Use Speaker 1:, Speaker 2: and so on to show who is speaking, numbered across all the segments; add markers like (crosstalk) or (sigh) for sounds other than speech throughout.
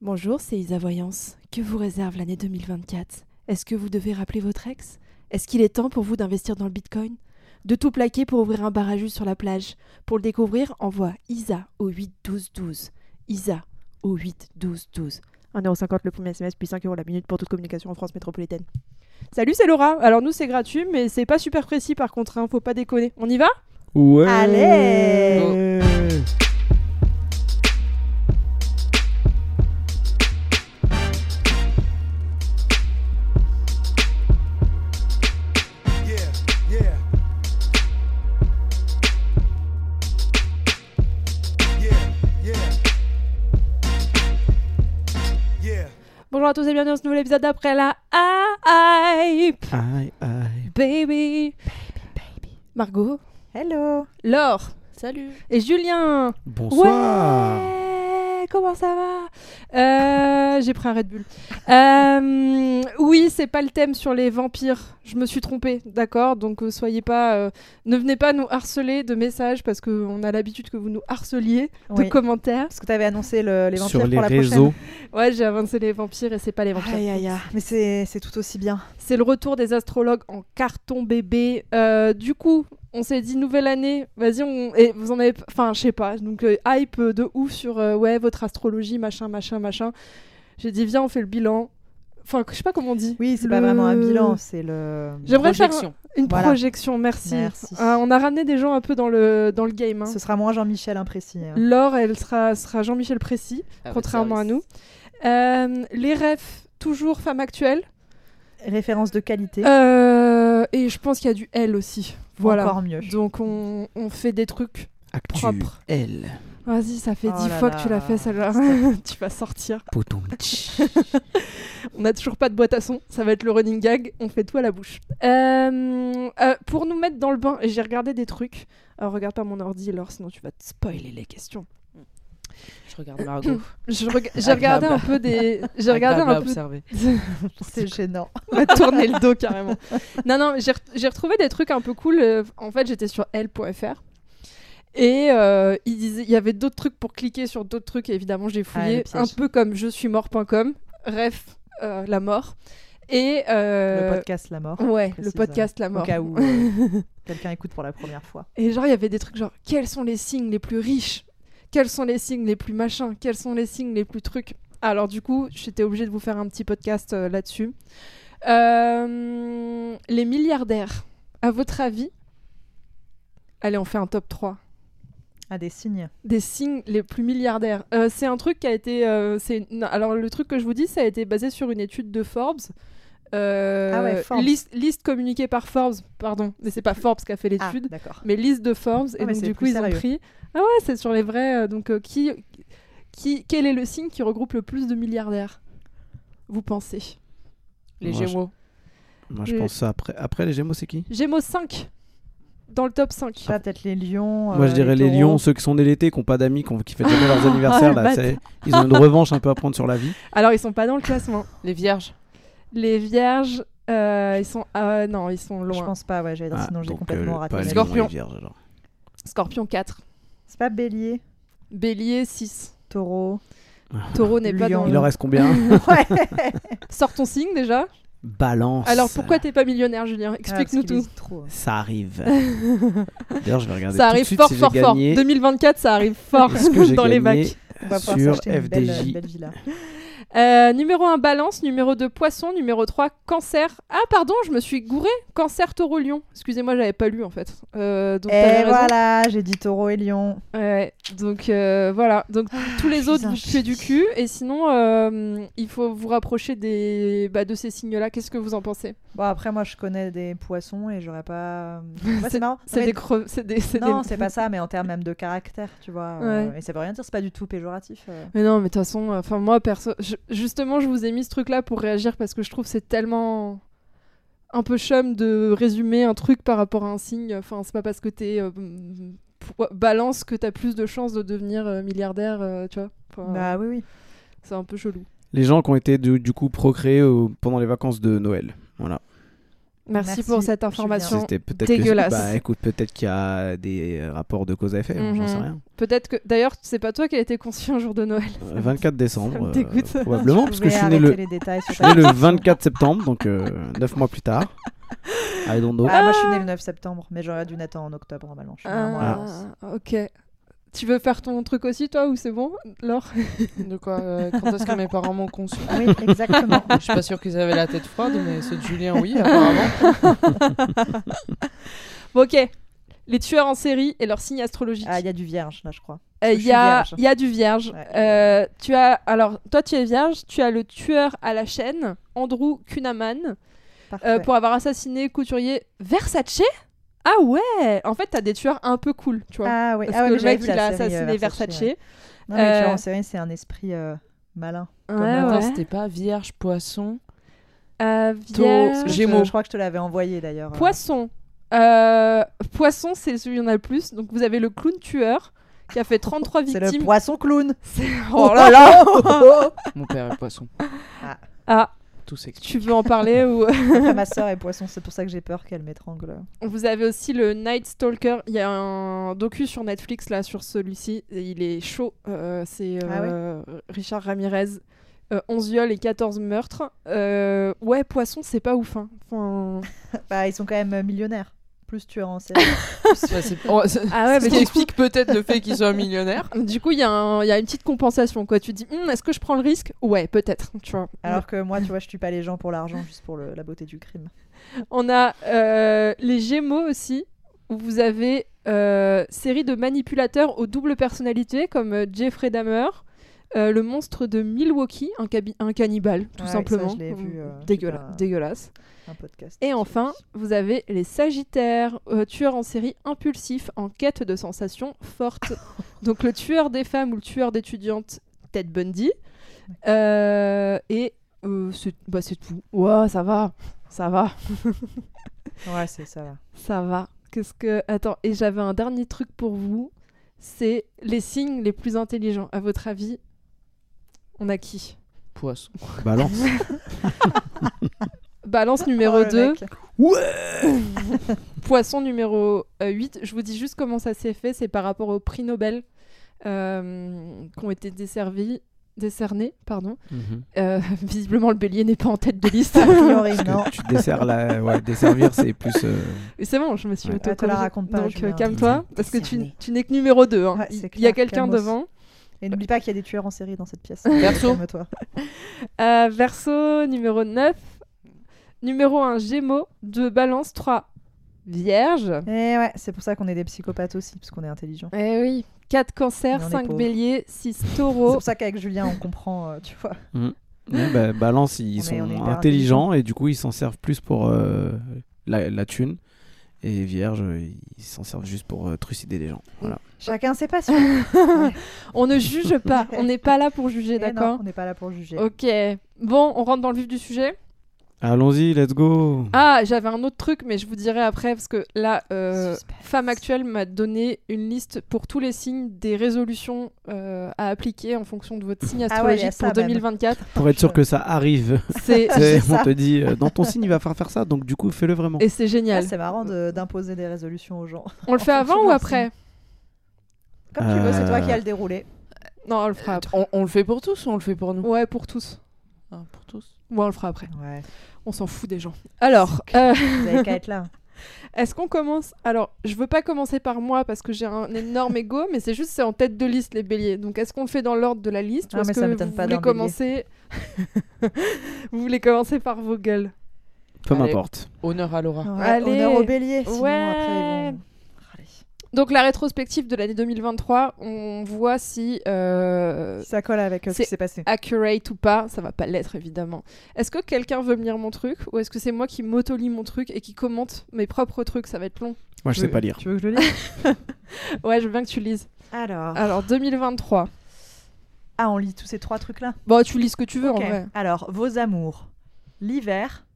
Speaker 1: Bonjour, c'est Isa Voyance. Que vous réserve l'année 2024 Est-ce que vous devez rappeler votre ex Est-ce qu'il est temps pour vous d'investir dans le bitcoin De tout plaquer pour ouvrir un bar à jus sur la plage Pour le découvrir, envoie Isa au 8 12 12. Isa au 8 12 12. 1,50€ le premier SMS, puis 5€ la minute pour toute communication en France métropolitaine. Salut, c'est Laura. Alors, nous, c'est gratuit, mais c'est pas super précis par contre, hein, faut pas déconner. On y va
Speaker 2: Ouais.
Speaker 1: Allez.
Speaker 3: Yeah, yeah. Yeah, yeah. Yeah.
Speaker 1: Bonjour à tous et bienvenue dans ce nouvel épisode d'après la hype.
Speaker 2: Aïe, aïe.
Speaker 1: Baby. Margot. Hello. Laure.
Speaker 4: Salut.
Speaker 1: Et Julien.
Speaker 2: Bonsoir.
Speaker 1: Ouais. Comment ça va Euh, J'ai pris un Red Bull. Euh, oui, c'est pas le thème sur les vampires. Je me suis trompée, d'accord. Donc euh, soyez pas, euh, ne venez pas nous harceler de messages parce que on a l'habitude que vous nous harceliez de
Speaker 4: Oui.
Speaker 1: commentaires.
Speaker 4: Parce que t'avais annoncé le- les vampires
Speaker 2: Sur les
Speaker 4: pour la
Speaker 2: réseaux.
Speaker 1: Ouais, j'ai avancé les vampires et c'est pas les vampires.
Speaker 4: prochaine. Aïe aïe aïe. Mais c'est c'est tout aussi bien.
Speaker 1: C'est le retour des astrologues en carton bébé. Euh, du coup, on s'est dit nouvelle année, vas-y, on... et vous en avez. Enfin, je sais pas. Donc, euh, hype euh, de ouf sur euh, ouais, votre astrologie, machin, machin, machin. J'ai dit, viens, on fait le bilan. Enfin, je sais pas comment on dit.
Speaker 4: Oui, c'est
Speaker 1: Le-
Speaker 4: pas vraiment un bilan, c'est le.
Speaker 1: J'aimerais faire
Speaker 5: Projection.
Speaker 1: une
Speaker 4: Voilà.
Speaker 1: projection, merci.
Speaker 4: Merci.
Speaker 1: Ah, on a ramené des gens un peu dans le, dans le game. hein.
Speaker 4: Ce sera moins Jean-Michel imprécis. hein.
Speaker 1: Laure, elle sera, sera Jean-Michel Précy,
Speaker 5: Ah, votre
Speaker 1: contrairement à nous.
Speaker 5: service.
Speaker 1: Euh, les refs, toujours femme actuelle.
Speaker 4: Référence de qualité,
Speaker 1: Euh, et je pense qu'il y a du L aussi. Voilà.
Speaker 4: encore mieux.
Speaker 1: Donc on, on fait des trucs. Propre.
Speaker 2: Actuel.
Speaker 1: Vas-y, ça fait
Speaker 4: Oh
Speaker 1: dix
Speaker 4: là
Speaker 1: fois
Speaker 4: là.
Speaker 1: que tu l'as fait
Speaker 4: (laughs)
Speaker 1: celle-là. (laughs) tu vas sortir.
Speaker 2: Poton.
Speaker 1: On n'a toujours pas de boîte à son. Ça va être le running gag. On fait tout à la bouche. Euh, euh, pour nous mettre dans le bain, j'ai regardé des trucs. Alors, regarde pas mon ordi, alors sinon tu vas te spoiler les questions.
Speaker 5: Je regarde
Speaker 1: (laughs)
Speaker 5: Margot.
Speaker 1: Je reg- J'ai regardé un peu des. J'ai regardé
Speaker 5: Agréable à
Speaker 1: un peu
Speaker 5: observer.
Speaker 4: C'est gênant.
Speaker 1: (laughs) m'a tourné le dos carrément. Non, non, mais j'ai re- j'ai retrouvé des trucs un peu cool. Euh, En fait, j'étais sur L.fr. Et euh, il, disait, il y avait d'autres trucs pour cliquer sur d'autres trucs. Et évidemment, j'ai
Speaker 4: Ah, le
Speaker 1: fouillé.
Speaker 4: piège.
Speaker 1: un peu comme je suis mort.com. Ref, euh, la mort. Et. euh,
Speaker 4: Le podcast La Mort.
Speaker 1: Ouais,
Speaker 4: précise,
Speaker 1: le podcast La
Speaker 4: Au
Speaker 1: mort.
Speaker 4: cas
Speaker 1: (laughs)
Speaker 4: où euh, quelqu'un écoute pour la première fois.
Speaker 1: Et genre, il y avait des trucs genre quels sont les signes les plus riches Quels sont les signes les plus machins Quels sont les signes les plus trucs Alors, du coup, j'étais obligée de vous faire un petit podcast euh, là-dessus. Euh, les milliardaires, à votre avis Allez, on fait un top 3
Speaker 4: Ah, des signes.
Speaker 1: des signes les plus milliardaires. Euh, c'est un truc qui a été. euh, c'est non, alors, le truc que je vous dis, ça a été basé sur une étude de Forbes. Euh,
Speaker 4: Ah ouais, Forbes.
Speaker 1: Liste, liste communiquée par Forbes, pardon. Mais c'est pas Forbes qui a fait
Speaker 4: Ah,
Speaker 1: l'étude
Speaker 4: d'accord.
Speaker 1: mais liste de Forbes
Speaker 4: Ah,
Speaker 1: et
Speaker 4: mais
Speaker 1: donc
Speaker 4: c'est
Speaker 1: du coup
Speaker 4: plus
Speaker 1: ils ont
Speaker 4: sérieux.
Speaker 1: pris ah ouais c'est sur les vrais euh, donc euh, qui qui quel est le signe qui regroupe le plus de milliardaires vous pensez
Speaker 5: Les
Speaker 2: Moi, je-
Speaker 5: Gémeaux.
Speaker 2: Moi, je
Speaker 1: Euh.
Speaker 2: pense ça après. Après, les Gémeaux, c'est qui
Speaker 1: Gémeaux 5 dans le top 5
Speaker 4: Ça, peut-être les lions.
Speaker 2: Moi,
Speaker 4: euh,
Speaker 2: je dirais les,
Speaker 4: taureaux.
Speaker 2: lions, ceux qui sont nés l'été, qui n'ont pas d'amis, qui ont- qui fêtent jamais
Speaker 4: (laughs)
Speaker 2: leurs anniversaires.
Speaker 1: le
Speaker 2: là, c'est- ils ont une revanche un peu à prendre sur la vie.
Speaker 1: alors ils sont pas dans le classement (laughs)
Speaker 5: Les Vierges.
Speaker 1: les vierges euh, ils sont ah non ils sont
Speaker 4: Je
Speaker 1: loin
Speaker 4: pense pas, ouais, j'allais dire,
Speaker 2: Ah,
Speaker 4: sinon j'ai
Speaker 2: donc,
Speaker 4: complètement
Speaker 2: euh,
Speaker 4: raté.
Speaker 2: pas
Speaker 4: ma
Speaker 2: les
Speaker 4: liste.
Speaker 2: lions et
Speaker 5: Scorpion.
Speaker 2: les vierges, alors.
Speaker 1: scorpion 4
Speaker 4: C'est pas bélier,
Speaker 1: bélier 6
Speaker 4: taureau.
Speaker 1: taureau n'est pas
Speaker 4: Lion.
Speaker 1: dans
Speaker 2: Il
Speaker 1: le...
Speaker 2: en reste combien
Speaker 1: (laughs)
Speaker 2: Oh,
Speaker 4: Ouais.
Speaker 1: sors ton signe déjà
Speaker 2: Balance.
Speaker 1: alors pourquoi t'es pas millionnaire Julien explique-nous
Speaker 4: Ah, parce qu'il
Speaker 1: tout
Speaker 4: hésite trop.
Speaker 2: Ça
Speaker 1: (laughs)
Speaker 2: arrive. D'ailleurs, je vais regarder.
Speaker 1: ça
Speaker 2: tout de
Speaker 1: arrive
Speaker 2: suite
Speaker 1: fort
Speaker 2: si j'ai
Speaker 1: fort fort
Speaker 2: gagné
Speaker 1: 2024 ça arrive fort
Speaker 2: ce
Speaker 1: (laughs)
Speaker 2: que j'ai
Speaker 1: dans les
Speaker 2: gagné
Speaker 1: bacs
Speaker 4: On va pouvoir
Speaker 2: sur
Speaker 4: s'acheter une belle,
Speaker 2: FDJ.
Speaker 4: une belle villa.
Speaker 1: Euh, numéro 1, balance. Numéro 2, poisson. Numéro 3, cancer. Ah, pardon, je me suis gourée. Cancer, taureau, lion. Excusez-moi, j'avais pas lu en fait. Euh, donc, t'avais
Speaker 4: Et
Speaker 1: raison.
Speaker 4: Eh, voilà, j'ai dit taureau et lion.
Speaker 1: Ouais, donc euh, voilà. Donc tous les
Speaker 4: Ah, je
Speaker 1: autres,
Speaker 4: suis
Speaker 1: vous tuez du
Speaker 4: injustice.
Speaker 1: cul. Et sinon, euh, il faut vous rapprocher des, bah, de ces signes-là. Qu'est-ce que vous en pensez
Speaker 4: Bon, après, moi, je connais des poissons et
Speaker 1: (laughs)
Speaker 4: j'aurais pas. Moi, c'est marrant.
Speaker 1: C'est
Speaker 4: Non,
Speaker 1: des creux. C'est des. c'est
Speaker 4: mais- Non,
Speaker 1: des-
Speaker 4: c'est pas ça, mais en termes même de caractère, tu vois. euh,
Speaker 1: Ouais.
Speaker 4: Et ça veut rien dire, c'est pas du tout péjoratif. euh.
Speaker 1: Mais non, mais de toute façon, enfin moi perso, je- justement, je vous ai mis ce truc-là pour réagir parce que je trouve que c'est tellement un peu chum de résumer un truc par rapport à un signe. Enfin, c'est pas parce que t'es euh, pour- balance que t'as plus de chances de devenir euh, milliardaire, euh, tu vois. Enfin,
Speaker 4: Bah oui, oui.
Speaker 1: C'est un peu chelou.
Speaker 2: les gens qui ont été du, du coup procréés euh, pendant les vacances de Noël. Voilà.
Speaker 1: Merci,
Speaker 4: Merci,
Speaker 1: pour cette
Speaker 4: Julien.
Speaker 1: information.
Speaker 2: C'était peut-être
Speaker 1: Dégueulasse.
Speaker 2: Que... Bah écoute, peut-être qu'il y a des euh, rapports de cause à effet, hein, j'en sais
Speaker 1: Mhm.
Speaker 2: rien.
Speaker 1: Peut-être que d'ailleurs, c'est pas toi qui as été conçu un jour de Noël.
Speaker 2: Euh, 24
Speaker 1: ça me
Speaker 2: décembre, euh,
Speaker 1: dégoûte.
Speaker 2: probablement, parce que je suis né
Speaker 4: arrêter
Speaker 2: le,
Speaker 4: les détails sur
Speaker 2: je suis né
Speaker 4: ta
Speaker 2: le
Speaker 4: question.
Speaker 2: 24 septembre, donc 9 mois plus tard. I don't know.
Speaker 4: Ah, moi je suis né le 9 septembre, mais j'aurais dû naître en octobre normalement. Je suis née un mois à
Speaker 1: Ah,
Speaker 4: l'avance.
Speaker 1: ok. Tu veux faire ton truc aussi, toi, ou c'est bon, Laure
Speaker 5: De quoi euh, Quand est-ce que mes parents m'ont conçu
Speaker 4: Oui,
Speaker 1: (laughs)
Speaker 4: exactement.
Speaker 5: Je suis pas sûre qu'ils avaient la tête froide, mais ceux de Julien, oui, apparemment.
Speaker 1: Bon, Ok. Les tueurs en série et leurs signes astrologiques.
Speaker 4: Ah, il y a du vierge là, je crois.
Speaker 1: Euh,
Speaker 4: je
Speaker 1: Il
Speaker 4: suis
Speaker 1: y, a,
Speaker 4: vierge.
Speaker 1: il y a du vierge.
Speaker 4: Ouais.
Speaker 1: Euh, tu as, alors, toi, tu es vierge. Tu as le tueur à la chaîne, Andrew Cunaman,
Speaker 4: Parfait.
Speaker 1: euh, pour avoir assassiné couturier Versace. Ah ouais En fait, t'as des tueurs un peu cool, tu vois.
Speaker 4: Ah oui,
Speaker 1: Parce
Speaker 4: ah, oui,
Speaker 1: que
Speaker 4: mais
Speaker 1: le
Speaker 4: j'avais
Speaker 1: mec, il
Speaker 4: vu la
Speaker 1: a
Speaker 4: série, euh,
Speaker 1: assassiné Versace.
Speaker 4: ouais. Non, mais tu
Speaker 1: Euh,
Speaker 4: vois, en série, c'est un esprit euh, malin.
Speaker 1: Ouais,
Speaker 4: Mais
Speaker 5: Attends,
Speaker 1: Ah ouais.
Speaker 5: c'était pas vierge, poisson.
Speaker 1: Euh,
Speaker 5: Taureau,
Speaker 1: vierge.
Speaker 4: Je te-
Speaker 5: Gémeaux.
Speaker 4: Je crois que je te l'avais envoyé d'ailleurs. euh,
Speaker 1: Poisson. Euh, poisson, c'est celui où il y en a le plus. Donc vous avez le clown tueur qui a
Speaker 4: (laughs)
Speaker 1: fait 33
Speaker 4: C'est
Speaker 1: victimes.
Speaker 4: le poisson clown.
Speaker 1: C'est- Oh là là (laughs)
Speaker 5: Mon père est poisson.
Speaker 1: Ah,
Speaker 5: Tout s'explique.
Speaker 1: tu veux en parler ou...
Speaker 4: Après, ma soeur est poisson, c'est pour ça que j'ai peur qu'elle m'étrangle.
Speaker 1: Vous avez aussi le Night Stalker. Il y a un docu sur Netflix là sur celui-ci. Et Il est chaud. Euh, c'est
Speaker 4: Ah
Speaker 1: euh, Richard Ramirez. Euh, 11 viols et 14 meurtres. Euh, ouais, poisson, c'est pas ouf. hein.
Speaker 4: (laughs)
Speaker 1: Enfin...
Speaker 4: Bah, ils sont quand même euh, millionnaires. Plus tueurs
Speaker 1: (laughs)
Speaker 4: en série.
Speaker 5: Bah, c'est- oh, c'est-
Speaker 1: Ah
Speaker 5: (laughs)
Speaker 1: ouais,
Speaker 5: Ce
Speaker 1: mais du
Speaker 5: qui
Speaker 1: coup-
Speaker 5: explique peut-être le fait qu'il soit millionnaire.
Speaker 1: Du coup, il y, a un- il y a une petite compensation. Quoi. Tu te dis, Hum, est-ce que je prends le risque Ouais, peut-être. Tu vois.
Speaker 4: Alors que moi, tu vois, je tue pas les gens pour l'argent, juste pour le- la beauté du crime.
Speaker 1: On a euh, les Gémeaux aussi, où vous avez euh, série de manipulateurs aux doubles personnalités, comme euh, Jeffrey Dahmer, euh, le monstre de Milwaukee, un, cabi- un cannibale, tout
Speaker 4: Ouais, ça,
Speaker 1: simplement.
Speaker 4: je l'ai vu, euh,
Speaker 1: Dégueulasse,
Speaker 4: c'est pas-
Speaker 1: dégueulasse.
Speaker 4: Un podcast.
Speaker 1: Et enfin, vous avez les Sagittaires, euh, tueurs en série impulsifs, en quête de sensations
Speaker 4: (laughs)
Speaker 1: fortes. Donc le tueur des femmes ou le tueur d'étudiantes, Ted Bundy. Euh, et euh, c'est bah, c'est tout. Ouah, ça va, ça va.
Speaker 4: Ouais, c'est ça. va.
Speaker 1: Ça va. Qu'est-ce que. Attends, et j'avais un dernier truc pour vous. C'est les signes les plus intelligents. À votre avis, on a qui
Speaker 5: Poisson.
Speaker 2: Balance.
Speaker 1: Balance numéro
Speaker 4: (laughs) Oh, le
Speaker 1: 2,
Speaker 4: mec.
Speaker 1: (laughs) poisson numéro 8. Je vous dis juste comment ça s'est fait. C'est par rapport aux prix Nobel euh, qui ont été desservis- décernés. Pardon.
Speaker 2: Mhm.
Speaker 1: Euh, (laughs) visiblement, le bélier n'est pas en tête de liste.
Speaker 4: (laughs)
Speaker 1: (laughs)
Speaker 4: A priori,
Speaker 2: Parce que
Speaker 4: non.
Speaker 2: tu desserres la. Ouais, desservir, c'est plus. euh,
Speaker 1: Mais c'est bon, je me suis
Speaker 2: Ouais.
Speaker 1: auto
Speaker 4: Ah, te la raconte pas,
Speaker 1: Donc euh,
Speaker 4: Julien.
Speaker 1: calme-toi, parce que tu,
Speaker 5: Décerné.
Speaker 1: tu n'es que numéro 2.
Speaker 4: Ouais,
Speaker 1: Il
Speaker 4: c'est
Speaker 1: il y a
Speaker 4: clair,
Speaker 1: quelqu'un
Speaker 4: calmos.
Speaker 1: devant.
Speaker 4: Et n'oublie pas qu'il y a des tueurs en série dans cette pièce.
Speaker 5: Perso.
Speaker 4: Calme-toi.
Speaker 1: Euh, verso numéro 9. Numéro 1, Gémeaux. 2, Balance. 3, Vierge.
Speaker 4: Et ouais, c'est pour ça qu'on est des psychopathes aussi, parce qu'on est intelligents.
Speaker 1: Eh oui. 4, Cancer.
Speaker 4: Mais on est
Speaker 1: 5,
Speaker 4: pauvres.
Speaker 1: Bélier.
Speaker 4: (laughs)
Speaker 1: 6,
Speaker 4: C'est
Speaker 1: Taureau.
Speaker 4: pour ça qu'avec Julien, on comprend, euh, tu vois.
Speaker 2: ouais, bah, balance,
Speaker 4: On
Speaker 2: ils
Speaker 4: est-
Speaker 2: sont
Speaker 4: on est hyper
Speaker 2: intelligents et du coup, ils s'en servent plus pour euh, la, la thune. Et Vierge, euh, ils s'en servent juste pour euh, trucider les gens. Voilà.
Speaker 4: Chacun ses passions.
Speaker 1: On ne juge pas. on n'est pas là pour juger,
Speaker 4: Eh non,
Speaker 1: d'accord
Speaker 4: On n'est pas là pour juger.
Speaker 1: Ok. Bon, on rentre dans le vif du sujet.
Speaker 2: Allons-y, let's go.
Speaker 1: Ah, j'avais un autre truc, mais je vous dirai après, parce que là, euh,
Speaker 4: Suspense.
Speaker 1: Femme Actuelle m'a donné une liste pour tous les signes des résolutions euh, à appliquer en fonction de votre signe
Speaker 4: Ah ouais,
Speaker 1: astrologique
Speaker 4: il y a ça
Speaker 1: pour
Speaker 4: même.
Speaker 1: 2024.
Speaker 2: Pour être sûr que ça
Speaker 4: (laughs)
Speaker 2: arrive,
Speaker 1: C'est...
Speaker 2: Tu sais,
Speaker 4: Ah, C'est
Speaker 2: on
Speaker 4: ça.
Speaker 2: te dit euh, dans ton signe, il va falloir faire ça, donc du coup, fais-le vraiment.
Speaker 1: Et c'est
Speaker 4: Ah,
Speaker 1: génial.
Speaker 4: c'est marrant de- d'imposer des résolutions aux gens.
Speaker 1: On le fait
Speaker 4: En fonction
Speaker 1: avant
Speaker 4: de
Speaker 1: ou
Speaker 4: leur
Speaker 1: après
Speaker 4: Comme tu veux, c'est toi
Speaker 2: Euh.
Speaker 4: qui as le déroulé.
Speaker 1: Non, on le fera après.
Speaker 5: On, on le fait pour tous ou on le fait pour nous
Speaker 1: Ouais, pour tous.
Speaker 5: Ah, Pour tous.
Speaker 1: Ouais, on le fera après.
Speaker 4: Ouais.
Speaker 1: On s'en fout des gens. Alors, euh,
Speaker 4: Vous avez qu'à être là.
Speaker 1: (laughs) est-ce qu'on commence Alors, je veux pas commencer par moi parce que j'ai un énorme ego, (laughs) mais c'est juste c'est en tête de liste les béliers. Donc, est-ce qu'on le fait dans l'ordre de la liste
Speaker 4: Ah,
Speaker 1: ou est-ce
Speaker 4: mais ça
Speaker 1: que
Speaker 4: m'étonne
Speaker 1: vous
Speaker 4: pas
Speaker 1: voulez
Speaker 4: d'un bélier.
Speaker 1: commencer (laughs) Vous voulez commencer par vos gueules
Speaker 2: Peu
Speaker 5: Allez.
Speaker 2: m'importe.
Speaker 5: Honneur à Laura.
Speaker 4: Ouais,
Speaker 1: Allez.
Speaker 4: Honneur au bélier, sinon
Speaker 1: Ouais.
Speaker 4: après ils vont... Allez.
Speaker 1: Donc, la rétrospective de l'année 2023, on voit si euh,
Speaker 4: Ça colle avec euh, ce
Speaker 1: c'est-
Speaker 4: qui s'est passé.
Speaker 1: accurate ou pas, ça va pas l'être évidemment. Est-ce que quelqu'un veut me lire mon truc ou est-ce que c'est moi qui m'auto-lis mon truc et qui commente mes propres trucs Ça va être long.
Speaker 2: Moi, je
Speaker 4: Tu
Speaker 2: sais
Speaker 4: veux-
Speaker 2: pas lire.
Speaker 4: Tu veux que je le lise
Speaker 1: Ouais, je veux bien que tu lises.
Speaker 4: Alors.
Speaker 1: Alors 2023.
Speaker 4: Ah, on lit tous ces trois trucs-là
Speaker 1: Bon, tu lis ce que tu veux
Speaker 4: Ok.
Speaker 1: en vrai.
Speaker 4: Alors, vos amours. L'hiver,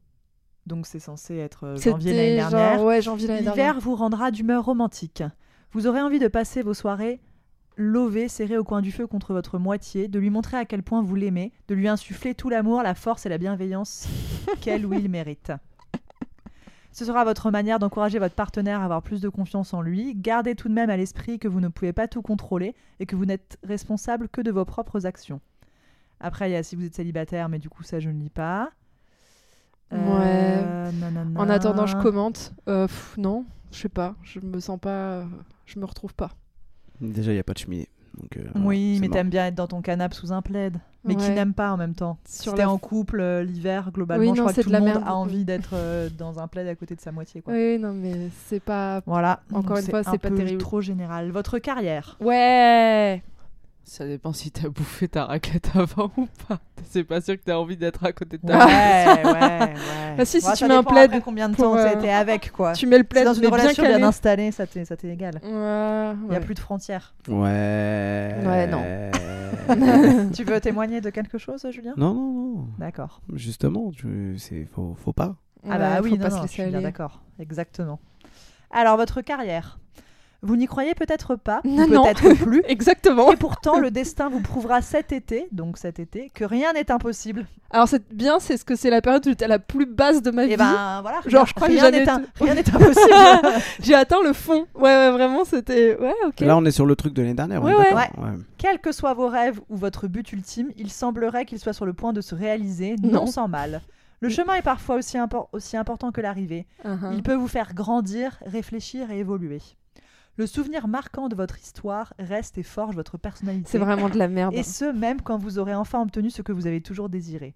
Speaker 4: donc c'est censé être euh, janvier l'année
Speaker 1: C'était
Speaker 4: dernière.
Speaker 1: genre ouais janvier l'année dernière.
Speaker 4: L'hiver vous rendra d'humeur romantique. Vous aurez envie de passer vos soirées lovées, serrées au coin du feu contre votre moitié, de lui montrer à quel point vous l'aimez,
Speaker 1: (laughs)
Speaker 4: de lui insuffler tout l'amour, la force et la bienveillance qu'elle ou il mérite. Ce sera votre manière d'encourager votre partenaire à avoir plus de confiance en lui. Gardez tout de même à l'esprit que vous ne pouvez pas tout contrôler et que vous n'êtes responsable que de vos propres actions. Après, il y a si vous êtes célibataire, mais du coup, ça, je ne lis pas. Euh, nanana.
Speaker 1: En attendant,
Speaker 4: Ah.
Speaker 1: je commente. Euh, pff, non, je sais pas. Je me sens pas. euh, Je me retrouve pas.
Speaker 2: Déjà, il n'y a pas de cheminée. Donc, euh, voilà,
Speaker 4: Oui,
Speaker 2: c'est
Speaker 4: mais
Speaker 2: mort.
Speaker 4: t'aimes bien être dans ton canapé sous un plaid. Mais qui
Speaker 1: Ouais.
Speaker 4: n'aime pas en même temps. Si
Speaker 1: Sur
Speaker 4: t'es
Speaker 1: la-
Speaker 4: en couple euh, l'hiver, globalement,
Speaker 1: Oui,
Speaker 4: je
Speaker 1: non,
Speaker 4: crois que
Speaker 1: c'est
Speaker 4: tout
Speaker 1: de
Speaker 4: le
Speaker 1: la
Speaker 4: monde
Speaker 1: merde.
Speaker 4: a envie d'être euh, dans un plaid à côté de sa moitié. Quoi.
Speaker 1: Oui, non, mais c'est pas.
Speaker 4: Voilà.
Speaker 1: Encore
Speaker 4: Donc,
Speaker 1: une fois,
Speaker 4: un
Speaker 1: c'est pas
Speaker 4: peu
Speaker 1: terrible.
Speaker 4: trop général. Votre carrière.
Speaker 1: Ouais.
Speaker 6: Ça dépend si t'as bouffé ta raclette (laughs) avant ou pas. C'est pas sûr que t'as envie d'être à côté de
Speaker 4: Ouais,
Speaker 6: ta
Speaker 4: ouais, ouais.
Speaker 1: Ah si, si
Speaker 4: Bon,
Speaker 1: tu
Speaker 4: ça
Speaker 1: mets un
Speaker 4: dépend
Speaker 1: plaid
Speaker 4: après combien de
Speaker 1: pour,
Speaker 4: temps t'as
Speaker 1: euh,
Speaker 4: été avec, quoi.
Speaker 1: Tu mets le
Speaker 4: C'est
Speaker 1: plaid,
Speaker 4: dans une
Speaker 1: mais bien
Speaker 4: relation
Speaker 1: calé.
Speaker 4: bien, installée, ça t'est ça t'est égal.
Speaker 1: Ouais,
Speaker 4: Il n'y a
Speaker 1: ouais.
Speaker 4: plus
Speaker 1: (laughs)
Speaker 4: de frontières.
Speaker 2: Ouais.
Speaker 1: Ouais, non.
Speaker 2: (laughs)
Speaker 4: (laughs) tu veux témoigner de quelque chose, Julien
Speaker 2: non, non, non.
Speaker 4: D'accord.
Speaker 2: Justement, tu... c'est faut, faut pas.
Speaker 4: Ah bah
Speaker 1: Ouais,
Speaker 4: oui,
Speaker 1: faut
Speaker 4: non,
Speaker 1: pas
Speaker 4: non,
Speaker 1: se
Speaker 4: je
Speaker 1: laisser
Speaker 4: suis bien
Speaker 1: aller.
Speaker 4: d'accord, exactement. Alors votre carrière, vous n'y croyez peut-être pas,
Speaker 1: (laughs)
Speaker 4: ou
Speaker 1: Non, non.
Speaker 4: peut-être plus.
Speaker 1: Exactement.
Speaker 4: Et pourtant, le destin vous prouvera cet été, donc cet été, que rien n'est impossible.
Speaker 1: Alors c'est bien, c'est ce que c'est la période où t'es à la plus basse de ma vie.
Speaker 4: Et ben voilà, rien-
Speaker 1: Genre, je crois que
Speaker 4: rien
Speaker 1: j'en ai (laughs)
Speaker 4: n'est un-
Speaker 1: tout.
Speaker 4: rien n'est impossible. (laughs)
Speaker 1: J'ai atteint le fond. Ouais, ouais, vraiment, c'était. Ouais, ok.
Speaker 2: Là, on est sur le truc de l'année dernière. on est
Speaker 1: Ouais, ouais.
Speaker 2: d'accord. Ouais.
Speaker 4: Quels que soient vos rêves ou votre but ultime, il semblerait qu'il soit sur le point de se réaliser, non,
Speaker 1: Non. Mm.
Speaker 4: sans mal. Le chemin est parfois aussi, impor- aussi important que l'arrivée.
Speaker 1: Uh-huh.
Speaker 4: Il peut vous faire grandir, réfléchir et évoluer. Le souvenir marquant de votre histoire reste et forge votre personnalité.
Speaker 1: C'est vraiment de la merde.
Speaker 4: Et ce, même quand vous aurez enfin obtenu ce que vous avez toujours désiré.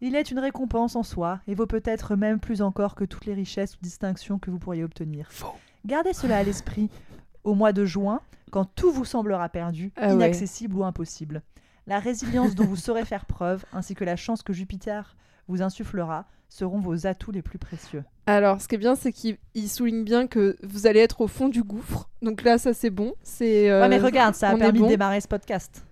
Speaker 4: Il est une récompense en soi et vaut peut-être même plus encore que toutes les richesses ou distinctions que vous pourriez obtenir.
Speaker 2: Faux.
Speaker 4: Gardez cela à l'esprit au mois de juin, quand tout vous semblera perdu,
Speaker 1: Ah ouais.
Speaker 4: inaccessible ou impossible. La résilience dont vous saurez faire preuve, ainsi que la chance que Jupiter vous insufflera, seront vos atouts les plus précieux.
Speaker 1: Alors, ce qui est bien, c'est qu'il il souligne bien que vous allez être au fond du gouffre. Donc là, ça, c'est bon. C'est. euh,
Speaker 4: ouais, mais regarde, ça a
Speaker 1: on est
Speaker 4: permis
Speaker 1: bon.
Speaker 4: de démarrer ce podcast,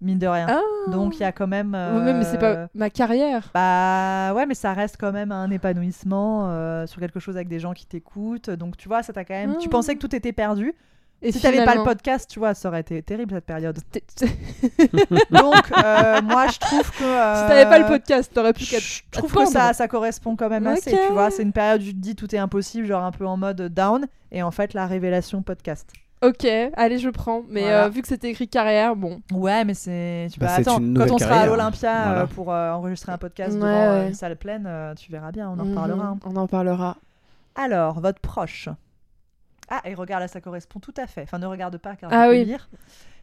Speaker 4: mine de rien.
Speaker 1: Ah.
Speaker 4: Donc il y a quand même.
Speaker 1: Ouais, mais- mais c'est
Speaker 4: euh,
Speaker 1: pas ma carrière.
Speaker 4: Bah ouais, mais ça reste quand même un épanouissement euh, sur quelque chose avec des gens qui t'écoutent. Donc tu vois, ça t'a quand même. Tu
Speaker 1: Ah.
Speaker 4: pensais que tout était perdu.
Speaker 1: Et
Speaker 4: si t'avais pas le
Speaker 1: finalement-
Speaker 4: podcast, tu vois, ça aurait été terrible cette période.
Speaker 1: T'es- t'es- (laughs) Si
Speaker 4: Donc (laughs) euh, moi, je trouve que. euh,
Speaker 1: t'avais pas le podcast, t'aurais pu qu'à.
Speaker 4: Je trouve
Speaker 1: attendre.
Speaker 4: que ça, ça correspond quand même assez,
Speaker 1: Ok.
Speaker 4: tu vois. C'est une période où tu te dis tout est impossible, genre un peu en mode down, et en fait la révélation podcast.
Speaker 1: Ok, allez, je prends. Mais
Speaker 4: Voilà.
Speaker 1: euh, vu que c'était écrit carrière, bon.
Speaker 4: Ouais, mais c'est. Tu
Speaker 2: Bah,
Speaker 4: vois,
Speaker 2: c'est
Speaker 4: attends,
Speaker 2: une
Speaker 4: quand
Speaker 2: nouvelle
Speaker 4: on sera à
Speaker 2: carrière. hein.
Speaker 4: l'Olympia
Speaker 2: Voilà.
Speaker 4: euh, pour euh, enregistrer un podcast
Speaker 1: Ouais,
Speaker 4: devant euh,
Speaker 1: ouais.
Speaker 4: une salle pleine, euh, tu verras bien, on en
Speaker 1: Mhm,
Speaker 4: reparlera. hein.
Speaker 1: On en parlera.
Speaker 4: Alors, votre proche. Ah, et regarde, là, ça correspond tout à fait. Enfin, ne regarde pas car
Speaker 1: Ah
Speaker 4: je peux
Speaker 1: oui.
Speaker 4: lire.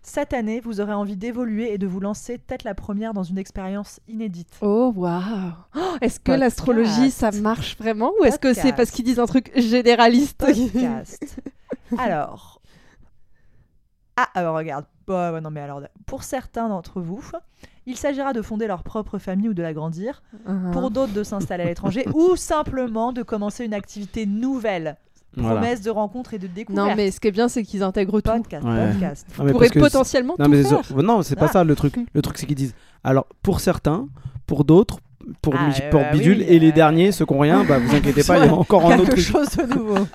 Speaker 4: Cette année, vous aurez envie d'évoluer et de vous lancer tête la première dans une expérience
Speaker 1: (laughs)
Speaker 4: inédite.
Speaker 1: Oh, waouh (gasps) Oh, Est-ce que
Speaker 4: Podcast.
Speaker 1: l'astrologie, ça marche vraiment Ou est-ce que c'est
Speaker 4: Podcast.
Speaker 1: parce qu'ils disent un truc généraliste
Speaker 4: Podcast. alors. Ah, alors regarde. Bah, ouais, non, mais alors, pour certains d'entre vous, il s'agira de fonder leur propre famille ou de l'agrandir,
Speaker 1: (laughs) Uh-huh.
Speaker 4: pour d'autres de s'installer
Speaker 1: (laughs)
Speaker 4: à l'étranger ou simplement de commencer une activité nouvelle.
Speaker 2: Voilà.
Speaker 4: Promesse de rencontre et de découverte.
Speaker 1: Non, mais ce qui est bien, c'est qu'ils intègrent tout.
Speaker 4: Podcast,
Speaker 2: Ouais.
Speaker 4: podcast.
Speaker 2: Non, mais
Speaker 1: Pour
Speaker 2: parce
Speaker 1: être
Speaker 2: que-
Speaker 1: potentiellement
Speaker 2: Non,
Speaker 1: tout
Speaker 2: mais
Speaker 1: faire.
Speaker 2: c'est- non, c'est pas
Speaker 4: Ah.
Speaker 2: ça le truc. Le truc, c'est qu'ils disent alors pour certains, pour d'autres, pour,
Speaker 4: Ah,
Speaker 2: mi-
Speaker 4: euh,
Speaker 2: pour
Speaker 4: bah
Speaker 2: bidule,
Speaker 4: oui,
Speaker 2: et les
Speaker 4: euh.
Speaker 2: derniers, ceux qui ont rien, bah vous inquiétez pas, il y
Speaker 4: (laughs)
Speaker 2: a encore un autre
Speaker 4: quelque
Speaker 2: truc.
Speaker 4: chose de nouveau.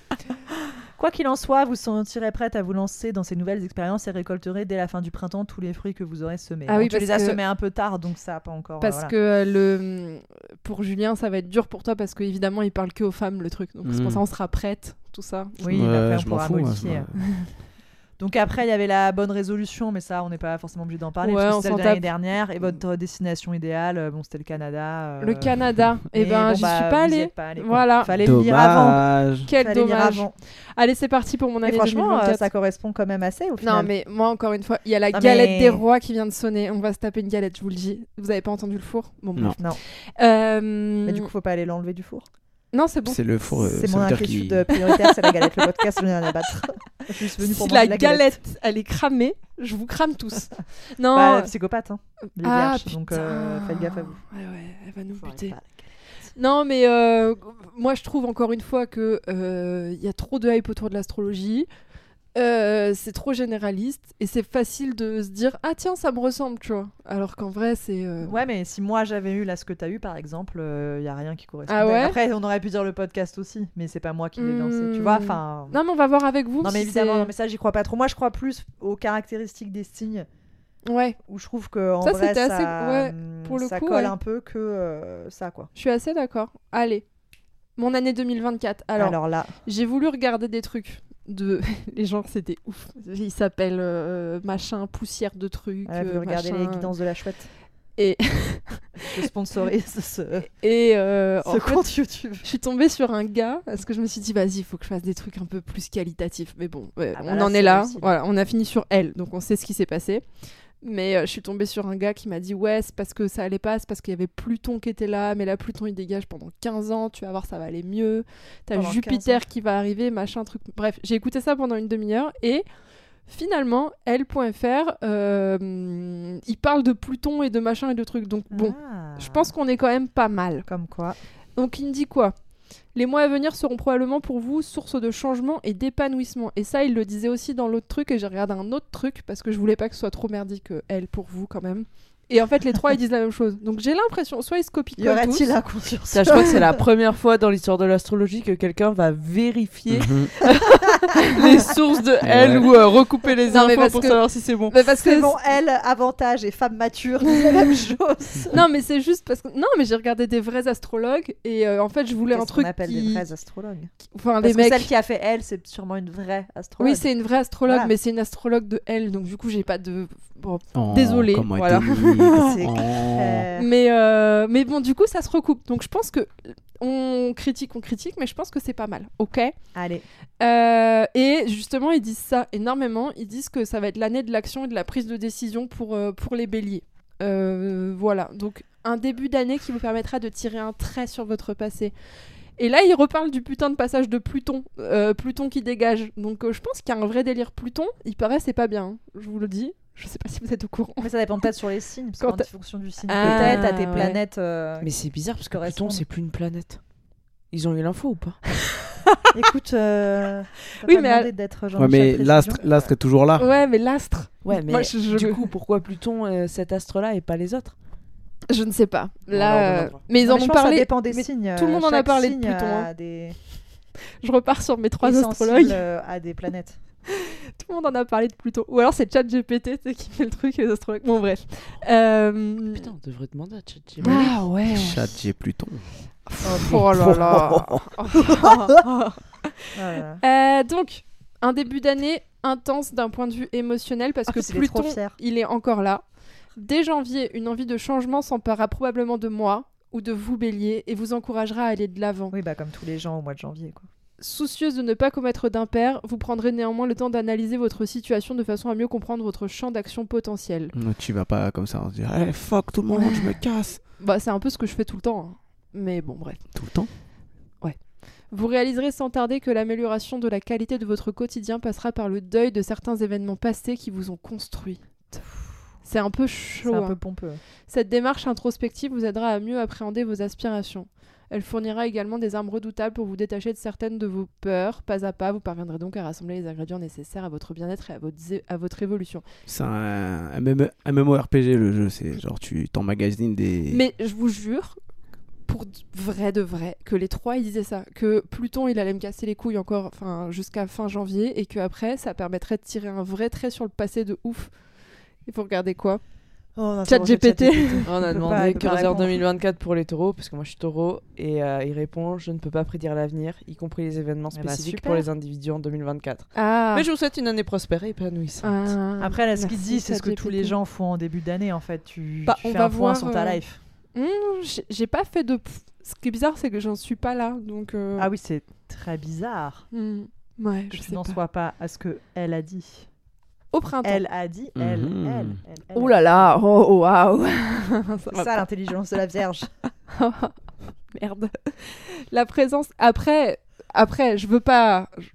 Speaker 4: Quoi qu'il en soit, vous sentirez prête à vous lancer dans ces nouvelles expériences et récolterez dès la fin du printemps tous les fruits que vous aurez semés.
Speaker 1: Ah oui,
Speaker 4: Donc, tu
Speaker 1: parce
Speaker 4: les as
Speaker 1: que-
Speaker 4: semés un peu tard, donc ça a pas encore.
Speaker 1: Parce
Speaker 4: voilà.
Speaker 1: que euh, le mm, pour Julien, ça va être dur pour toi parce qu'évidemment, il parle que aux femmes le truc. Donc c'est
Speaker 2: Mm.
Speaker 1: pour ça on sera prête, tout ça.
Speaker 4: Oui, mais
Speaker 2: Ouais,
Speaker 4: après, on
Speaker 2: je m'en
Speaker 4: pourra
Speaker 2: fous, moi,
Speaker 4: modifier.
Speaker 2: je m'en-
Speaker 4: Donc après, il y avait la bonne résolution, mais ça, on n'est pas forcément obligé d'en parler.
Speaker 1: Ouais,
Speaker 4: parce que
Speaker 1: on
Speaker 4: c'est
Speaker 1: s'en
Speaker 4: celle de l'année
Speaker 1: tape. Mm.
Speaker 4: dernière et votre destination idéale, euh, bon, c'était le Canada. euh,
Speaker 1: Le
Speaker 4: (laughs)
Speaker 1: Canada, eh
Speaker 4: mais
Speaker 1: ben
Speaker 4: bon,
Speaker 1: j'y
Speaker 4: bah,
Speaker 1: suis
Speaker 4: vous
Speaker 1: pas
Speaker 4: y
Speaker 1: allée.
Speaker 4: êtes pas allé, quoi.
Speaker 1: Voilà.
Speaker 4: Fallait le lire avant.
Speaker 2: Dommage.
Speaker 1: Quel
Speaker 4: Fallait lire
Speaker 1: dommage.
Speaker 4: avant.
Speaker 1: Allez, c'est parti pour mon
Speaker 4: Et
Speaker 1: année
Speaker 4: franchement, euh,
Speaker 1: 2024.
Speaker 4: ça correspond quand même assez au final.
Speaker 1: Non mais moi encore une fois, il y a la
Speaker 4: Non,
Speaker 1: galette
Speaker 4: mais-
Speaker 1: des rois qui vient de sonner. On va se taper une galette, je vous le dis. Vous avez pas entendu le four Bon.
Speaker 2: Non.
Speaker 1: bref.
Speaker 4: Non.
Speaker 1: Euh,
Speaker 4: Mais du coup, faut pas aller l'enlever du four.
Speaker 1: non, c'est bon.
Speaker 2: C'est le four. euh,
Speaker 4: C'est
Speaker 2: ça
Speaker 4: mon
Speaker 2: veut dire
Speaker 4: inquiétude
Speaker 2: qu'il-
Speaker 4: prioritaire, c'est la galette, le podcast, je viens de
Speaker 1: (laughs)
Speaker 4: la battre. Je suis venue pour
Speaker 1: Si
Speaker 4: manger
Speaker 1: la
Speaker 4: de la
Speaker 1: galette, elle est cramée, je vous crame
Speaker 4: (laughs)
Speaker 1: tous. non.
Speaker 4: Bah, la psychopathe, hein. Les
Speaker 1: ah,
Speaker 4: vierges, donc euh,
Speaker 1: putain.
Speaker 4: faites gaffe à vous.
Speaker 1: Ouais, ouais, elle va nous
Speaker 4: Faut
Speaker 1: buter.
Speaker 4: arrêter.
Speaker 1: Non, mais euh, moi, je trouve encore une fois que euh, il y a trop de hype autour de l'astrologie. Euh, c'est trop généraliste et c'est facile de se dire ah tiens ça me ressemble tu vois alors qu'en vrai c'est euh,
Speaker 4: Ouais, mais si moi j'avais eu là ce que t'as eu par exemple, il y a rien qui correspond.
Speaker 1: Ah ouais
Speaker 4: Après, on aurait pu dire le podcast aussi, mais c'est pas moi qui l'ai lancé, tu vois.
Speaker 1: Hmm.
Speaker 4: Enfin,
Speaker 1: non mais on va voir avec vous
Speaker 4: non, mais
Speaker 1: si c'est-
Speaker 4: évidemment, non, mais ça j'y crois pas trop. Moi, je crois plus aux caractéristiques des signes
Speaker 1: ouais
Speaker 4: où je trouve que en
Speaker 1: Ça,
Speaker 4: vrai
Speaker 1: c'était
Speaker 4: ça,
Speaker 1: assez- ouais,
Speaker 4: hum,
Speaker 1: pour le
Speaker 4: ça
Speaker 1: coup,
Speaker 4: colle
Speaker 1: ouais.
Speaker 4: un peu que euh, ça quoi.
Speaker 1: je suis assez d'accord allez Mon année 2024.
Speaker 4: Alors,
Speaker 1: Alors,
Speaker 4: là,
Speaker 1: j'ai voulu regarder des trucs de (laughs) les gens que c'était ouf. Ils s'appellent euh, machin poussière de trucs.
Speaker 4: elle veut
Speaker 1: euh,
Speaker 4: regarder les
Speaker 1: machin.
Speaker 4: guidances de la chouette.
Speaker 1: Et-
Speaker 4: (laughs)
Speaker 1: (laughs)
Speaker 4: Je sponsorise ce,
Speaker 1: Et euh, en
Speaker 4: ce
Speaker 1: fait,
Speaker 4: compte YouTube.
Speaker 1: je suis tombée sur un gars parce que je me suis dit vas-y, il faut que je fasse des trucs un peu plus qualitatifs. Mais bon, ouais,
Speaker 4: Ah bah
Speaker 1: on
Speaker 4: là,
Speaker 1: en
Speaker 4: c'est
Speaker 1: est là.
Speaker 4: réussi.
Speaker 1: Voilà, on a fini sur elle, donc on sait ce qui s'est passé. Mais euh, je suis tombée sur un gars qui m'a dit ouais, c'est parce que ça allait pas, c'est parce qu'il y avait Pluton qui était là, mais là Pluton il dégage pendant 15 ans, tu vas voir ça va aller mieux. T'as
Speaker 4: Pendant 15
Speaker 1: Jupiter qui va arriver, machin truc. Bref, j'ai écouté ça pendant une demi-heure et finalement elle.fr euh, il parle de Pluton et de machin et de trucs. Donc bon,
Speaker 4: Ah.
Speaker 1: je pense qu'on est quand même pas mal.
Speaker 4: Comme quoi.
Speaker 1: Donc il me dit quoi Les mois à venir seront probablement pour vous source de changement et d'épanouissement. Et ça, il le disait aussi dans l'autre truc, et j'ai regardé un autre truc parce que je voulais pas que ce soit trop merdique, euh, elle, pour vous quand même. Et en fait, les trois, ils disent la même chose. Donc j'ai l'impression, soit ils se copient
Speaker 4: Y aurait-il
Speaker 1: tous,
Speaker 4: un compte sur
Speaker 5: Ça, je crois que c'est la première fois dans l'histoire de l'astrologie que quelqu'un va vérifier
Speaker 2: Mhm.
Speaker 5: les sources de elle ou euh, recouper les
Speaker 1: Non, mais
Speaker 5: infos
Speaker 1: parce
Speaker 5: pour
Speaker 1: que-
Speaker 5: savoir si c'est bon.
Speaker 1: mais Bah, parce
Speaker 4: C'est
Speaker 1: que
Speaker 4: bon, elle, avantage et femme mature, c'est la (laughs) même chose.
Speaker 1: non, mais c'est juste parce que non, mais j'ai regardé des vrais astrologues et euh, en fait, je voulais un
Speaker 4: Qu'est-ce qu'on
Speaker 1: truc
Speaker 4: appelle
Speaker 1: qui-
Speaker 4: des vrais astrologues.
Speaker 1: enfin
Speaker 4: Parce
Speaker 1: des
Speaker 4: que
Speaker 1: mecs.
Speaker 4: celle qui a fait elle, c'est sûrement une vraie astrologue.
Speaker 1: Oui, c'est une vraie astrologue,
Speaker 4: Voilà.
Speaker 1: mais c'est une astrologue de elle, donc du coup, j'ai pas de bon,
Speaker 2: Oh,
Speaker 1: Désolée,
Speaker 2: comment elle
Speaker 1: voilà.
Speaker 2: t'aime.
Speaker 4: C'est
Speaker 2: Oh.
Speaker 4: Euh,
Speaker 1: Mais, euh, mais bon, du coup, ça se recoupe. Donc, je pense que on critique, on critique, mais je pense que c'est pas mal. Ok.
Speaker 4: Allez,
Speaker 1: Euh, et justement, ils disent ça énormément. Ils disent que ça va être l'année de l'action et de la prise de décision pour, euh, pour les béliers. Euh, voilà. Donc, un début d'année qui vous permettra de tirer un trait sur votre passé. Et là, ils reparlent du putain de passage de Pluton. Euh, Pluton qui dégage. Donc, euh, je pense qu'il y a un vrai délire Pluton. Il paraît, c'est pas bien. hein. Je vous le dis. Je sais pas si vous êtes au courant.
Speaker 4: mais ça dépend peut-être sur les signes, parce
Speaker 1: Quand
Speaker 4: qu'en
Speaker 1: t'as-
Speaker 4: fonction du signe
Speaker 1: Ah,
Speaker 4: peut-être, t'as tes
Speaker 1: ouais.
Speaker 4: planètes. euh,
Speaker 5: Mais c'est bizarre parce que Pluton,
Speaker 4: Correspondent.
Speaker 5: c'est plus une planète. Ils ont eu l'info ou pas
Speaker 4: Écoute, euh, t'as
Speaker 1: Oui,
Speaker 4: pas
Speaker 1: mais
Speaker 4: demandé d'être
Speaker 2: Ouais,
Speaker 4: Jean-Michel
Speaker 2: mais
Speaker 4: Précision.
Speaker 2: l'astre, l'astre est toujours là.
Speaker 1: Ouais, mais l'astre,
Speaker 5: Ah. Ouais, mais
Speaker 1: Moi, je- je-
Speaker 5: du coup, pourquoi Pluton, euh, cet astre-là, et pas les autres
Speaker 1: je ne sais pas.
Speaker 5: Alors, on en
Speaker 1: Là, euh,
Speaker 5: parlera.
Speaker 1: mais ils
Speaker 4: Non,
Speaker 1: en
Speaker 4: mais je
Speaker 1: ont
Speaker 4: pense que Ça
Speaker 1: parlé.
Speaker 4: dépend des signes.
Speaker 1: tout le
Speaker 4: euh,
Speaker 1: monde en a
Speaker 4: chaque
Speaker 1: parlé de
Speaker 4: signe
Speaker 1: Pluton,
Speaker 4: a
Speaker 1: hein.
Speaker 4: des
Speaker 1: Je repars sur mes trois
Speaker 4: est sensible,
Speaker 1: astrologues.
Speaker 4: euh, à
Speaker 1: (laughs)
Speaker 4: des planètes.
Speaker 1: Tout le monde en a parlé de Pluton. Ou alors c'est ChatGPT tu sais, qui fait le truc, les astrologues. Bon, bref. Euh,
Speaker 5: Putain, on devrait demander à ChatGPT.
Speaker 1: Ah ouais.
Speaker 2: Chat, j'ai Pluton.
Speaker 1: Pff, Oh là là.
Speaker 4: Voilà.
Speaker 1: (laughs) Euh, donc, un début d'année intense d'un point de vue émotionnel parce
Speaker 4: En
Speaker 1: que
Speaker 4: plus, il est trop
Speaker 1: Pluton,
Speaker 4: fier.
Speaker 1: il est encore là. Dès janvier, une envie de changement s'emparera probablement de moi ou de vous bélier et vous encouragera à aller de l'avant.
Speaker 4: Oui, bah comme tous les gens au mois de janvier. Quoi.
Speaker 1: Soucieuse de ne pas commettre d'impair, vous prendrez néanmoins le temps d'analyser votre situation de façon à mieux comprendre votre champ d'action potentiel.
Speaker 2: (laughs) Non, Tu vas pas comme ça, on se dit, Allez, fuck tout le monde, je me casse.
Speaker 1: Bah, c'est un peu ce que je fais tout le temps. hein. Mais bon, bref.
Speaker 2: Tout le temps.
Speaker 1: Vous réaliserez sans tarder que l'amélioration de la qualité de votre quotidien passera par le deuil de certains événements passés qui vous ont construit. C'est un peu
Speaker 4: C'est
Speaker 1: chaud.
Speaker 4: un peu
Speaker 1: hein.
Speaker 4: pompeux.
Speaker 1: Cette démarche introspective vous aidera à mieux appréhender vos aspirations. Elle fournira également des armes redoutables pour vous détacher de certaines de vos peurs. Pas à pas, vous parviendrez donc à rassembler les ingrédients nécessaires à votre bien-être et à votre, zé- à votre évolution.
Speaker 2: C'est un E, MMO- MMORPG le jeu, c'est genre tu t'emmagasines des.
Speaker 1: Mais je vous jure, pour d- vrai de vrai, que les trois ils disaient ça, que Pluton il allait me casser les couilles encore, enfin jusqu'à fin janvier, et que après ça permettrait de tirer un vrai trait sur le passé de ouf. Il faut regarder quoi
Speaker 4: Oh, on a
Speaker 1: Chat
Speaker 4: interrogé
Speaker 1: GPT.
Speaker 4: ChatGPT.
Speaker 5: On a
Speaker 4: peut pas-
Speaker 5: demandé
Speaker 4: elle peut pas
Speaker 5: curseur
Speaker 4: répondre.
Speaker 5: 2024 pour les taureaux, parce que moi je suis taureau, et euh, il répond Je ne peux pas prédire l'avenir, y compris les événements
Speaker 4: Eh bah,
Speaker 5: spécifiques
Speaker 4: super.
Speaker 5: pour les individus en 2024.
Speaker 1: Ah.
Speaker 5: Mais je vous souhaite une année prospère et épanouissante.
Speaker 4: Ah. Après, là, ce
Speaker 1: Mm.
Speaker 4: qu'il
Speaker 1: Merci,
Speaker 4: dit, c'est ce que tous les
Speaker 1: ChatGPT.
Speaker 4: gens font en début d'année, en fait. Tu,
Speaker 1: Bah,
Speaker 4: tu
Speaker 1: on
Speaker 4: fais
Speaker 1: va
Speaker 4: un point
Speaker 1: voir,
Speaker 4: sur ta
Speaker 1: euh,
Speaker 4: life.
Speaker 1: J'ai- J'ai pas fait de. pf- Ce qui est bizarre, c'est que j'en suis pas là, donc. euh,
Speaker 4: Ah oui, c'est très bizarre
Speaker 1: hmm, Ouais,
Speaker 4: que
Speaker 1: je
Speaker 4: tu
Speaker 1: sais
Speaker 4: n'en
Speaker 1: pas.
Speaker 4: sois pas à ce que elle a dit.
Speaker 1: Au printemps.
Speaker 4: Elle a dit, elle,
Speaker 2: Mhm.
Speaker 4: elle, elle, elle.
Speaker 1: Oh là là, oh oh, waouh Ça
Speaker 4: C'est
Speaker 1: va
Speaker 4: ça l'intelligence de
Speaker 1: (laughs)
Speaker 4: la Vierge.
Speaker 1: Merde. La présence. Après, après, je veux pas, je,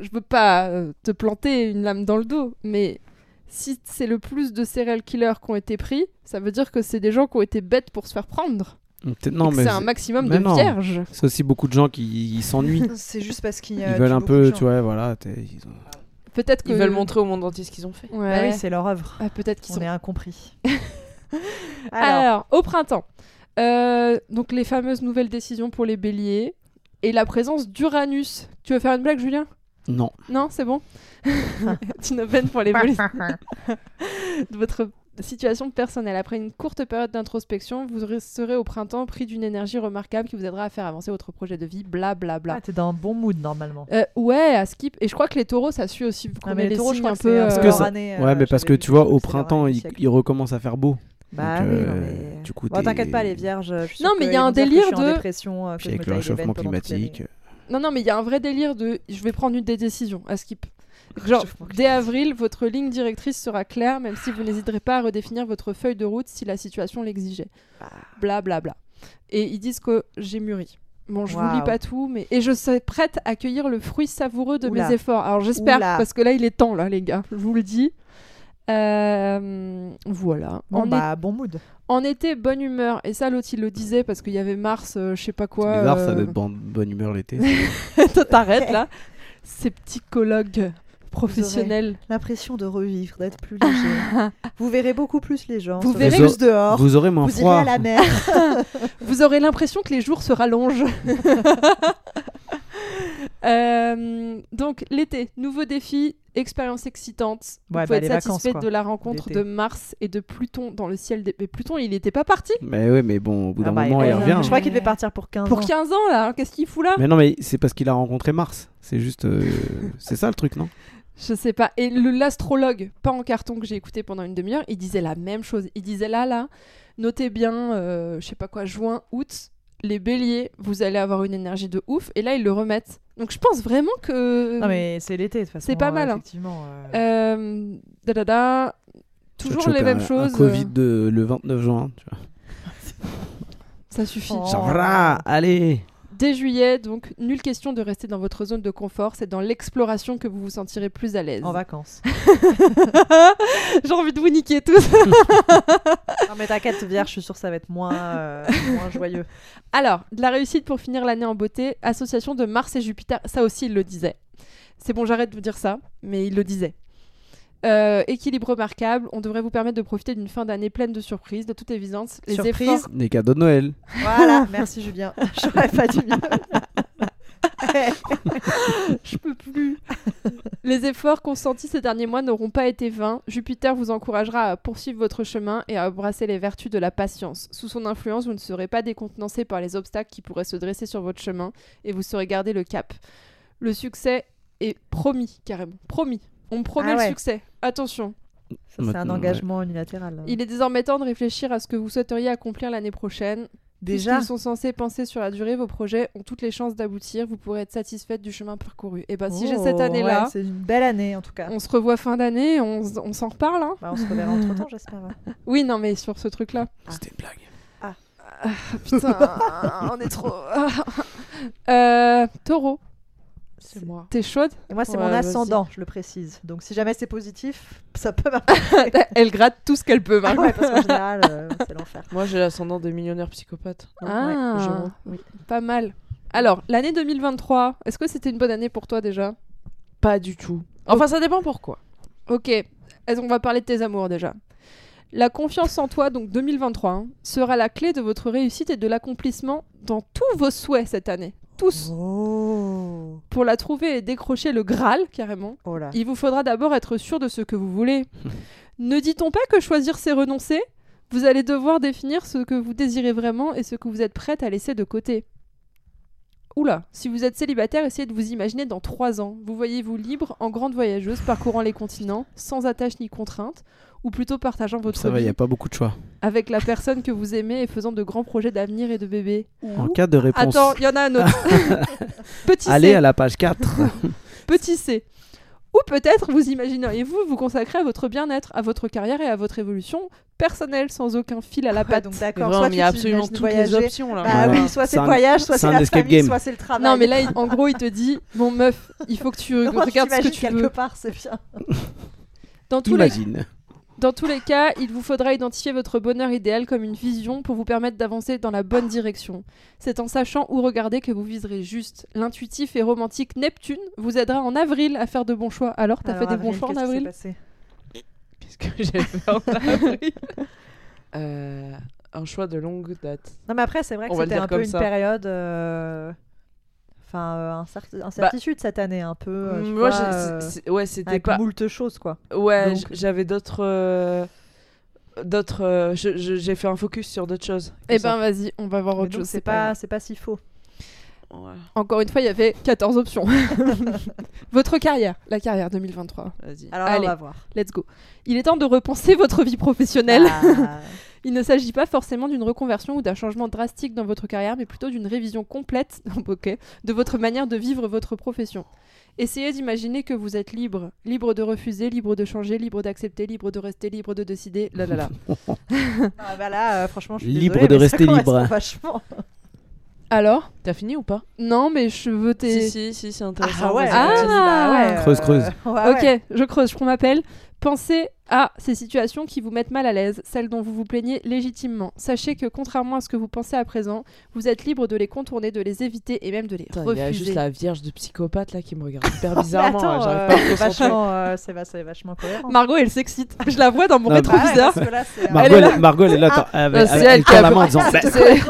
Speaker 1: je veux pas euh, te planter une lame dans le dos, mais si c'est le plus de serial killers qui ont été pris, ça veut dire que c'est des gens qui ont été bêtes pour se faire prendre.
Speaker 2: T'es-
Speaker 1: Et
Speaker 2: Non
Speaker 1: que
Speaker 2: mais
Speaker 1: c'est un
Speaker 2: c'est-
Speaker 1: maximum
Speaker 2: mais
Speaker 1: de
Speaker 2: non.
Speaker 1: vierges.
Speaker 2: c'est aussi beaucoup de gens qui ils s'ennuient.
Speaker 4: (laughs) c'est juste parce qu'ils
Speaker 2: Ils veulent un peu, tu vois, voilà. t'es- ils ont-
Speaker 1: Peut-être que
Speaker 5: Ils veulent montrer au monde entier ce qu'ils ont fait.
Speaker 1: Ouais.
Speaker 4: Bah oui, c'est leur œuvre.
Speaker 1: Ah, peut-être qu'ils
Speaker 4: On
Speaker 1: sont. (laughs)
Speaker 4: est incompris.
Speaker 1: Alors,
Speaker 4: Alors,
Speaker 1: au printemps, euh, donc les fameuses nouvelles décisions pour les béliers et la présence d'Uranus. Tu veux faire une blague, Julien
Speaker 2: Non.
Speaker 1: (laughs) Ah.
Speaker 4: (laughs)
Speaker 1: Non, c'est bon. Une aubaine pour les voler de votre situation personnelle. Après une courte période d'introspection, vous re- serez au printemps pris d'une énergie remarquable qui vous aidera à faire avancer votre projet de vie, blablabla.
Speaker 4: Ah, t'es dans un bon mood normalement.
Speaker 1: Euh, ouais, à skip. Et je crois que les taureaux, ça suit aussi.
Speaker 4: Ah,
Speaker 1: qu'on
Speaker 4: mais
Speaker 1: met
Speaker 4: les taureaux,
Speaker 1: signes
Speaker 4: je crois
Speaker 1: un
Speaker 4: que c'est
Speaker 1: peu. euh,
Speaker 4: un peu
Speaker 2: Parce que ça-
Speaker 4: leur année, euh,
Speaker 2: Ouais, mais parce
Speaker 4: j'avais
Speaker 2: que
Speaker 4: vu
Speaker 2: tu vois,
Speaker 4: truc,
Speaker 2: au
Speaker 4: c'est leur année
Speaker 2: printemps,
Speaker 4: du
Speaker 2: il,
Speaker 4: siècle.
Speaker 2: il recommence à faire beau.
Speaker 5: Bah
Speaker 2: Donc,
Speaker 5: oui, non,
Speaker 2: euh,
Speaker 5: mais-
Speaker 2: Du coup,
Speaker 4: Bon,
Speaker 2: t'es-
Speaker 4: t'inquiète pas, les vierges. euh, je suis sûre
Speaker 1: Non, mais
Speaker 4: qu'ils
Speaker 1: il y a
Speaker 4: vont
Speaker 1: un
Speaker 4: dire que
Speaker 1: délire
Speaker 4: je suis en
Speaker 1: de-
Speaker 4: dépression, euh, que
Speaker 2: Puis
Speaker 4: je me
Speaker 2: avec
Speaker 4: taille
Speaker 2: le
Speaker 4: les
Speaker 2: réchauffement
Speaker 4: veines pendant toute l'année.
Speaker 2: climatique.
Speaker 1: Non, non, mais il y a un vrai délire de je vais prendre une des décisions à
Speaker 4: (laughs)
Speaker 1: skip. Genre,
Speaker 4: Réchauffement
Speaker 1: dès avril, votre ligne directrice sera claire, même si vous n'hésiterez pas à redéfinir votre feuille de route si la situation l'exigeait.
Speaker 4: Bah.
Speaker 1: Bla bla bla. Et ils disent que j'ai mûri. Bon, je vous lis
Speaker 4: Waouh.
Speaker 1: pas tout, mais et je suis prête à accueillir le fruit savoureux de
Speaker 4: Oula.
Speaker 1: mes efforts. Alors j'espère
Speaker 4: Oula.
Speaker 1: parce que là il est temps là les gars, je vous le dis. Euh, Voilà.
Speaker 4: Bon,
Speaker 1: En
Speaker 4: bah, bon mood.
Speaker 1: En été, bonne humeur. Et ça, l'autre, il le disait parce qu'il y avait Mars, euh, je sais pas quoi.
Speaker 2: C'est bizarre, ça
Speaker 1: euh,
Speaker 2: d'être bon- bonne humeur l'été.
Speaker 1: Toi, (laughs) T'arrêtes là. Ces psychologues professionnels.
Speaker 4: L'impression de revivre, d'être plus
Speaker 1: (laughs)
Speaker 4: léger. vous verrez beaucoup plus les gens.
Speaker 1: Vous
Speaker 4: ça
Speaker 1: verrez-
Speaker 4: va plus dehors.
Speaker 2: Vous aurez moins
Speaker 4: vous irez
Speaker 2: froid.
Speaker 4: à la mer.
Speaker 1: Vous aurez l'impression que les jours se
Speaker 4: (laughs)
Speaker 1: rallongent. (laughs) Euh, donc, l'été, nouveau défi, expérience excitante.
Speaker 4: Ouais,
Speaker 1: vous
Speaker 4: bah,
Speaker 1: pouvez
Speaker 4: les
Speaker 1: être
Speaker 4: vacances,
Speaker 1: satisfait
Speaker 4: quoi,
Speaker 1: de la rencontre
Speaker 4: l'été.
Speaker 1: de Mars et de Pluton dans le ciel. Des... Mais Pluton, il n'était pas parti
Speaker 2: Mais ouais, mais bon, au bout d'un
Speaker 4: Ah bah,
Speaker 2: moment, il
Speaker 4: euh,
Speaker 2: revient.
Speaker 4: Je crois qu'il devait partir pour 15
Speaker 1: pour
Speaker 4: ans.
Speaker 1: 15 ans, là. hein. Qu'est-ce qu'il fout là
Speaker 2: Mais non, mais c'est parce qu'il a rencontré Mars. C'est juste. euh, (laughs) c'est ça le truc, non
Speaker 1: Je sais pas. Et le- l'astrologue, pas en carton que j'ai écouté pendant une demi-heure, il disait la même chose. Il disait là, là, notez bien, euh, je sais pas quoi, juin, août, les béliers, vous allez avoir une énergie de ouf. Et là, ils le remettent. Donc je pense vraiment que.
Speaker 4: Non, mais c'est l'été de toute façon.
Speaker 1: C'est pas
Speaker 4: euh,
Speaker 1: mal, hein.
Speaker 4: Effectivement. euh,
Speaker 1: Euh, da, da, da,
Speaker 2: Tu vas te
Speaker 1: toujours
Speaker 2: choper
Speaker 1: les mêmes
Speaker 2: un-
Speaker 1: choses.
Speaker 2: Un Covid de- le 29 juin. Tu vois.
Speaker 1: euh, Ça suffit.
Speaker 4: Oh.
Speaker 2: Genre, rah, allez
Speaker 1: Dès juillet, donc, nulle question de rester dans votre zone de confort. C'est dans l'exploration que vous vous sentirez plus à l'aise.
Speaker 4: En vacances.
Speaker 1: (laughs) j'ai envie de vous niquer tous.
Speaker 4: non, mais t'inquiète, Vierge, je suis sûre que ça va être moins, euh, (laughs) moins joyeux.
Speaker 1: Alors, de la réussite pour finir l'année en beauté, association de Mars et Jupiter, ça aussi il le disait. C'est bon, j'arrête de vous dire ça, mais il le disait. Euh, équilibre remarquable, on devrait vous permettre de profiter d'une fin d'année pleine de surprises, de toute évidence. Les
Speaker 4: Surprise.
Speaker 1: efforts...
Speaker 2: Les cadeaux de Noël.
Speaker 1: (laughs)
Speaker 4: Voilà, merci Julien. (laughs) J'aurais pas dû (laughs) mieux.
Speaker 1: Je peux plus. (laughs) Les efforts consentis ces derniers mois n'auront pas été vains. Jupiter vous encouragera à poursuivre votre chemin et à embrasser les vertus de la patience. Sous son influence, vous ne serez pas décontenancé par les obstacles qui pourraient se dresser sur votre chemin et vous saurez garder le cap. Le succès est promis, carrément. Promis. On me promet
Speaker 4: Ah
Speaker 1: le
Speaker 4: ouais.
Speaker 1: succès. Attention.
Speaker 4: Ça, c'est un
Speaker 2: Maintenant,
Speaker 4: engagement unilatéral. hein.
Speaker 1: Il est désormais temps de réfléchir à ce que vous souhaiteriez accomplir l'année prochaine.
Speaker 4: Déjà,
Speaker 1: Ils sont censés penser sur la durée, vos projets ont toutes les chances d'aboutir. Vous pourrez être satisfaite du chemin parcouru. Et ben si j'ai cette
Speaker 4: Oh,
Speaker 1: année-là. Mm.
Speaker 4: ouais, c'est une belle année en tout cas.
Speaker 1: On se revoit fin d'année, on, s- on s'en reparle. hein.
Speaker 4: Bah, on se reverra entre temps, j'espère.
Speaker 1: Oui, non, mais sur ce truc-là.
Speaker 2: C'était une blague.
Speaker 1: (laughs) Putain, on est trop. (laughs) Euh, taureau,
Speaker 5: C'est moi.
Speaker 1: t'es chaude
Speaker 4: Et moi, c'est
Speaker 5: Ouais,
Speaker 4: mon
Speaker 5: vas-y.
Speaker 4: ascendant, je le précise. Donc, si jamais c'est positif, ça peut m'apprendre.
Speaker 1: (laughs) Elle gratte tout ce qu'elle peut,
Speaker 4: Ah
Speaker 1: Margot.
Speaker 4: ouais, parce qu'en général, euh,
Speaker 1: (laughs)
Speaker 4: c'est l'enfer.
Speaker 5: Moi, j'ai l'ascendant de millionnaire psychopathe. Non,
Speaker 1: Ah.
Speaker 5: ouais, Gémeaux.
Speaker 1: Pas mal. Alors, l'année 2023, est-ce que c'était une bonne année pour toi déjà
Speaker 5: Pas du tout. Enfin, ça dépend pourquoi.
Speaker 1: Ok, est-ce- on va parler de tes amours déjà. La confiance en toi, donc 2023, hein, sera la clé de votre réussite et de l'accomplissement dans tous vos souhaits cette année. Tous.
Speaker 4: Oh,
Speaker 1: Pour la trouver et décrocher le Graal, carrément.
Speaker 4: oh là.
Speaker 1: Il vous faudra d'abord être sûr de ce que vous
Speaker 2: (laughs)
Speaker 1: voulez. ne dit-on pas que choisir, c'est renoncer Vous allez devoir définir ce que vous désirez vraiment et ce que vous êtes prête à laisser de côté. Oula, si vous êtes célibataire, essayez de vous imaginer dans trois ans. Vous voyez-vous libre, en grande voyageuse, parcourant les continents, sans attache ni contrainte, ou plutôt partageant votre
Speaker 2: Ça va, il n'y
Speaker 1: vie
Speaker 2: a pas beaucoup de choix.
Speaker 1: avec la personne que vous aimez et faisant de grands projets d'avenir et de bébé.
Speaker 2: En cas de réponse,
Speaker 1: Attends, il y en a un autre.
Speaker 2: (laughs)
Speaker 1: Petit
Speaker 2: allez
Speaker 1: C.
Speaker 2: à la page 4.
Speaker 1: Petit C. Ou peut-être vous imagineriez-vous vous consacrer à votre bien-être, à votre carrière et à votre évolution personnelle sans aucun fil à la
Speaker 4: Ouais,
Speaker 1: patte.
Speaker 4: Ah, donc,
Speaker 5: Mais
Speaker 4: d'accord.
Speaker 5: vraiment,
Speaker 4: Soit
Speaker 5: mais
Speaker 4: tu
Speaker 5: il y a absolument
Speaker 4: t'imagines
Speaker 5: toutes les
Speaker 4: voyager.
Speaker 5: options là.
Speaker 4: Bah
Speaker 5: (laughs)
Speaker 2: Voilà.
Speaker 4: oui, soit
Speaker 2: C'est
Speaker 4: c'est
Speaker 2: un-
Speaker 4: le voyage, soit
Speaker 2: c'est
Speaker 4: c'est
Speaker 2: un
Speaker 4: la
Speaker 2: escape
Speaker 4: famille,
Speaker 2: game.
Speaker 4: soit c'est le travail.
Speaker 1: hein. non mais là, il- en gros, il te dit, bon meuf, il faut que
Speaker 4: (laughs)
Speaker 1: tu
Speaker 4: Comment tu
Speaker 1: regardes ce que
Speaker 4: t'imagines
Speaker 1: tu
Speaker 4: quelque
Speaker 1: veux.
Speaker 4: part, c'est bien.
Speaker 1: Dans tous, les,
Speaker 2: Imagine.
Speaker 1: dans tous les cas, il vous faudra identifier votre bonheur idéal comme une vision pour vous permettre d'avancer dans la bonne direction. C'est en sachant où regarder que vous viserez juste. L'intuitif et romantique Neptune vous aidera en avril à faire de bons choix. Alors, t'as fait
Speaker 4: Alors,
Speaker 1: des bons choix en
Speaker 4: Avril, Ah, qu'est-ce qui s'est
Speaker 1: avril
Speaker 4: passé
Speaker 6: Qu'est-ce que j'ai fait en
Speaker 5: (laughs)
Speaker 6: avril
Speaker 5: Euh, un choix de longue date.
Speaker 4: Non mais après, c'est vrai que
Speaker 5: On va le
Speaker 4: c'était
Speaker 5: dire
Speaker 4: un peu
Speaker 5: comme
Speaker 4: une
Speaker 5: ça.
Speaker 4: période... euh, Enfin, euh,
Speaker 1: Bah
Speaker 4: incerti- incertitude cette année, un peu. euh, tu
Speaker 5: Moi,
Speaker 4: vois,
Speaker 5: j'ai-
Speaker 4: euh,
Speaker 5: c'est- c'est- ouais, c'était
Speaker 4: avec
Speaker 5: pas.
Speaker 4: moult choses, quoi.
Speaker 5: Ouais,
Speaker 4: Donc-
Speaker 5: j- j'avais d'autres. euh, d'autres. euh, je- je- J'ai fait un focus sur d'autres choses. que
Speaker 1: Eh
Speaker 5: ça.
Speaker 1: ben vas-y, on va voir
Speaker 4: Mais
Speaker 1: autre
Speaker 4: donc,
Speaker 1: chose.
Speaker 4: c'est
Speaker 1: c'est pas
Speaker 4: pas,
Speaker 1: grave.
Speaker 4: c'est pas si faux. ben,
Speaker 5: Ouais.
Speaker 1: Encore une fois, il y avait 14 options. (laughs) votre carrière, la carrière 2023. Vas-y.
Speaker 4: Alors, là,
Speaker 1: Allez,
Speaker 4: on va voir.
Speaker 1: let's go. Il est temps de repenser votre vie professionnelle.
Speaker 5: Bah.
Speaker 4: Ah.
Speaker 1: Il ne s'agit pas forcément d'une reconversion ou d'un changement drastique dans votre carrière, mais plutôt d'une révision complète (laughs) ok, de votre manière de vivre votre profession. Essayez d'imaginer que vous êtes libre, libre de refuser, libre de changer, libre d'accepter, libre de rester, libre de décider, là là
Speaker 5: (laughs)
Speaker 1: là.
Speaker 4: (laughs)
Speaker 2: (laughs)
Speaker 4: Ah, bah là, euh, franchement, je suis
Speaker 2: Libre
Speaker 4: désolée,
Speaker 2: de
Speaker 4: mais
Speaker 2: rester
Speaker 4: ça correspond
Speaker 2: libre.
Speaker 4: Vachement.
Speaker 1: Alors
Speaker 5: T'as fini ou pas
Speaker 1: Non, mais je veux tes...
Speaker 5: Si, si, si, c'est intéressant.
Speaker 4: Ah ouais,
Speaker 5: vas-y,
Speaker 1: Ah,
Speaker 5: vas-y.
Speaker 4: bah ouais,
Speaker 2: Creuse,
Speaker 4: euh,
Speaker 2: creuse.
Speaker 4: ouais,
Speaker 1: ok,
Speaker 4: ouais.
Speaker 1: je creuse, je prends ma pelle. Pensez à ces situations qui vous mettent mal à l'aise, celles dont vous vous plaignez légitimement. Sachez que contrairement à ce que vous pensez à présent, vous êtes libre de les contourner, de les éviter et même de les
Speaker 5: Putain, Il y a
Speaker 1: refuser.
Speaker 5: juste la vierge de psychopathe là qui me regarde
Speaker 4: (laughs)
Speaker 5: hyper
Speaker 4: Mais
Speaker 5: bizarrement.
Speaker 4: attends,
Speaker 5: j'arrive
Speaker 4: euh,
Speaker 5: pas à
Speaker 4: c'est
Speaker 5: me concentrer. (laughs)
Speaker 4: vachement, euh, c'est va- c'est vachement cohérent.
Speaker 1: Margot, elle s'excite. Je la vois dans mon
Speaker 2: Non, mais-
Speaker 4: Ah ouais,
Speaker 1: rétroviseur.
Speaker 4: parce que là, c'est, euh,
Speaker 2: Margot,
Speaker 1: Elle est
Speaker 2: elle, Margot, elle est là, attends, avec-
Speaker 6: c'est
Speaker 2: avec-
Speaker 6: elle
Speaker 2: elle
Speaker 6: qui
Speaker 2: tend
Speaker 6: a
Speaker 2: la
Speaker 6: pris-
Speaker 2: main en disant bah,
Speaker 6: C'est c'est
Speaker 2: bah, c'est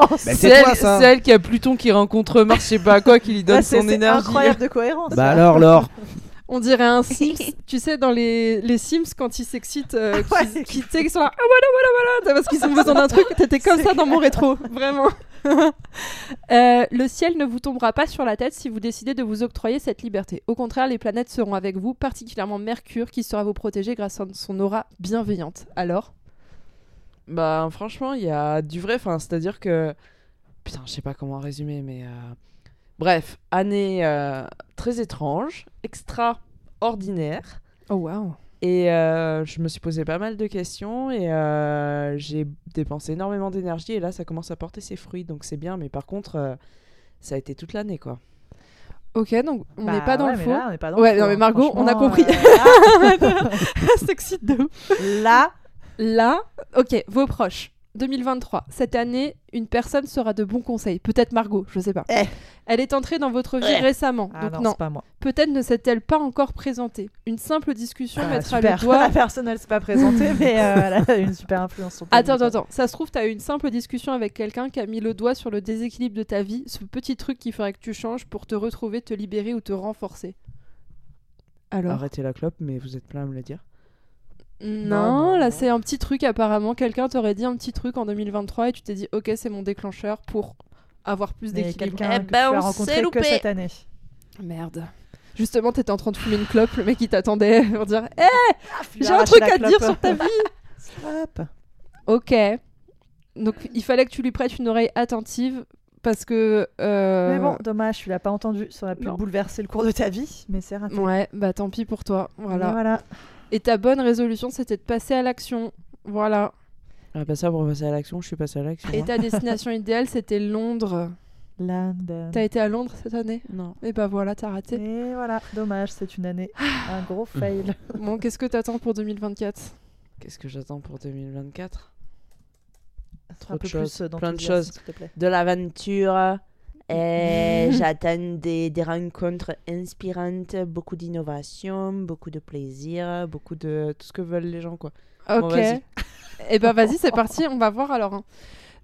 Speaker 2: toi
Speaker 6: elle, c'est
Speaker 2: ça
Speaker 6: elle qui a Pluton qui rencontre Mars, je sais pas quoi, qui lui donne
Speaker 4: là, Ah, c'est-
Speaker 6: son
Speaker 4: c'est
Speaker 6: énergie.
Speaker 4: incroyable de cohérence.
Speaker 2: Bah alors, Laure
Speaker 1: On dirait un
Speaker 4: (laughs)
Speaker 1: Sims. tu sais, dans les, les Sims, quand ils s'excitent, euh,
Speaker 4: Ouais.
Speaker 1: qu'ils qu'ils- tu sais, qu'ils sont là, ah voilà, voilà, voilà, c'est parce qu'ils ont besoin d'un truc. T'étais comme
Speaker 4: C'est
Speaker 1: ça dans mon
Speaker 4: (laughs)
Speaker 1: rétro, vraiment. (laughs) Euh, le ciel ne vous tombera pas sur la tête si vous décidez de vous octroyer cette liberté. Au contraire, les planètes seront avec vous, particulièrement Mercure, qui sera vous protéger grâce à son aura bienveillante. Alors
Speaker 5: Bah franchement, il y a du vrai. Enfin, c'est-à-dire que putain, je sais pas comment résumer, mais euh, bref, année euh, très étrange, extraordinaire.
Speaker 1: Oh waouh.
Speaker 5: Et euh, je me suis posé pas mal de questions et euh, j'ai dépensé énormément d'énergie et là ça commence à porter ses fruits donc c'est bien mais par contre euh, ça a été toute l'année quoi.
Speaker 1: Ok, donc on n'est
Speaker 4: Bah
Speaker 1: pas dans
Speaker 4: ouais,
Speaker 1: le
Speaker 4: mais
Speaker 1: faux. (laughs)
Speaker 4: là, on est pas dans
Speaker 1: Ouais,
Speaker 4: le faux,
Speaker 1: non, mais
Speaker 4: hein.
Speaker 1: Margot, on a
Speaker 4: Franchement,
Speaker 1: compris.
Speaker 4: euh,
Speaker 1: Elle s'excite de ouf. (laughs)
Speaker 4: là,
Speaker 1: Là, ok, vos proches. 2023, cette année, une personne sera de bons conseils. Peut-être Margot, je sais pas.
Speaker 4: Eh.
Speaker 1: Elle est entrée dans votre vie récemment,
Speaker 4: Ah
Speaker 1: donc
Speaker 4: non,
Speaker 1: non.
Speaker 4: c'est pas moi.
Speaker 1: Peut-être ne s'est-elle pas encore présentée. Une simple discussion
Speaker 4: Ah,
Speaker 1: mettra
Speaker 4: super.
Speaker 1: le doigt.
Speaker 4: (laughs)
Speaker 1: (laughs)
Speaker 4: La personne, elle s'est pas présentée, mais euh, elle a une super influence sur ta
Speaker 1: Attends,
Speaker 4: vie,
Speaker 1: attends,
Speaker 4: quoi.
Speaker 1: attends. Ça se trouve, t'as eu une simple discussion avec quelqu'un qui a mis le doigt sur le déséquilibre de ta vie, ce petit truc qui ferait que tu changes pour te retrouver, te libérer ou te renforcer. Alors
Speaker 5: Arrêtez la clope mais vous êtes plein à me le dire.
Speaker 1: Non,
Speaker 4: non,
Speaker 1: là
Speaker 4: non.
Speaker 1: c'est un petit truc apparemment. Quelqu'un t'aurait dit un petit truc en 2023 et tu t'es dit ok c'est mon déclencheur pour avoir plus
Speaker 4: Mais
Speaker 1: d'équilibre.
Speaker 4: quelqu'un
Speaker 1: Eh
Speaker 4: que tu
Speaker 1: ben,
Speaker 4: as
Speaker 1: on s'est
Speaker 4: rencontré que
Speaker 1: loupé.
Speaker 4: cette année.
Speaker 1: Merde. Justement t'étais en train de fumer une clope, le mec il t'attendait pour dire Eh,
Speaker 4: Tu lui
Speaker 1: j'ai
Speaker 4: as
Speaker 1: un
Speaker 4: arraché
Speaker 1: truc
Speaker 4: la
Speaker 1: à te dire
Speaker 4: clope.
Speaker 1: sur ta vie.
Speaker 4: (laughs) Stop.
Speaker 1: ok. Donc il fallait que tu lui prêtes une oreille attentive parce que. euh,
Speaker 4: Mais bon, dommage, tu l'as pas entendu. Ça aurait pu
Speaker 1: non.
Speaker 4: bouleverser le cours de ta vie, mais c'est raté.
Speaker 1: Ouais, bah tant pis pour toi.
Speaker 4: Mais
Speaker 1: Voilà.
Speaker 4: voilà.
Speaker 1: Et ta bonne résolution c'était de passer à l'action. Voilà.
Speaker 5: Ah bah ça pour passer à l'action, je suis passé à
Speaker 4: Ah
Speaker 5: l'action.
Speaker 1: Et
Speaker 5: hein.
Speaker 1: ta destination idéale c'était
Speaker 4: (laughs)
Speaker 1: Londres.
Speaker 4: London.
Speaker 1: T'as été à Londres cette année
Speaker 5: Non.
Speaker 1: Et bah voilà, t'as raté.
Speaker 4: Et voilà, dommage, c'est une année. Un gros
Speaker 1: Ah.
Speaker 4: fail.
Speaker 1: Bon, qu'est-ce que t'attends pour 2024
Speaker 5: Qu'est-ce que j'attends pour 2024 Trop
Speaker 4: Un
Speaker 5: de
Speaker 4: peu
Speaker 5: choses,
Speaker 4: plus euh, dans
Speaker 5: plein de
Speaker 4: d'enthousiasme,
Speaker 5: choses.
Speaker 4: s'il te plaît.
Speaker 5: de l'aventure. Et j'attends des, des rencontres inspirantes, beaucoup d'innovation, beaucoup de plaisir, beaucoup de tout ce que veulent les gens. quoi.
Speaker 1: Ok.
Speaker 5: vas-y.
Speaker 1: Eh ben vas-y, c'est parti, on va voir alors. hein.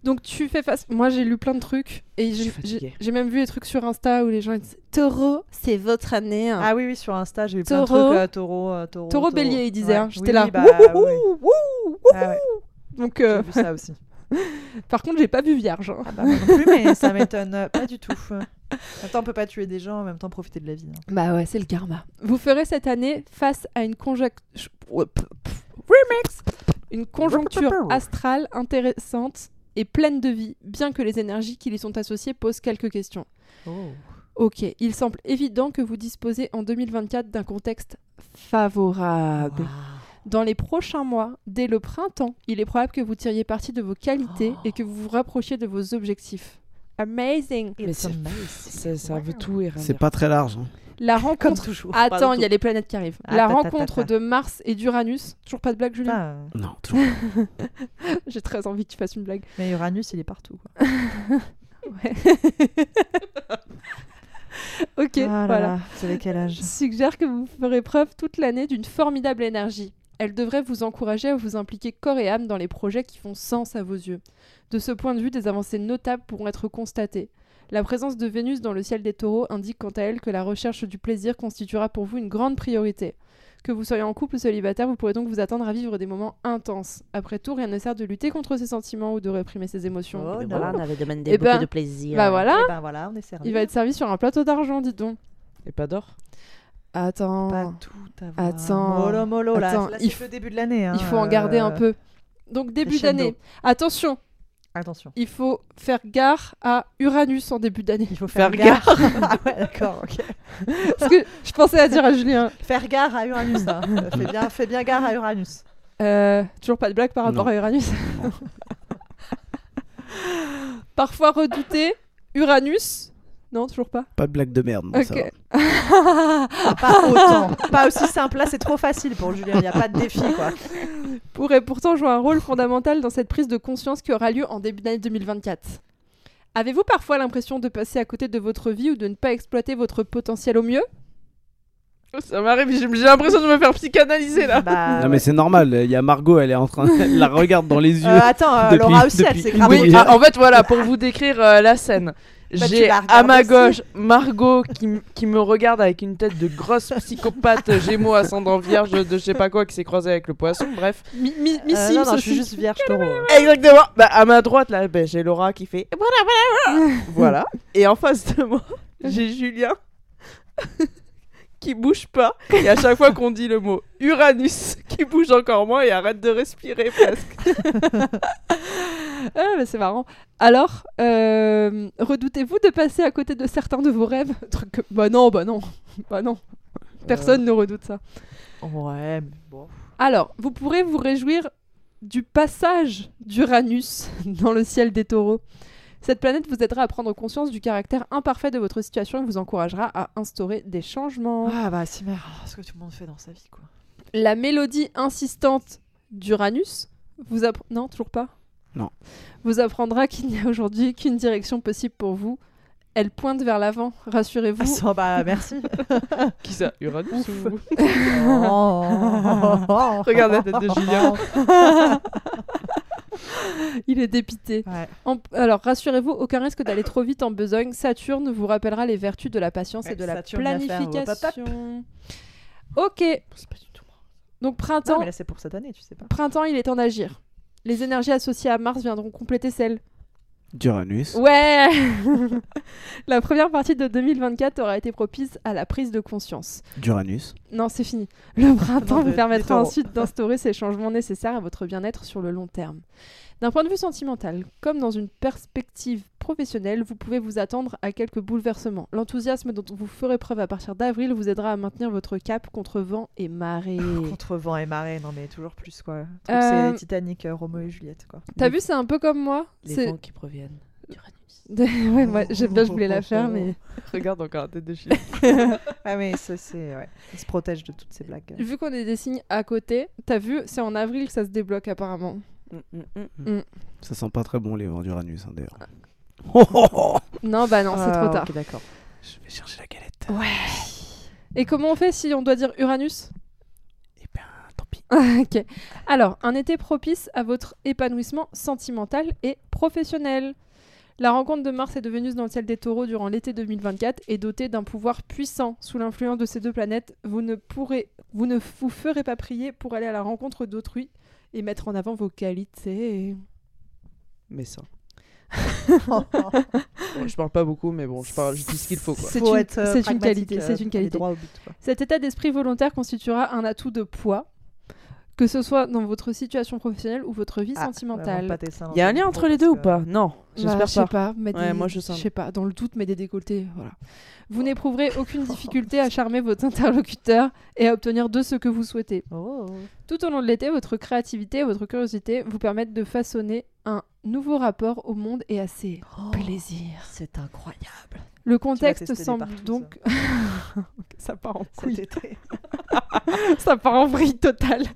Speaker 1: Donc tu fais face. Moi j'ai lu plein de trucs et j'ai-
Speaker 5: Je suis
Speaker 1: j'ai
Speaker 5: fatiguée.
Speaker 1: j'ai même vu des trucs sur Insta où les gens ils disent Taureau, c'est votre année. hein.
Speaker 4: Ah oui, oui, sur Insta, j'ai eu plein de
Speaker 1: Taureau.
Speaker 4: trucs. euh, taureau, euh, taureau,
Speaker 1: taureau, bélier, ils disaient.
Speaker 4: Ouais.
Speaker 1: hein.
Speaker 4: Oui,
Speaker 1: J'étais là.
Speaker 4: oui, bah,
Speaker 1: Wouhouhou,
Speaker 4: oui.
Speaker 1: (laughs) wouhou.
Speaker 4: Ah ouais,
Speaker 1: Donc
Speaker 4: j'ai
Speaker 1: euh,
Speaker 4: vu
Speaker 1: (laughs)
Speaker 4: ça aussi.
Speaker 1: par contre j'ai pas vu Vierge. hein.
Speaker 4: Ah bah, moi non plus,
Speaker 1: (laughs)
Speaker 4: mais ça m'étonne euh, pas du tout. En même temps, on peut pas tuer des gens, en même temps profiter de la vie. hein.
Speaker 1: Bah ouais, c'est le karma. Vous ferez cette année face à une conjecture. Une conjoncture astrale intéressante et pleine de vie, bien que les énergies qui y sont associées posent quelques questions. Oh. Ok, il semble évident que vous disposez en 2024 d'un contexte favorable. Dans les prochains mois, dès le printemps, il est probable que vous tiriez parti de vos qualités et que vous vous rapprochiez de vos objectifs. Amazing!
Speaker 5: Mais c'est- ça, ça veut tout et rien.
Speaker 2: C'est
Speaker 5: dire.
Speaker 2: pas très large. hein.
Speaker 1: La
Speaker 4: (laughs) Comme
Speaker 1: rencontre
Speaker 4: toujours.
Speaker 1: Attends, il y a les planètes qui arrivent.
Speaker 4: Ah,
Speaker 1: la
Speaker 4: ta, ta, ta,
Speaker 1: rencontre
Speaker 4: ta. Ah.
Speaker 1: de Mars et d'Uranus. Toujours pas de blague, Julien
Speaker 4: Putain,
Speaker 2: Non, toujours.
Speaker 1: J'ai très envie que tu fasses une blague.
Speaker 4: mais Uranus, il est partout. quoi.
Speaker 1: Ouais. ok,
Speaker 4: Ah là
Speaker 1: voilà.
Speaker 4: là, Vous savez quel âge
Speaker 1: Je suggère que vous ferez preuve toute l'année d'une formidable énergie. Elle devrait vous encourager à vous impliquer corps et âme dans les projets qui font sens à vos yeux. De ce point de vue, des avancées notables pourront être constatées. La présence de Vénus dans le ciel des taureaux indique quant à elle que la recherche du plaisir constituera pour vous une grande priorité. Que vous soyez en couple ou célibataire, vous pourrez donc vous attendre à vivre des moments intenses. Après tout, rien ne sert de lutter contre ses sentiments ou de réprimer ses émotions.
Speaker 7: Oh
Speaker 2: Et
Speaker 7: là là,
Speaker 2: voilà.
Speaker 7: on avait demandé
Speaker 1: Eh
Speaker 7: beaucoup
Speaker 1: ben,
Speaker 7: de plaisir.
Speaker 1: Bah voilà,
Speaker 4: Eh ben voilà, on est servi.
Speaker 1: il va être servi sur un plateau d'argent, dites donc.
Speaker 5: Et pas d'or
Speaker 1: Attends,
Speaker 4: pas tout avoir.
Speaker 1: Attends.
Speaker 4: Mollo, mollo, là.
Speaker 1: Attends,
Speaker 4: Là,
Speaker 1: il
Speaker 4: c'est le début de l'année. hein,
Speaker 1: il faut en garder un
Speaker 4: euh,
Speaker 1: peu. Donc début
Speaker 4: crescendo.
Speaker 1: d'année, attention,
Speaker 4: Attention.
Speaker 1: il faut faire gare à Uranus en début d'année.
Speaker 4: Il faut faire,
Speaker 5: Faire
Speaker 4: gare. ah (laughs) ouais, d'accord, ok.
Speaker 1: Parce que je pensais à dire à Julien,
Speaker 4: Faire gare à Uranus, (laughs) hein. fais, bien, fais bien gare à Uranus.
Speaker 1: Euh, toujours pas de blague par rapport
Speaker 2: Non.
Speaker 1: à Uranus. (laughs) Parfois redouté, Uranus. Non, toujours
Speaker 4: (laughs)
Speaker 1: pas.
Speaker 2: Pas de blague de merde, moi, ça
Speaker 1: Ok.
Speaker 2: va.
Speaker 4: Ah, Pas autant. pas aussi simple. Là, c'est trop facile pour Julien. Il n'y a pas de défi, (laughs) quoi.
Speaker 1: pourrait pourtant jouer un rôle fondamental dans cette prise de conscience qui aura lieu en début d'année 2024. Avez-vous parfois l'impression de passer à côté de votre vie ou de ne pas exploiter votre potentiel au mieux
Speaker 5: Oh, Ça m'arrive, j'ai j'ai l'impression de me faire psychanalyser là.
Speaker 4: Bah,
Speaker 2: Non
Speaker 4: ouais.
Speaker 2: mais c'est normal, il y a Margot, elle est en train elle la regarde dans les yeux.
Speaker 4: Euh, attends, euh,
Speaker 2: Depuis-
Speaker 4: Laura aussi, elle
Speaker 2: depuis
Speaker 4: s'est
Speaker 2: une
Speaker 4: grave.
Speaker 2: minute.
Speaker 5: Oui,
Speaker 2: il est-
Speaker 5: ah, en fait, voilà, pour vous décrire euh, la scène.
Speaker 4: Bah, tu
Speaker 5: J'ai
Speaker 4: la
Speaker 5: à
Speaker 4: regardes
Speaker 5: ma
Speaker 4: aussi.
Speaker 5: gauche Margot qui, m- qui me regarde avec une tête de grosse psychopathe euh, gémeaux ascendant vierge de je sais pas quoi qui s'est croisée avec le poisson, bref.
Speaker 1: Mi- mi- mi-
Speaker 4: Euh,
Speaker 1: Sims
Speaker 4: non, non, je
Speaker 1: aussi.
Speaker 4: suis juste vierge taureau.
Speaker 5: Exactement. Bah, à ma droite, là, bah, j'ai Laura qui fait voilà, voilà, (laughs) voilà. voilà. Et en face de moi, j'ai Julien (laughs) qui bouge pas. Et à chaque fois qu'on dit le mot Uranus, qui bouge encore moins et arrête de respirer presque.
Speaker 1: Ah, mais c'est marrant. Alors, euh, redoutez-vous de passer à côté de certains de vos rêves (laughs) Truc que- Bah non, bah non, (laughs) bah non. Personne ne redoute ça.
Speaker 4: Ouais, mais bon.
Speaker 1: Alors, vous pourrez vous réjouir du passage d'Uranus (laughs) dans le ciel des taureaux. Cette planète vous aidera à prendre conscience du caractère imparfait de votre situation et vous encouragera à instaurer des changements.
Speaker 4: Ah bah, c'est merde. Ce que tout le monde fait dans sa vie, quoi.
Speaker 1: La mélodie insistante d'Uranus vous appr- non toujours pas
Speaker 2: Non.
Speaker 1: vous apprendra qu'il n'y a aujourd'hui qu'une direction possible pour vous. Elle pointe vers l'avant,
Speaker 4: Ah,
Speaker 1: rassurez-vous.
Speaker 4: ça,
Speaker 1: (laughs)
Speaker 4: bah, merci.
Speaker 5: Qui ça Uranus ou...
Speaker 4: Regarde
Speaker 5: Regarde la tête de Julien.
Speaker 1: Il est dépité.
Speaker 4: Ouais.
Speaker 1: En- Alors rassurez-vous, aucun risque d'aller trop vite en besogne. Saturne vous rappellera les vertus de la patience et
Speaker 4: Ouais,
Speaker 1: de la
Speaker 4: Saturne vient faire,
Speaker 1: planification.
Speaker 4: euh, pop,
Speaker 1: ok,
Speaker 5: C'est pas du tout moi.
Speaker 1: donc
Speaker 4: Non,
Speaker 1: printemps,
Speaker 4: mais là, c'est pour cette année, tu sais pas.
Speaker 1: printemps, il est temps d'agir. Les énergies associées à Mars viendront compléter celles
Speaker 2: D'Uranus.
Speaker 1: Ouais (laughs) La première partie de 2024 aura été propice à la prise de conscience.
Speaker 2: D'Uranus.
Speaker 1: Non, c'est fini. Le printemps
Speaker 4: Non,
Speaker 1: vous
Speaker 4: de- des
Speaker 1: permettra
Speaker 4: taureaux.
Speaker 1: ensuite d'instaurer ces changements nécessaires à votre bien-être sur le long terme. D'un point de vue sentimental, comme dans une perspective professionnelle, vous pouvez vous attendre à quelques bouleversements. L'enthousiasme dont vous ferez preuve à partir d'avril vous aidera à maintenir votre cap contre vent et marée.
Speaker 4: Contre vent et marée, non mais toujours plus quoi. Le truc,
Speaker 1: Euh,
Speaker 4: C'est Titanic, euh, Roméo et Juliette quoi.
Speaker 1: T'as vu, c'est un peu comme moi.
Speaker 5: Les
Speaker 1: C'est-
Speaker 5: vents qui proviennent d'Uranus.
Speaker 1: (laughs) ouais, moi, j'aime bien, je voulais la
Speaker 4: (laughs)
Speaker 1: faire, mais
Speaker 5: (laughs) Regarde encore la tête de Julien.
Speaker 1: (laughs)
Speaker 4: Ah mais ça c'est ouais. Il se protège de toutes ces blagues.
Speaker 1: vu qu'on est des signes à côté, t'as vu, c'est en avril que ça se débloque apparemment.
Speaker 5: Mm,
Speaker 2: Ça sent pas très bon les vents d'Uranus hein, d'ailleurs.
Speaker 1: Non, bah non, c'est
Speaker 4: Ah,
Speaker 1: trop tard. (laughs)
Speaker 4: ok, d'accord.
Speaker 2: Je vais chercher la galette.
Speaker 1: Et comment on fait si on doit dire Uranus
Speaker 2: Eh ben, tant pis.
Speaker 1: (laughs) Ok. Alors, un été propice à votre épanouissement sentimental et professionnel. La rencontre de Mars et de Vénus dans le ciel des taureaux durant l'été 2024 est dotée d'un pouvoir puissant. Sous l'influence de ces deux planètes, vous ne, pourrez, vous ne vous ferez pas prier pour aller à la rencontre d'autrui et mettre en avant vos qualités.
Speaker 5: Mais ça. Bon, je parle pas beaucoup, mais bon, je, parle, je dis ce qu'il faut quoi.
Speaker 1: C'est
Speaker 4: Faut
Speaker 1: une-
Speaker 4: être, euh,
Speaker 1: c'est une
Speaker 4: pragmatique,
Speaker 1: qualité,
Speaker 4: euh,
Speaker 1: c'est une
Speaker 4: faut aller
Speaker 1: qualité.
Speaker 4: droit au but, quoi.
Speaker 1: Cet état d'esprit volontaire constituera un atout de poids, que ce soit dans votre situation professionnelle ou votre vie
Speaker 4: Ah,
Speaker 1: sentimentale.
Speaker 4: vraiment pas tes seins dans
Speaker 5: Il y a
Speaker 4: ton
Speaker 5: un lien
Speaker 4: micro,
Speaker 5: entre les
Speaker 4: parce
Speaker 5: deux ou
Speaker 4: que-
Speaker 5: pas Non,
Speaker 1: Bah,
Speaker 5: j'espère
Speaker 1: je sais
Speaker 5: pas.
Speaker 1: pas. mais
Speaker 5: Ouais,
Speaker 1: des-
Speaker 5: moi, je sens. Oh.
Speaker 1: sais pas, dans le doute, mais des décolletés, voilà. Vous
Speaker 5: (laughs)
Speaker 1: n'éprouverez aucune difficulté à charmer votre interlocuteur et à obtenir de ce que vous souhaitez.
Speaker 4: Oh.
Speaker 1: Tout au long de l'été, votre créativité et votre curiosité vous permettent de façonner un nouveau rapport au monde et à ses
Speaker 5: Oh.
Speaker 1: plaisirs.
Speaker 7: C'est incroyable.
Speaker 1: Le
Speaker 4: Tu
Speaker 1: contexte
Speaker 4: vas tester des
Speaker 1: semble
Speaker 4: partout,
Speaker 1: donc... (laughs) ça part en
Speaker 4: Cet été.
Speaker 1: ça part en vrille totale.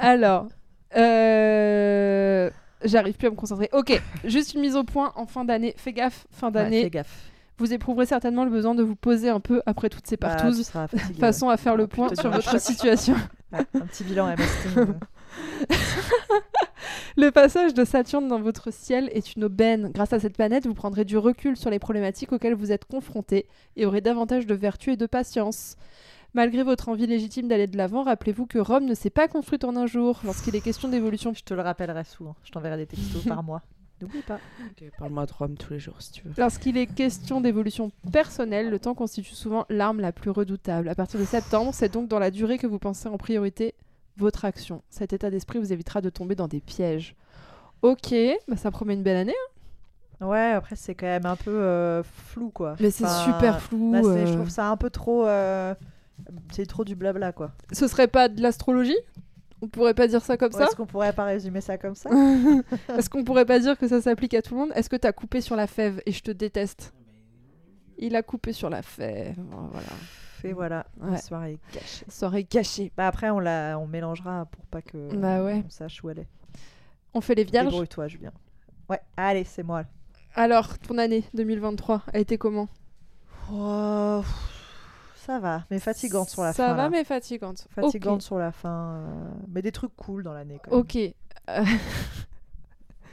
Speaker 1: Alors, euh, j'arrive plus à me concentrer. Ok, juste une mise au point en fin d'année. Fais gaffe, fin
Speaker 5: Bah,
Speaker 1: d'année.
Speaker 4: Ouais, fais gaffe.
Speaker 1: vous éprouverez certainement le besoin de vous poser un peu après toutes ces
Speaker 4: Bah,
Speaker 1: partous, (laughs)
Speaker 4: tu seras fatigué,
Speaker 1: façon à faire le
Speaker 4: Ah,
Speaker 1: point
Speaker 4: putain,
Speaker 1: sur
Speaker 4: non,
Speaker 1: votre
Speaker 4: je-
Speaker 1: situation. (laughs)
Speaker 4: ouais. Ouais, un petit bilan MST.
Speaker 1: Le passage de Saturne dans votre ciel est une aubaine. Grâce à cette planète, vous prendrez du recul sur les problématiques auxquelles vous êtes confrontés et aurez davantage de vertu et de patience. Malgré votre envie légitime d'aller de l'avant, rappelez-vous que Rome ne s'est pas construite en un jour. Lorsqu'il est question d'évolution
Speaker 4: Je te le rappellerai souvent. Je t'enverrai des textos (laughs) par mois. N'oublie pas.
Speaker 5: Ok, Parle-moi de Rome tous les jours si tu veux.
Speaker 1: Lorsqu'il est question d'évolution personnelle, le temps constitue souvent l'arme la plus redoutable. À partir de septembre, c'est donc dans la durée que vous pensez en priorité votre action. Cet état d'esprit vous évitera de tomber dans des pièges. Ok, bah ça promet une belle année, hein.
Speaker 4: Ouais, après, c'est quand même un peu euh, flou, quoi.
Speaker 1: mais c'est
Speaker 4: Enfin,
Speaker 1: super flou.
Speaker 4: là, Bah, c'est-
Speaker 1: euh,
Speaker 4: Je trouve ça un peu trop. euh, C'est trop du blabla, quoi.
Speaker 1: Ce serait pas de l'astrologie On pourrait pas dire ça comme
Speaker 4: Ouais,
Speaker 1: ça
Speaker 4: Est-ce qu'on pourrait pas résumer ça comme (laughs) ça
Speaker 1: Est-ce qu'on pourrait pas dire que ça s'applique à tout le monde Est-ce que t'as coupé sur la fève et je te déteste Il a coupé sur la fève. Voilà.
Speaker 4: Et voilà,
Speaker 1: Ouais.
Speaker 4: la soirée est gâchée.
Speaker 1: Soirée gâchée.
Speaker 4: Bah après, on, la, on mélangera pour pas que
Speaker 1: Bah ouais.
Speaker 4: on sache où elle est.
Speaker 1: On fait les vierges.
Speaker 4: Débrouille-toi, Julien. Ouais, allez, c'est moi.
Speaker 1: Alors, ton année 2023 a été comment
Speaker 4: Oh, pff, ça va, mais fatigante sur la
Speaker 1: Ça
Speaker 4: fin.
Speaker 1: va,
Speaker 4: là.
Speaker 1: mais fatigante.
Speaker 4: Fatigante sur la fin, euh, mais des trucs cool dans l'année. quand même.
Speaker 1: Ok. Ok.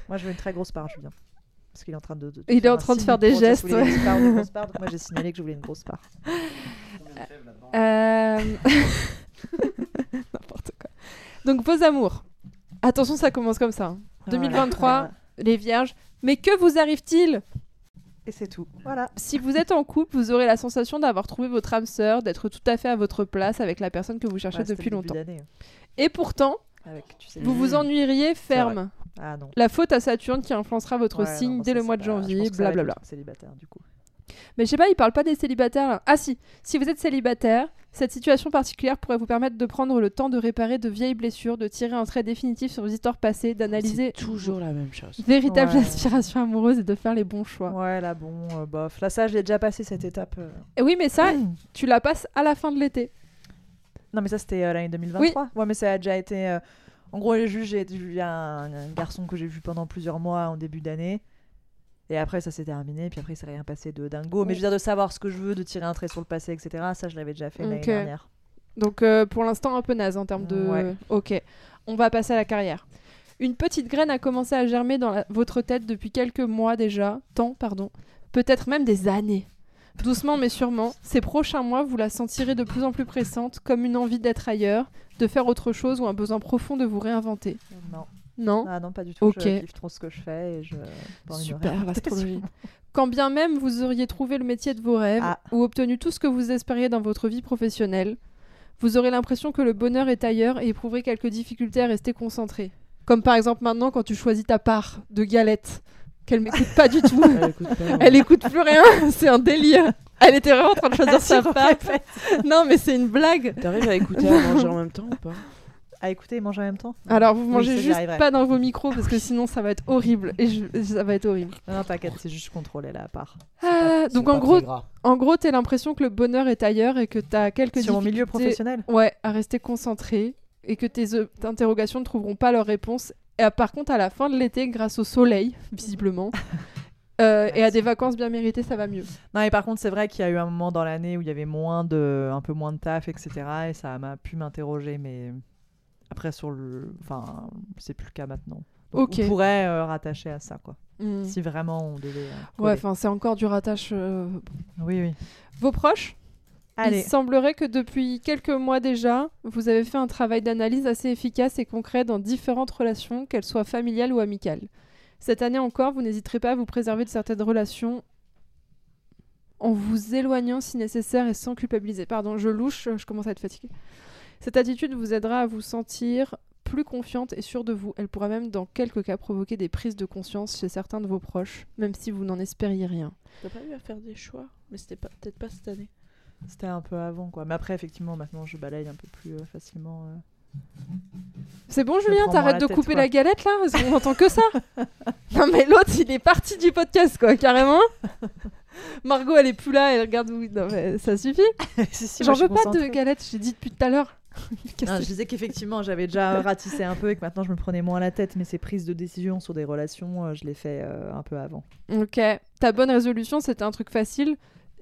Speaker 4: Moi, je veux une très grosse part, Julien. Parce qu'il est en train de. de- de
Speaker 1: Il est en
Speaker 4: un
Speaker 1: train de
Speaker 4: signe
Speaker 1: faire des
Speaker 4: pour dire
Speaker 1: gestes,
Speaker 4: qu'il voulait une part, une grosse part, donc moi, j'ai signalé que je voulais une
Speaker 1: (laughs)
Speaker 4: grosse part.
Speaker 1: Euh, (laughs) N'importe quoi. Donc, vos amours. Attention, ça commence comme ça. hein.
Speaker 4: Ah
Speaker 1: 2023. Les vierges. Mais que vous arrive-t-il
Speaker 4: Et c'est tout. Voilà.
Speaker 1: Si vous êtes en couple, vous aurez la sensation d'avoir trouvé votre âme sœur, d'être tout à fait à votre place avec la personne que vous cherchez
Speaker 4: Voilà, c'était
Speaker 1: depuis
Speaker 4: le début Mmh.
Speaker 1: longtemps.
Speaker 4: d'année, hein.
Speaker 1: Et pourtant,
Speaker 4: Avec, tu sais,
Speaker 1: vous vous ennuieriez ferme.
Speaker 4: Ah non.
Speaker 1: La faute à Saturne qui influencera votre
Speaker 4: Ouais, non,
Speaker 1: signe
Speaker 4: bah,
Speaker 1: dès
Speaker 4: ça,
Speaker 1: le
Speaker 4: c'est
Speaker 1: mois de
Speaker 4: pas- je pense
Speaker 1: janvier,
Speaker 4: que ça va être
Speaker 1: blablabla.
Speaker 4: le truc Célibataire, du coup.
Speaker 1: Mais je sais pas, il parle pas des célibataires. là. Ah si, si vous êtes célibataire, cette situation particulière pourrait vous permettre de prendre le temps de réparer de vieilles blessures, de tirer un trait définitif sur vos histoires passées, d'analyser
Speaker 5: C'est toujours la même (laughs) chose.
Speaker 1: véritable
Speaker 4: Ouais.
Speaker 1: (laughs) aspiration amoureuse et de faire les bons choix.
Speaker 4: Ouais, là, bon, euh, bof. Là, ça, je l'ai déjà passé cette étape. euh.
Speaker 1: Et oui, mais ça, tu la passes à la fin de l'été.
Speaker 4: Non, mais ça, c'était euh, l'année 2023. Ouais, mais ça a déjà été. euh, En gros, j'ai juste- j'ai vu un, un garçon que j'ai vu pendant plusieurs mois en début d'année. Et après, ça s'est terminé. Puis après, il s'est rien passé de dingo. Mais je veux dire, de savoir ce que je veux, de tirer un trait sur le passé, etc. Ça, je l'avais déjà fait l'année
Speaker 1: Ok.
Speaker 4: dernière.
Speaker 1: Donc euh, pour l'instant un peu naze en termes de...
Speaker 4: Ouais.
Speaker 1: Ok, on va passer à la carrière. Une petite graine a commencé à germer dans la- votre tête depuis quelques mois déjà, temps pardon, peut-être même des années. Doucement mais sûrement, ces prochains mois, vous la sentirez de plus en plus pressante, comme une envie d'être ailleurs, de faire autre chose ou un besoin profond de vous réinventer.
Speaker 4: Non.
Speaker 1: Non
Speaker 4: Ah non, pas du tout.
Speaker 1: Ok.
Speaker 4: Je kiffe trop ce que je fais. Et je... pas envie de me
Speaker 1: Super,
Speaker 4: réinventer
Speaker 1: l'astrologie. (laughs) Quand bien même vous auriez trouvé le métier de vos rêves
Speaker 4: Ah.
Speaker 1: ou obtenu tout ce que vous espériez dans votre vie professionnelle, vous aurez l'impression que le bonheur est ailleurs et éprouverez quelques difficultés à rester concentré. Comme par exemple maintenant quand tu choisis ta part de galette, qu'elle m'écoute pas du
Speaker 4: (laughs)
Speaker 1: tout. (laughs)
Speaker 5: Elle Bah, écoute pas, ouais.
Speaker 1: Elle écoute plus rien, (laughs) c'est un délire. Elle était vraiment en train de (laughs)
Speaker 4: Ah,
Speaker 1: choisir
Speaker 4: (laughs)
Speaker 1: sa part. (laughs) Non mais c'est une blague.
Speaker 5: T'arrives à écouter et à manger en même temps ou pas
Speaker 4: Ah, écoutez, mange en même temps.
Speaker 1: Alors vous
Speaker 4: Oui,
Speaker 1: mangez
Speaker 4: ça, j'y
Speaker 1: juste
Speaker 4: arriverai.
Speaker 1: pas dans vos micros parce que sinon ça va être horrible et je- ça va être horrible.
Speaker 4: Non, non, t'inquiète, c'est juste contrôler là, à part.
Speaker 1: Ah, donc en gros, En gros, t'as l'impression que le bonheur est ailleurs et que t'as quelques
Speaker 4: Sur mon
Speaker 1: difficultés
Speaker 4: milieu professionnel.
Speaker 1: ouais, à rester concentré et que tes euh, interrogations ne trouveront pas leur réponse. Et euh, par contre, à la fin de l'été, grâce au soleil, (laughs)
Speaker 4: (laughs)
Speaker 1: visiblement, euh, et à des vacances bien méritées, ça va mieux.
Speaker 4: Non, et par contre, c'est vrai qu'il y a eu un moment dans l'année où il y avait moins de, un peu moins de taf, etc. Et ça m'a pu m'interroger, mais après sur le, enfin, c'est plus le cas maintenant. Donc,
Speaker 1: Ok.
Speaker 4: On pourrait euh, rattacher à ça, quoi.
Speaker 1: Mm.
Speaker 4: Si vraiment on devait. euh,
Speaker 1: Ouais,
Speaker 4: coller.
Speaker 1: enfin, c'est encore du rattache. euh.
Speaker 4: Oui, oui.
Speaker 1: Vos proches
Speaker 4: Allez.
Speaker 1: Il semblerait que depuis quelques mois déjà, vous avez fait un travail d'analyse assez efficace et concret dans différentes relations, qu'elles soient familiales ou amicales. Cette année encore, vous n'hésiterez pas à vous préserver de certaines relations en vous éloignant si nécessaire et sans culpabiliser. Pardon, je louche, je commence à être fatiguée. Cette attitude vous aidera à vous sentir plus confiante et sûre de vous. Elle pourra même dans quelques cas provoquer des prises de conscience chez certains de vos proches, même si vous n'en espériez rien.
Speaker 5: T'as pas eu à faire des choix, mais c'était pas- peut-être pas cette année.
Speaker 4: C'était un peu avant, quoi. Mais après, effectivement, maintenant, je balaye un peu plus euh, facilement. euh. (laughs)
Speaker 1: C'est bon,
Speaker 4: Je
Speaker 1: Julien,
Speaker 4: prends moins
Speaker 1: t'arrêtes
Speaker 4: la
Speaker 1: de
Speaker 4: tête,
Speaker 1: couper
Speaker 4: quoi.
Speaker 1: la galette là Parce qu'on entend
Speaker 4: (laughs)
Speaker 1: que ça Non, mais l'autre, il est parti du podcast, quoi, carrément. Margot, elle est plus là, elle regarde où. Non, mais ça suffit.
Speaker 4: Si, si,
Speaker 1: J'en
Speaker 4: moi, Ah, bah, je suis
Speaker 1: veux pas de
Speaker 4: concentrée. Ah,
Speaker 1: galette, j'ai dit depuis tout à
Speaker 4: (laughs)
Speaker 1: l'heure. Qu'est-ce
Speaker 4: Non,
Speaker 1: que-
Speaker 4: je disais qu'effectivement,
Speaker 1: (laughs)
Speaker 4: j'avais déjà ratissé un peu et que maintenant, je me prenais moins la tête. Mais ces prises de décision sur des relations, euh, je les fais euh, un peu avant.
Speaker 1: Ok, ta bonne résolution, c'était un truc facile.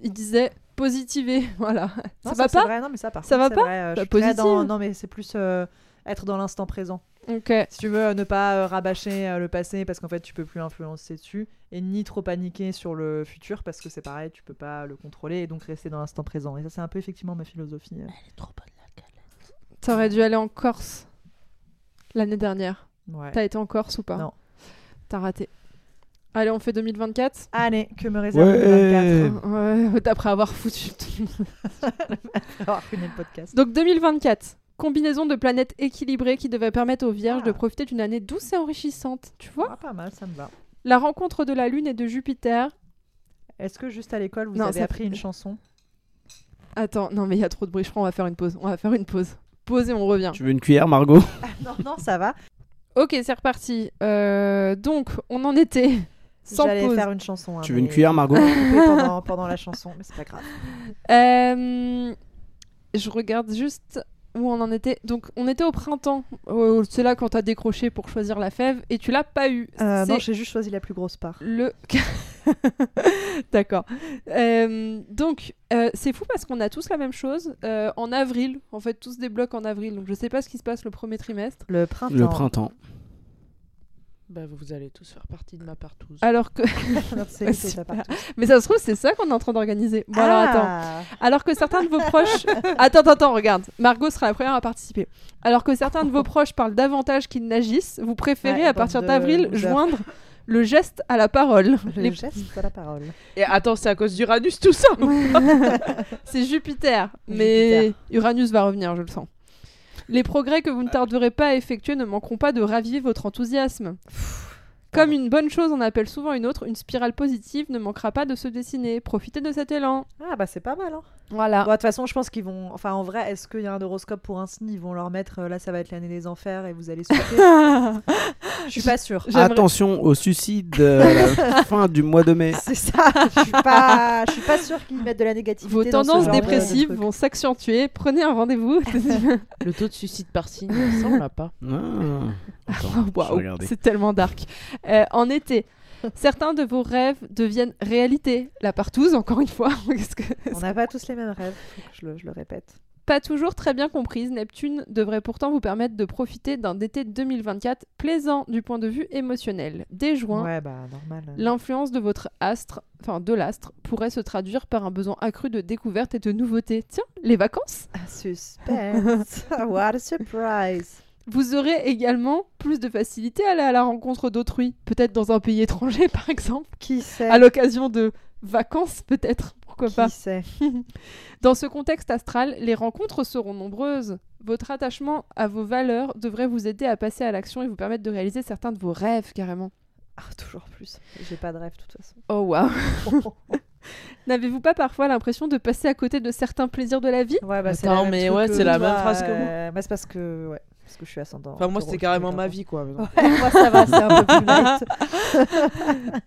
Speaker 1: Il disait positiver, (laughs) voilà.
Speaker 4: Non,
Speaker 1: ça va
Speaker 4: c'est
Speaker 1: pas
Speaker 4: vrai, non, mais ça, par
Speaker 1: Ça va
Speaker 4: contre, c'est
Speaker 1: pas
Speaker 4: vrai, euh, je
Speaker 1: Bah,
Speaker 4: suis très dans-
Speaker 1: positive.
Speaker 4: Non, mais c'est plus euh, être dans l'instant présent.
Speaker 1: Ok.
Speaker 4: Si tu veux euh, ne pas euh, rabâcher euh, le passé parce qu'en fait tu peux plus influencer dessus et ni trop paniquer sur le futur parce que c'est pareil, tu peux pas le contrôler et donc rester dans l'instant présent. Et ça c'est un peu effectivement ma philosophie. euh.
Speaker 1: T'aurais dû aller en Corse l'année dernière.
Speaker 4: Ouais.
Speaker 1: T'as été en Corse ou pas
Speaker 4: Non.
Speaker 1: T'as raté. Allez, on fait 2024
Speaker 4: Allez, que me réserve le 24 (laughs)
Speaker 1: Ouais, après avoir foutu tout le monde.
Speaker 4: avoir fini le podcast.
Speaker 1: Donc 2024, combinaison de planètes équilibrées qui devait permettre aux Vierges
Speaker 4: Ah.
Speaker 1: de profiter d'une année douce et enrichissante, tu vois
Speaker 4: Ah, pas mal, ça me va.
Speaker 1: La rencontre de la Lune et de Jupiter.
Speaker 4: Est-ce que juste à l'école vous
Speaker 1: Non,
Speaker 4: avez
Speaker 1: ça
Speaker 4: appris
Speaker 1: fait- (laughs)
Speaker 4: une chanson
Speaker 1: Attends, non mais il y a trop de bruit, je crois on va faire une pause, on va faire une pause. Pause et on revient.
Speaker 2: Tu veux une cuillère, Margot
Speaker 1: Ah,
Speaker 4: Non, (laughs) non, ça va.
Speaker 1: Ok, c'est reparti. Euh, donc, on en était (laughs) sans
Speaker 4: J'allais
Speaker 1: pause.
Speaker 4: faire une chanson. hein,
Speaker 2: Tu veux une
Speaker 4: (laughs) mais-
Speaker 2: cuillère, Margot
Speaker 4: Coupé pendant, pendant la chanson, mais c'est pas grave.
Speaker 1: Euh, je regarde juste où on en était. Donc, on était au printemps. Euh, c'est là quand t'as décroché pour choisir la fève et tu l'as pas eu.
Speaker 4: Euh,
Speaker 1: C'est-
Speaker 4: non, j'ai juste choisi la plus grosse part.
Speaker 1: Le. (laughs) D'accord. Euh, donc, euh, c'est fou parce qu'on a tous la même chose euh, en avril. En fait, tous des blocs en avril. Donc, je sais pas ce qui se passe le premier trimestre.
Speaker 4: Le printemps.
Speaker 2: Le printemps.
Speaker 5: Bah, vous allez tous faire partie de ma partouze.
Speaker 1: Alors que. (laughs)
Speaker 4: (laughs) Alors, c'est- c'est
Speaker 1: C'est
Speaker 4: ça
Speaker 1: pas-
Speaker 4: partout.
Speaker 1: Mais ça se trouve, c'est ça qu'on est en train d'organiser. Bon, alors attends.
Speaker 4: Ah,
Speaker 1: Alors que certains de vos
Speaker 4: (laughs)
Speaker 1: proches. Attends, attends, attends, regarde. Margot sera la première à participer. Alors que certains de vos proches parlent davantage qu'ils n'agissent, vous préférez
Speaker 4: Ouais,
Speaker 1: à
Speaker 4: bande
Speaker 1: partir
Speaker 4: de
Speaker 1: d'avril
Speaker 4: losers.
Speaker 1: joindre le geste à la parole.
Speaker 4: Le
Speaker 1: Les-
Speaker 4: geste de la parole.
Speaker 5: Et attends, c'est à cause d'Uranus tout ça
Speaker 1: C'est Jupiter, mais
Speaker 4: Jupiter.
Speaker 1: Uranus va revenir, je le sens. Les progrès que vous ne
Speaker 2: Euh.
Speaker 1: tarderez pas à effectuer ne manqueront pas de raviver votre enthousiasme. Comme une bonne chose en appelle souvent une autre, une spirale positive ne manquera pas de se dessiner. Profitez de cet élan.
Speaker 4: Ah bah c'est pas mal hein.
Speaker 1: Voilà.
Speaker 4: Bon, de toute façon je pense qu'ils vont, enfin en vrai, est-ce qu'il y a un horoscope pour un signe Ils vont leur mettre euh, là ça va être l'année des enfers et vous allez (laughs) souffrir. je suis pas sûre.
Speaker 1: J'aimerais-
Speaker 2: Attention au suicide euh, à la fin du mois de mai.
Speaker 4: (laughs) C'est ça. Je suis pas, je suis pas sûre qu'ils mettent de la négativité.
Speaker 1: Vos
Speaker 4: dans ce
Speaker 1: tendances
Speaker 4: genre de- de
Speaker 1: dépressives
Speaker 4: truc.
Speaker 1: vont s'accentuer. Prenez un
Speaker 4: (laughs)
Speaker 1: rendez-vous. (laughs)
Speaker 5: Le taux de suicide par signe, ça on l'a pas.
Speaker 2: Ah. Attends, je vais
Speaker 1: Waouh,
Speaker 2: regarder.
Speaker 1: c'est tellement dark. Euh, en
Speaker 4: (laughs)
Speaker 1: été, certains de vos rêves deviennent réalité. La partouze, encore une fois. (laughs) Qu'est-ce que-
Speaker 4: On n'a pas tous les mêmes rêves. faut que Je le, je le répète.
Speaker 1: Pas toujours très bien comprise, Neptune devrait pourtant vous permettre de profiter d'un été 2024 plaisant du point de vue émotionnel. Dès juin,
Speaker 4: Ouais bah normal. euh.
Speaker 1: l'influence de votre astre, enfin de l'astre, pourrait se traduire par un besoin accru de découverte et de nouveauté. Tiens, les vacances
Speaker 4: Ah, (laughs) Suspense. Ah, What a surprise.
Speaker 1: Vous aurez également plus de facilité à aller à la rencontre d'autrui, peut-être dans un pays étranger (laughs) par exemple,
Speaker 4: Qui sait
Speaker 1: à l'occasion de vacances peut-être, pourquoi pas.
Speaker 4: Qui sait
Speaker 1: Dans ce contexte astral, les rencontres seront nombreuses. Votre attachement à vos valeurs devrait vous aider à passer à l'action et vous permettre de réaliser certains de vos rêves carrément.
Speaker 4: Ah, Toujours plus. J'ai pas de rêve de toute façon.
Speaker 1: Oh waouh N'avez-vous pas parfois l'impression de passer à côté de certains plaisirs de la vie
Speaker 4: Ouais, bah, c'est
Speaker 5: Attends,
Speaker 4: la même
Speaker 5: mais
Speaker 4: truc
Speaker 5: ouais,
Speaker 4: que
Speaker 5: c'est la
Speaker 4: toi,
Speaker 5: même phrase que moi.
Speaker 4: euh, bah, c'est parce que, ouais, parce que je suis ascendant.
Speaker 5: Enfin, moi
Speaker 4: taureau,
Speaker 5: c'était
Speaker 4: je
Speaker 5: carrément
Speaker 4: suis
Speaker 5: ma
Speaker 4: content.
Speaker 5: vie quoi. mais bon.
Speaker 4: Ouais, (laughs) moi, ça va, c'est un peu plus light.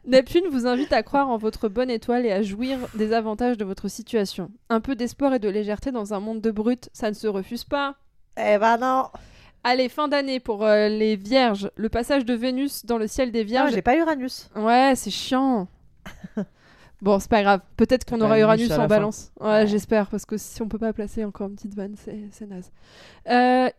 Speaker 1: Neptune vous invite à croire en votre bonne étoile et à jouir des avantages de votre situation. Un peu d'espoir et de légèreté dans un monde de brutes, ça ne se refuse pas.
Speaker 4: (laughs) Eh bah non
Speaker 1: Allez, fin d'année pour euh, les vierges. Le passage de Vénus dans le ciel des
Speaker 4: Tiens,
Speaker 1: vierges.
Speaker 4: j'ai pas Uranus.
Speaker 1: ouais, c'est
Speaker 4: (laughs)
Speaker 1: chiant. bon, c'est pas grave. Peut-être qu'on
Speaker 5: T'as
Speaker 1: aura
Speaker 5: pas
Speaker 1: Uranus
Speaker 5: Vénus à
Speaker 1: en
Speaker 5: la fin.
Speaker 1: balance. Ouais, j'espère, parce que si on peut pas placer encore une petite vanne, c'est c'est naze. Euh,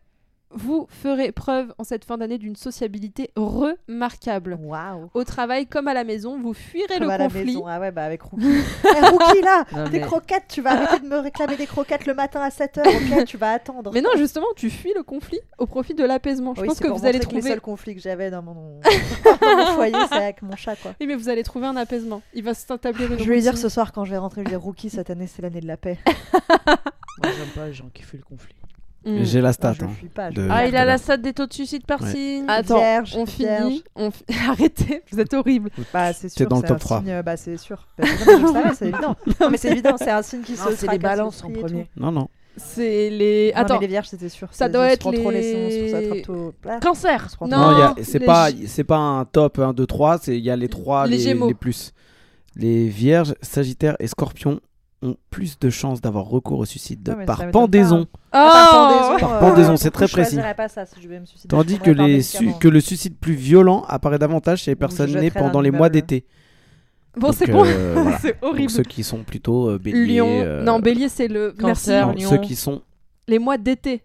Speaker 1: vous ferez preuve en cette fin d'année d'une sociabilité remarquable.
Speaker 4: Waouh
Speaker 1: Au travail comme à la maison, vous fuirez
Speaker 4: Comme
Speaker 1: le
Speaker 4: à la
Speaker 1: conflit.
Speaker 4: maison. Ah ouais, bah avec Rookie. (laughs) Eh, Rookie, là
Speaker 5: Non,
Speaker 4: Tes
Speaker 5: mais-
Speaker 4: croquettes, tu vas arrêter de me réclamer des croquettes le matin à 7h, ok Tu vas attendre.
Speaker 1: Mais non, justement, tu fuis le conflit au profit de l'apaisement. Je
Speaker 4: Oui,
Speaker 1: pense
Speaker 4: c'est
Speaker 1: que
Speaker 4: pour
Speaker 1: vous allez
Speaker 4: montrer que
Speaker 1: trouver.
Speaker 4: Les seuls conflits que j'avais dans mon, (laughs) dans mon foyer, c'est avec mon chat, quoi.
Speaker 1: Oui, mais vous allez trouver un apaisement. Il va s'établir une
Speaker 4: Je vais lui dire
Speaker 1: routine.
Speaker 4: ce soir quand je vais rentrer, je vais dire Rookie, cette année c'est l'année de la paix.
Speaker 5: Moi j'aime pas les gens qui fuient le conflit.
Speaker 1: Mm.
Speaker 2: J'ai la
Speaker 4: Ah,
Speaker 2: stat.
Speaker 4: je le
Speaker 2: hein,
Speaker 4: fuis pas. je-
Speaker 2: de-
Speaker 5: Ah, il
Speaker 2: de
Speaker 5: a
Speaker 2: la-
Speaker 5: la stat des taux de suicide par
Speaker 2: Ouais.
Speaker 5: signe.
Speaker 1: Attends,
Speaker 4: Vierge,
Speaker 1: on finit.
Speaker 4: vierge.
Speaker 1: on fi- (laughs) Arrêtez, vous êtes horrible.
Speaker 4: Bah, c'est
Speaker 2: T'es
Speaker 4: sûr.
Speaker 2: dans le
Speaker 4: c'est
Speaker 2: top
Speaker 4: un
Speaker 2: 3.
Speaker 4: signe, euh, bah, c'est sûr. Bah, c'est- non, mais je le savais,
Speaker 1: (laughs)
Speaker 4: c'est évident. Non, mais c'est évident, c'est un signe qui se.
Speaker 5: C'est les
Speaker 4: fracasse
Speaker 5: balances en
Speaker 4: l'esprit et tout.
Speaker 5: premier.
Speaker 2: Non, non.
Speaker 1: C'est les.
Speaker 4: Non, mais
Speaker 1: Attends,
Speaker 4: les vierges, c'était sûr.
Speaker 1: Ça
Speaker 4: c'est-
Speaker 1: doit
Speaker 4: on se
Speaker 1: être
Speaker 4: prend trop les
Speaker 1: les- Oh
Speaker 4: sons, on se trouve ça trop tôt. Blah.
Speaker 5: Cancer
Speaker 4: On se prend
Speaker 1: Non.
Speaker 4: trop-
Speaker 2: Non, il y a- c'est
Speaker 1: les
Speaker 2: pas,
Speaker 1: G-
Speaker 2: c'est pas un top 1, 2, 3, c'est il y a les 3
Speaker 1: Les
Speaker 2: les,
Speaker 1: Gémeaux.
Speaker 2: les plus. Les Vierges, Sagittaires et Scorpions ont plus de chances d'avoir recours au suicide de-
Speaker 4: Ouais, mais ça
Speaker 2: par
Speaker 4: m'étonne
Speaker 2: pendaison,
Speaker 1: Oh,
Speaker 4: Ah,
Speaker 2: Par
Speaker 4: euh,
Speaker 2: pendaison, c'est très
Speaker 4: je choisirais
Speaker 2: précis.
Speaker 4: pas ça si je vais me suicider,
Speaker 2: tandis
Speaker 4: je
Speaker 2: que,
Speaker 4: prendrais par
Speaker 2: les su-
Speaker 4: médicament.
Speaker 2: que le suicide plus violent apparaît davantage chez les
Speaker 4: je
Speaker 2: personnes nées
Speaker 4: jetterais d'un
Speaker 2: pendant les mois
Speaker 4: immeuble.
Speaker 2: d'été.
Speaker 1: Bon,
Speaker 2: Donc,
Speaker 1: c'est bon,
Speaker 2: euh, voilà.
Speaker 1: (laughs) c'est
Speaker 2: Donc
Speaker 1: horrible.
Speaker 2: ceux qui sont plutôt euh, béliers,
Speaker 1: Lion.
Speaker 2: euh,
Speaker 1: Non, Bélier, c'est le. Merci.
Speaker 5: Cancer.
Speaker 2: non,
Speaker 5: Lion.
Speaker 2: ceux qui sont
Speaker 1: Les mois d'été.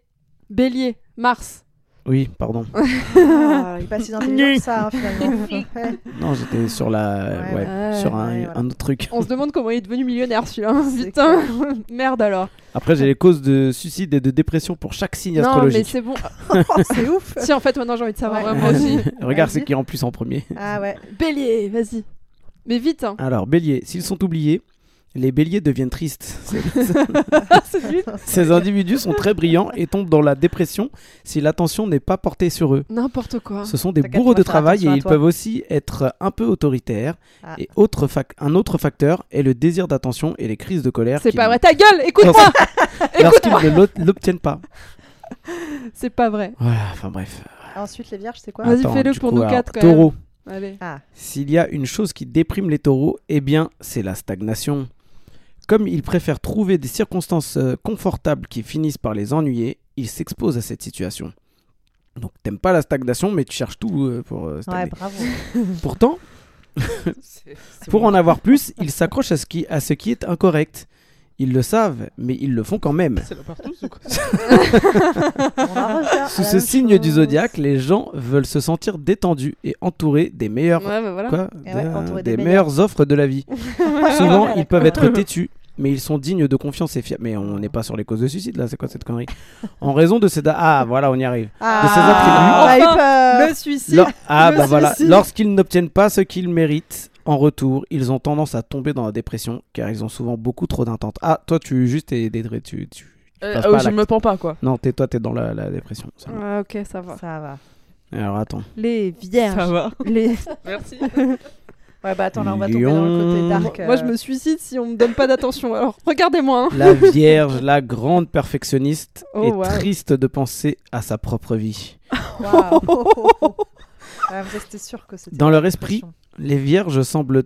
Speaker 1: Bélier, Mars.
Speaker 2: Oui, pardon.
Speaker 4: Ah, il est pas si intelligent que ça, hein, finalement. Ouais.
Speaker 2: Non, j'étais sur la,
Speaker 4: Ouais,
Speaker 2: ouais,
Speaker 1: ouais,
Speaker 2: sur un,
Speaker 4: ouais, voilà.
Speaker 2: un autre truc.
Speaker 1: On se demande comment il est devenu millionnaire celui-là.
Speaker 4: C'est
Speaker 1: Putain, (laughs) merde alors.
Speaker 2: Après, j'ai les causes de suicide et de dépression pour chaque signe
Speaker 1: Non, mais
Speaker 2: astrologique.
Speaker 1: c'est bon.
Speaker 4: (laughs) C'est ouf.
Speaker 1: si, en fait, maintenant j'ai envie de savoir
Speaker 4: Ouais.
Speaker 1: vraiment aussi.
Speaker 2: Regarde, c'est
Speaker 4: Vas-y.
Speaker 2: qui en plus en premier.
Speaker 1: (laughs)
Speaker 4: Ah ouais.
Speaker 1: Bélier, vas-y. Mais vite, hein.
Speaker 2: Alors, bélier, s'ils sont oubliés, les béliers deviennent tristes. Ah.
Speaker 1: (laughs) C'est nul.
Speaker 2: Ces individus sont très brillants et tombent dans la dépression si l'attention n'est pas portée sur eux.
Speaker 1: N'importe quoi.
Speaker 2: Ce sont des
Speaker 4: T'inquiète,
Speaker 2: bourreaux
Speaker 4: moi,
Speaker 2: de
Speaker 4: je ferai
Speaker 2: travail
Speaker 4: attention
Speaker 2: et
Speaker 4: à
Speaker 2: ils
Speaker 4: toi.
Speaker 2: peuvent aussi être un peu autoritaires.
Speaker 4: Ah.
Speaker 2: Et autre fac- un autre facteur est le désir d'attention et les crises de colère.
Speaker 1: C'est
Speaker 2: qui-
Speaker 1: pas vrai. Ta gueule, écoute-moi.
Speaker 2: Lorsqu'ils ne l'o- l'obtiennent pas.
Speaker 1: C'est pas vrai.
Speaker 2: Voilà, enfin bref.
Speaker 4: Ensuite, les vierges, c'est quoi
Speaker 1: Vas-y,
Speaker 2: Attends,
Speaker 1: fais-le
Speaker 2: du
Speaker 1: pour
Speaker 2: coup,
Speaker 1: nous
Speaker 2: alors,
Speaker 1: quatre, quand même.
Speaker 2: Taureau.
Speaker 1: Allez.
Speaker 2: S'il y a une chose qui déprime les taureaux, eh bien, c'est la stagnation. Comme ils préfèrent trouver des circonstances euh, confortables qui finissent par les ennuyer, ils s'exposent à cette situation. Donc, t'aimes pas la stagnation, mais tu cherches tout euh, pour euh,
Speaker 4: Ouais,
Speaker 2: stagner.
Speaker 4: bravo.
Speaker 2: Pourtant, pour en avoir plus, ils s'accrochent à, ce qui- à ce qui est incorrect. Ils le savent, mais ils le font quand même.
Speaker 6: C'est la partout ou quoi
Speaker 4: On va refaire
Speaker 2: Sous
Speaker 4: la
Speaker 2: ce
Speaker 4: même
Speaker 2: signe du
Speaker 4: chose. (laughs)
Speaker 2: zodiaque, les gens veulent se sentir détendus et entourés des meilleurs
Speaker 1: Ouais, bah voilà.
Speaker 2: Quoi
Speaker 4: Eh ouais,
Speaker 2: Des-
Speaker 4: entouré
Speaker 2: des,
Speaker 4: des
Speaker 2: meilleures offres de la vie.
Speaker 1: (laughs)
Speaker 2: Souvent, ils peuvent être
Speaker 4: D'accord.
Speaker 2: têtus, mais ils sont dignes de confiance et fiers. Mais on n'est pas sur les causes de suicide là, c'est quoi cette connerie En raison de ces. da- Ah, voilà, on y arrive.
Speaker 4: Ah,
Speaker 2: de ces attributs.
Speaker 4: on a eu
Speaker 1: Enfin,
Speaker 4: peur.
Speaker 1: Le suicide. (laughs)
Speaker 2: Lor- ah,
Speaker 1: le
Speaker 2: bah voilà.
Speaker 1: suicide.
Speaker 2: Lorsqu'ils n'obtiennent pas ce qu'ils méritent, en retour, ils ont tendance à tomber dans la dépression car ils ont souvent beaucoup trop d'intentes. Ah, toi, tu juste t'es t'es- tu, tu,
Speaker 5: Euh,
Speaker 2: passes
Speaker 5: ah
Speaker 2: pas
Speaker 5: oui,
Speaker 2: à
Speaker 5: je ne me pends pas, quoi.
Speaker 2: Non, t'es toi, t'es dans la, la dépression. ça va.
Speaker 1: Ah, ok, ça va.
Speaker 4: Ça va.
Speaker 2: Alors attends.
Speaker 1: Les vierges.
Speaker 6: Ça va.
Speaker 1: Les...
Speaker 6: Merci.
Speaker 5: Euh,
Speaker 4: Ouais, bah attends, là, on va tomber dans le côté
Speaker 2: Lion.
Speaker 4: dark.
Speaker 1: Moi, je me suicide si on me donne pas d'attention. Alors, regardez-moi. hein.
Speaker 2: La Vierge, la grande perfectionniste,
Speaker 1: Oh,
Speaker 2: est
Speaker 1: wow.
Speaker 2: triste de penser à sa propre vie.
Speaker 4: (laughs) Waouh. Ouais, vous étiez sûr que c'était.
Speaker 2: Dans
Speaker 4: une
Speaker 2: leur esprit,
Speaker 4: expression.
Speaker 2: Les vierges semblent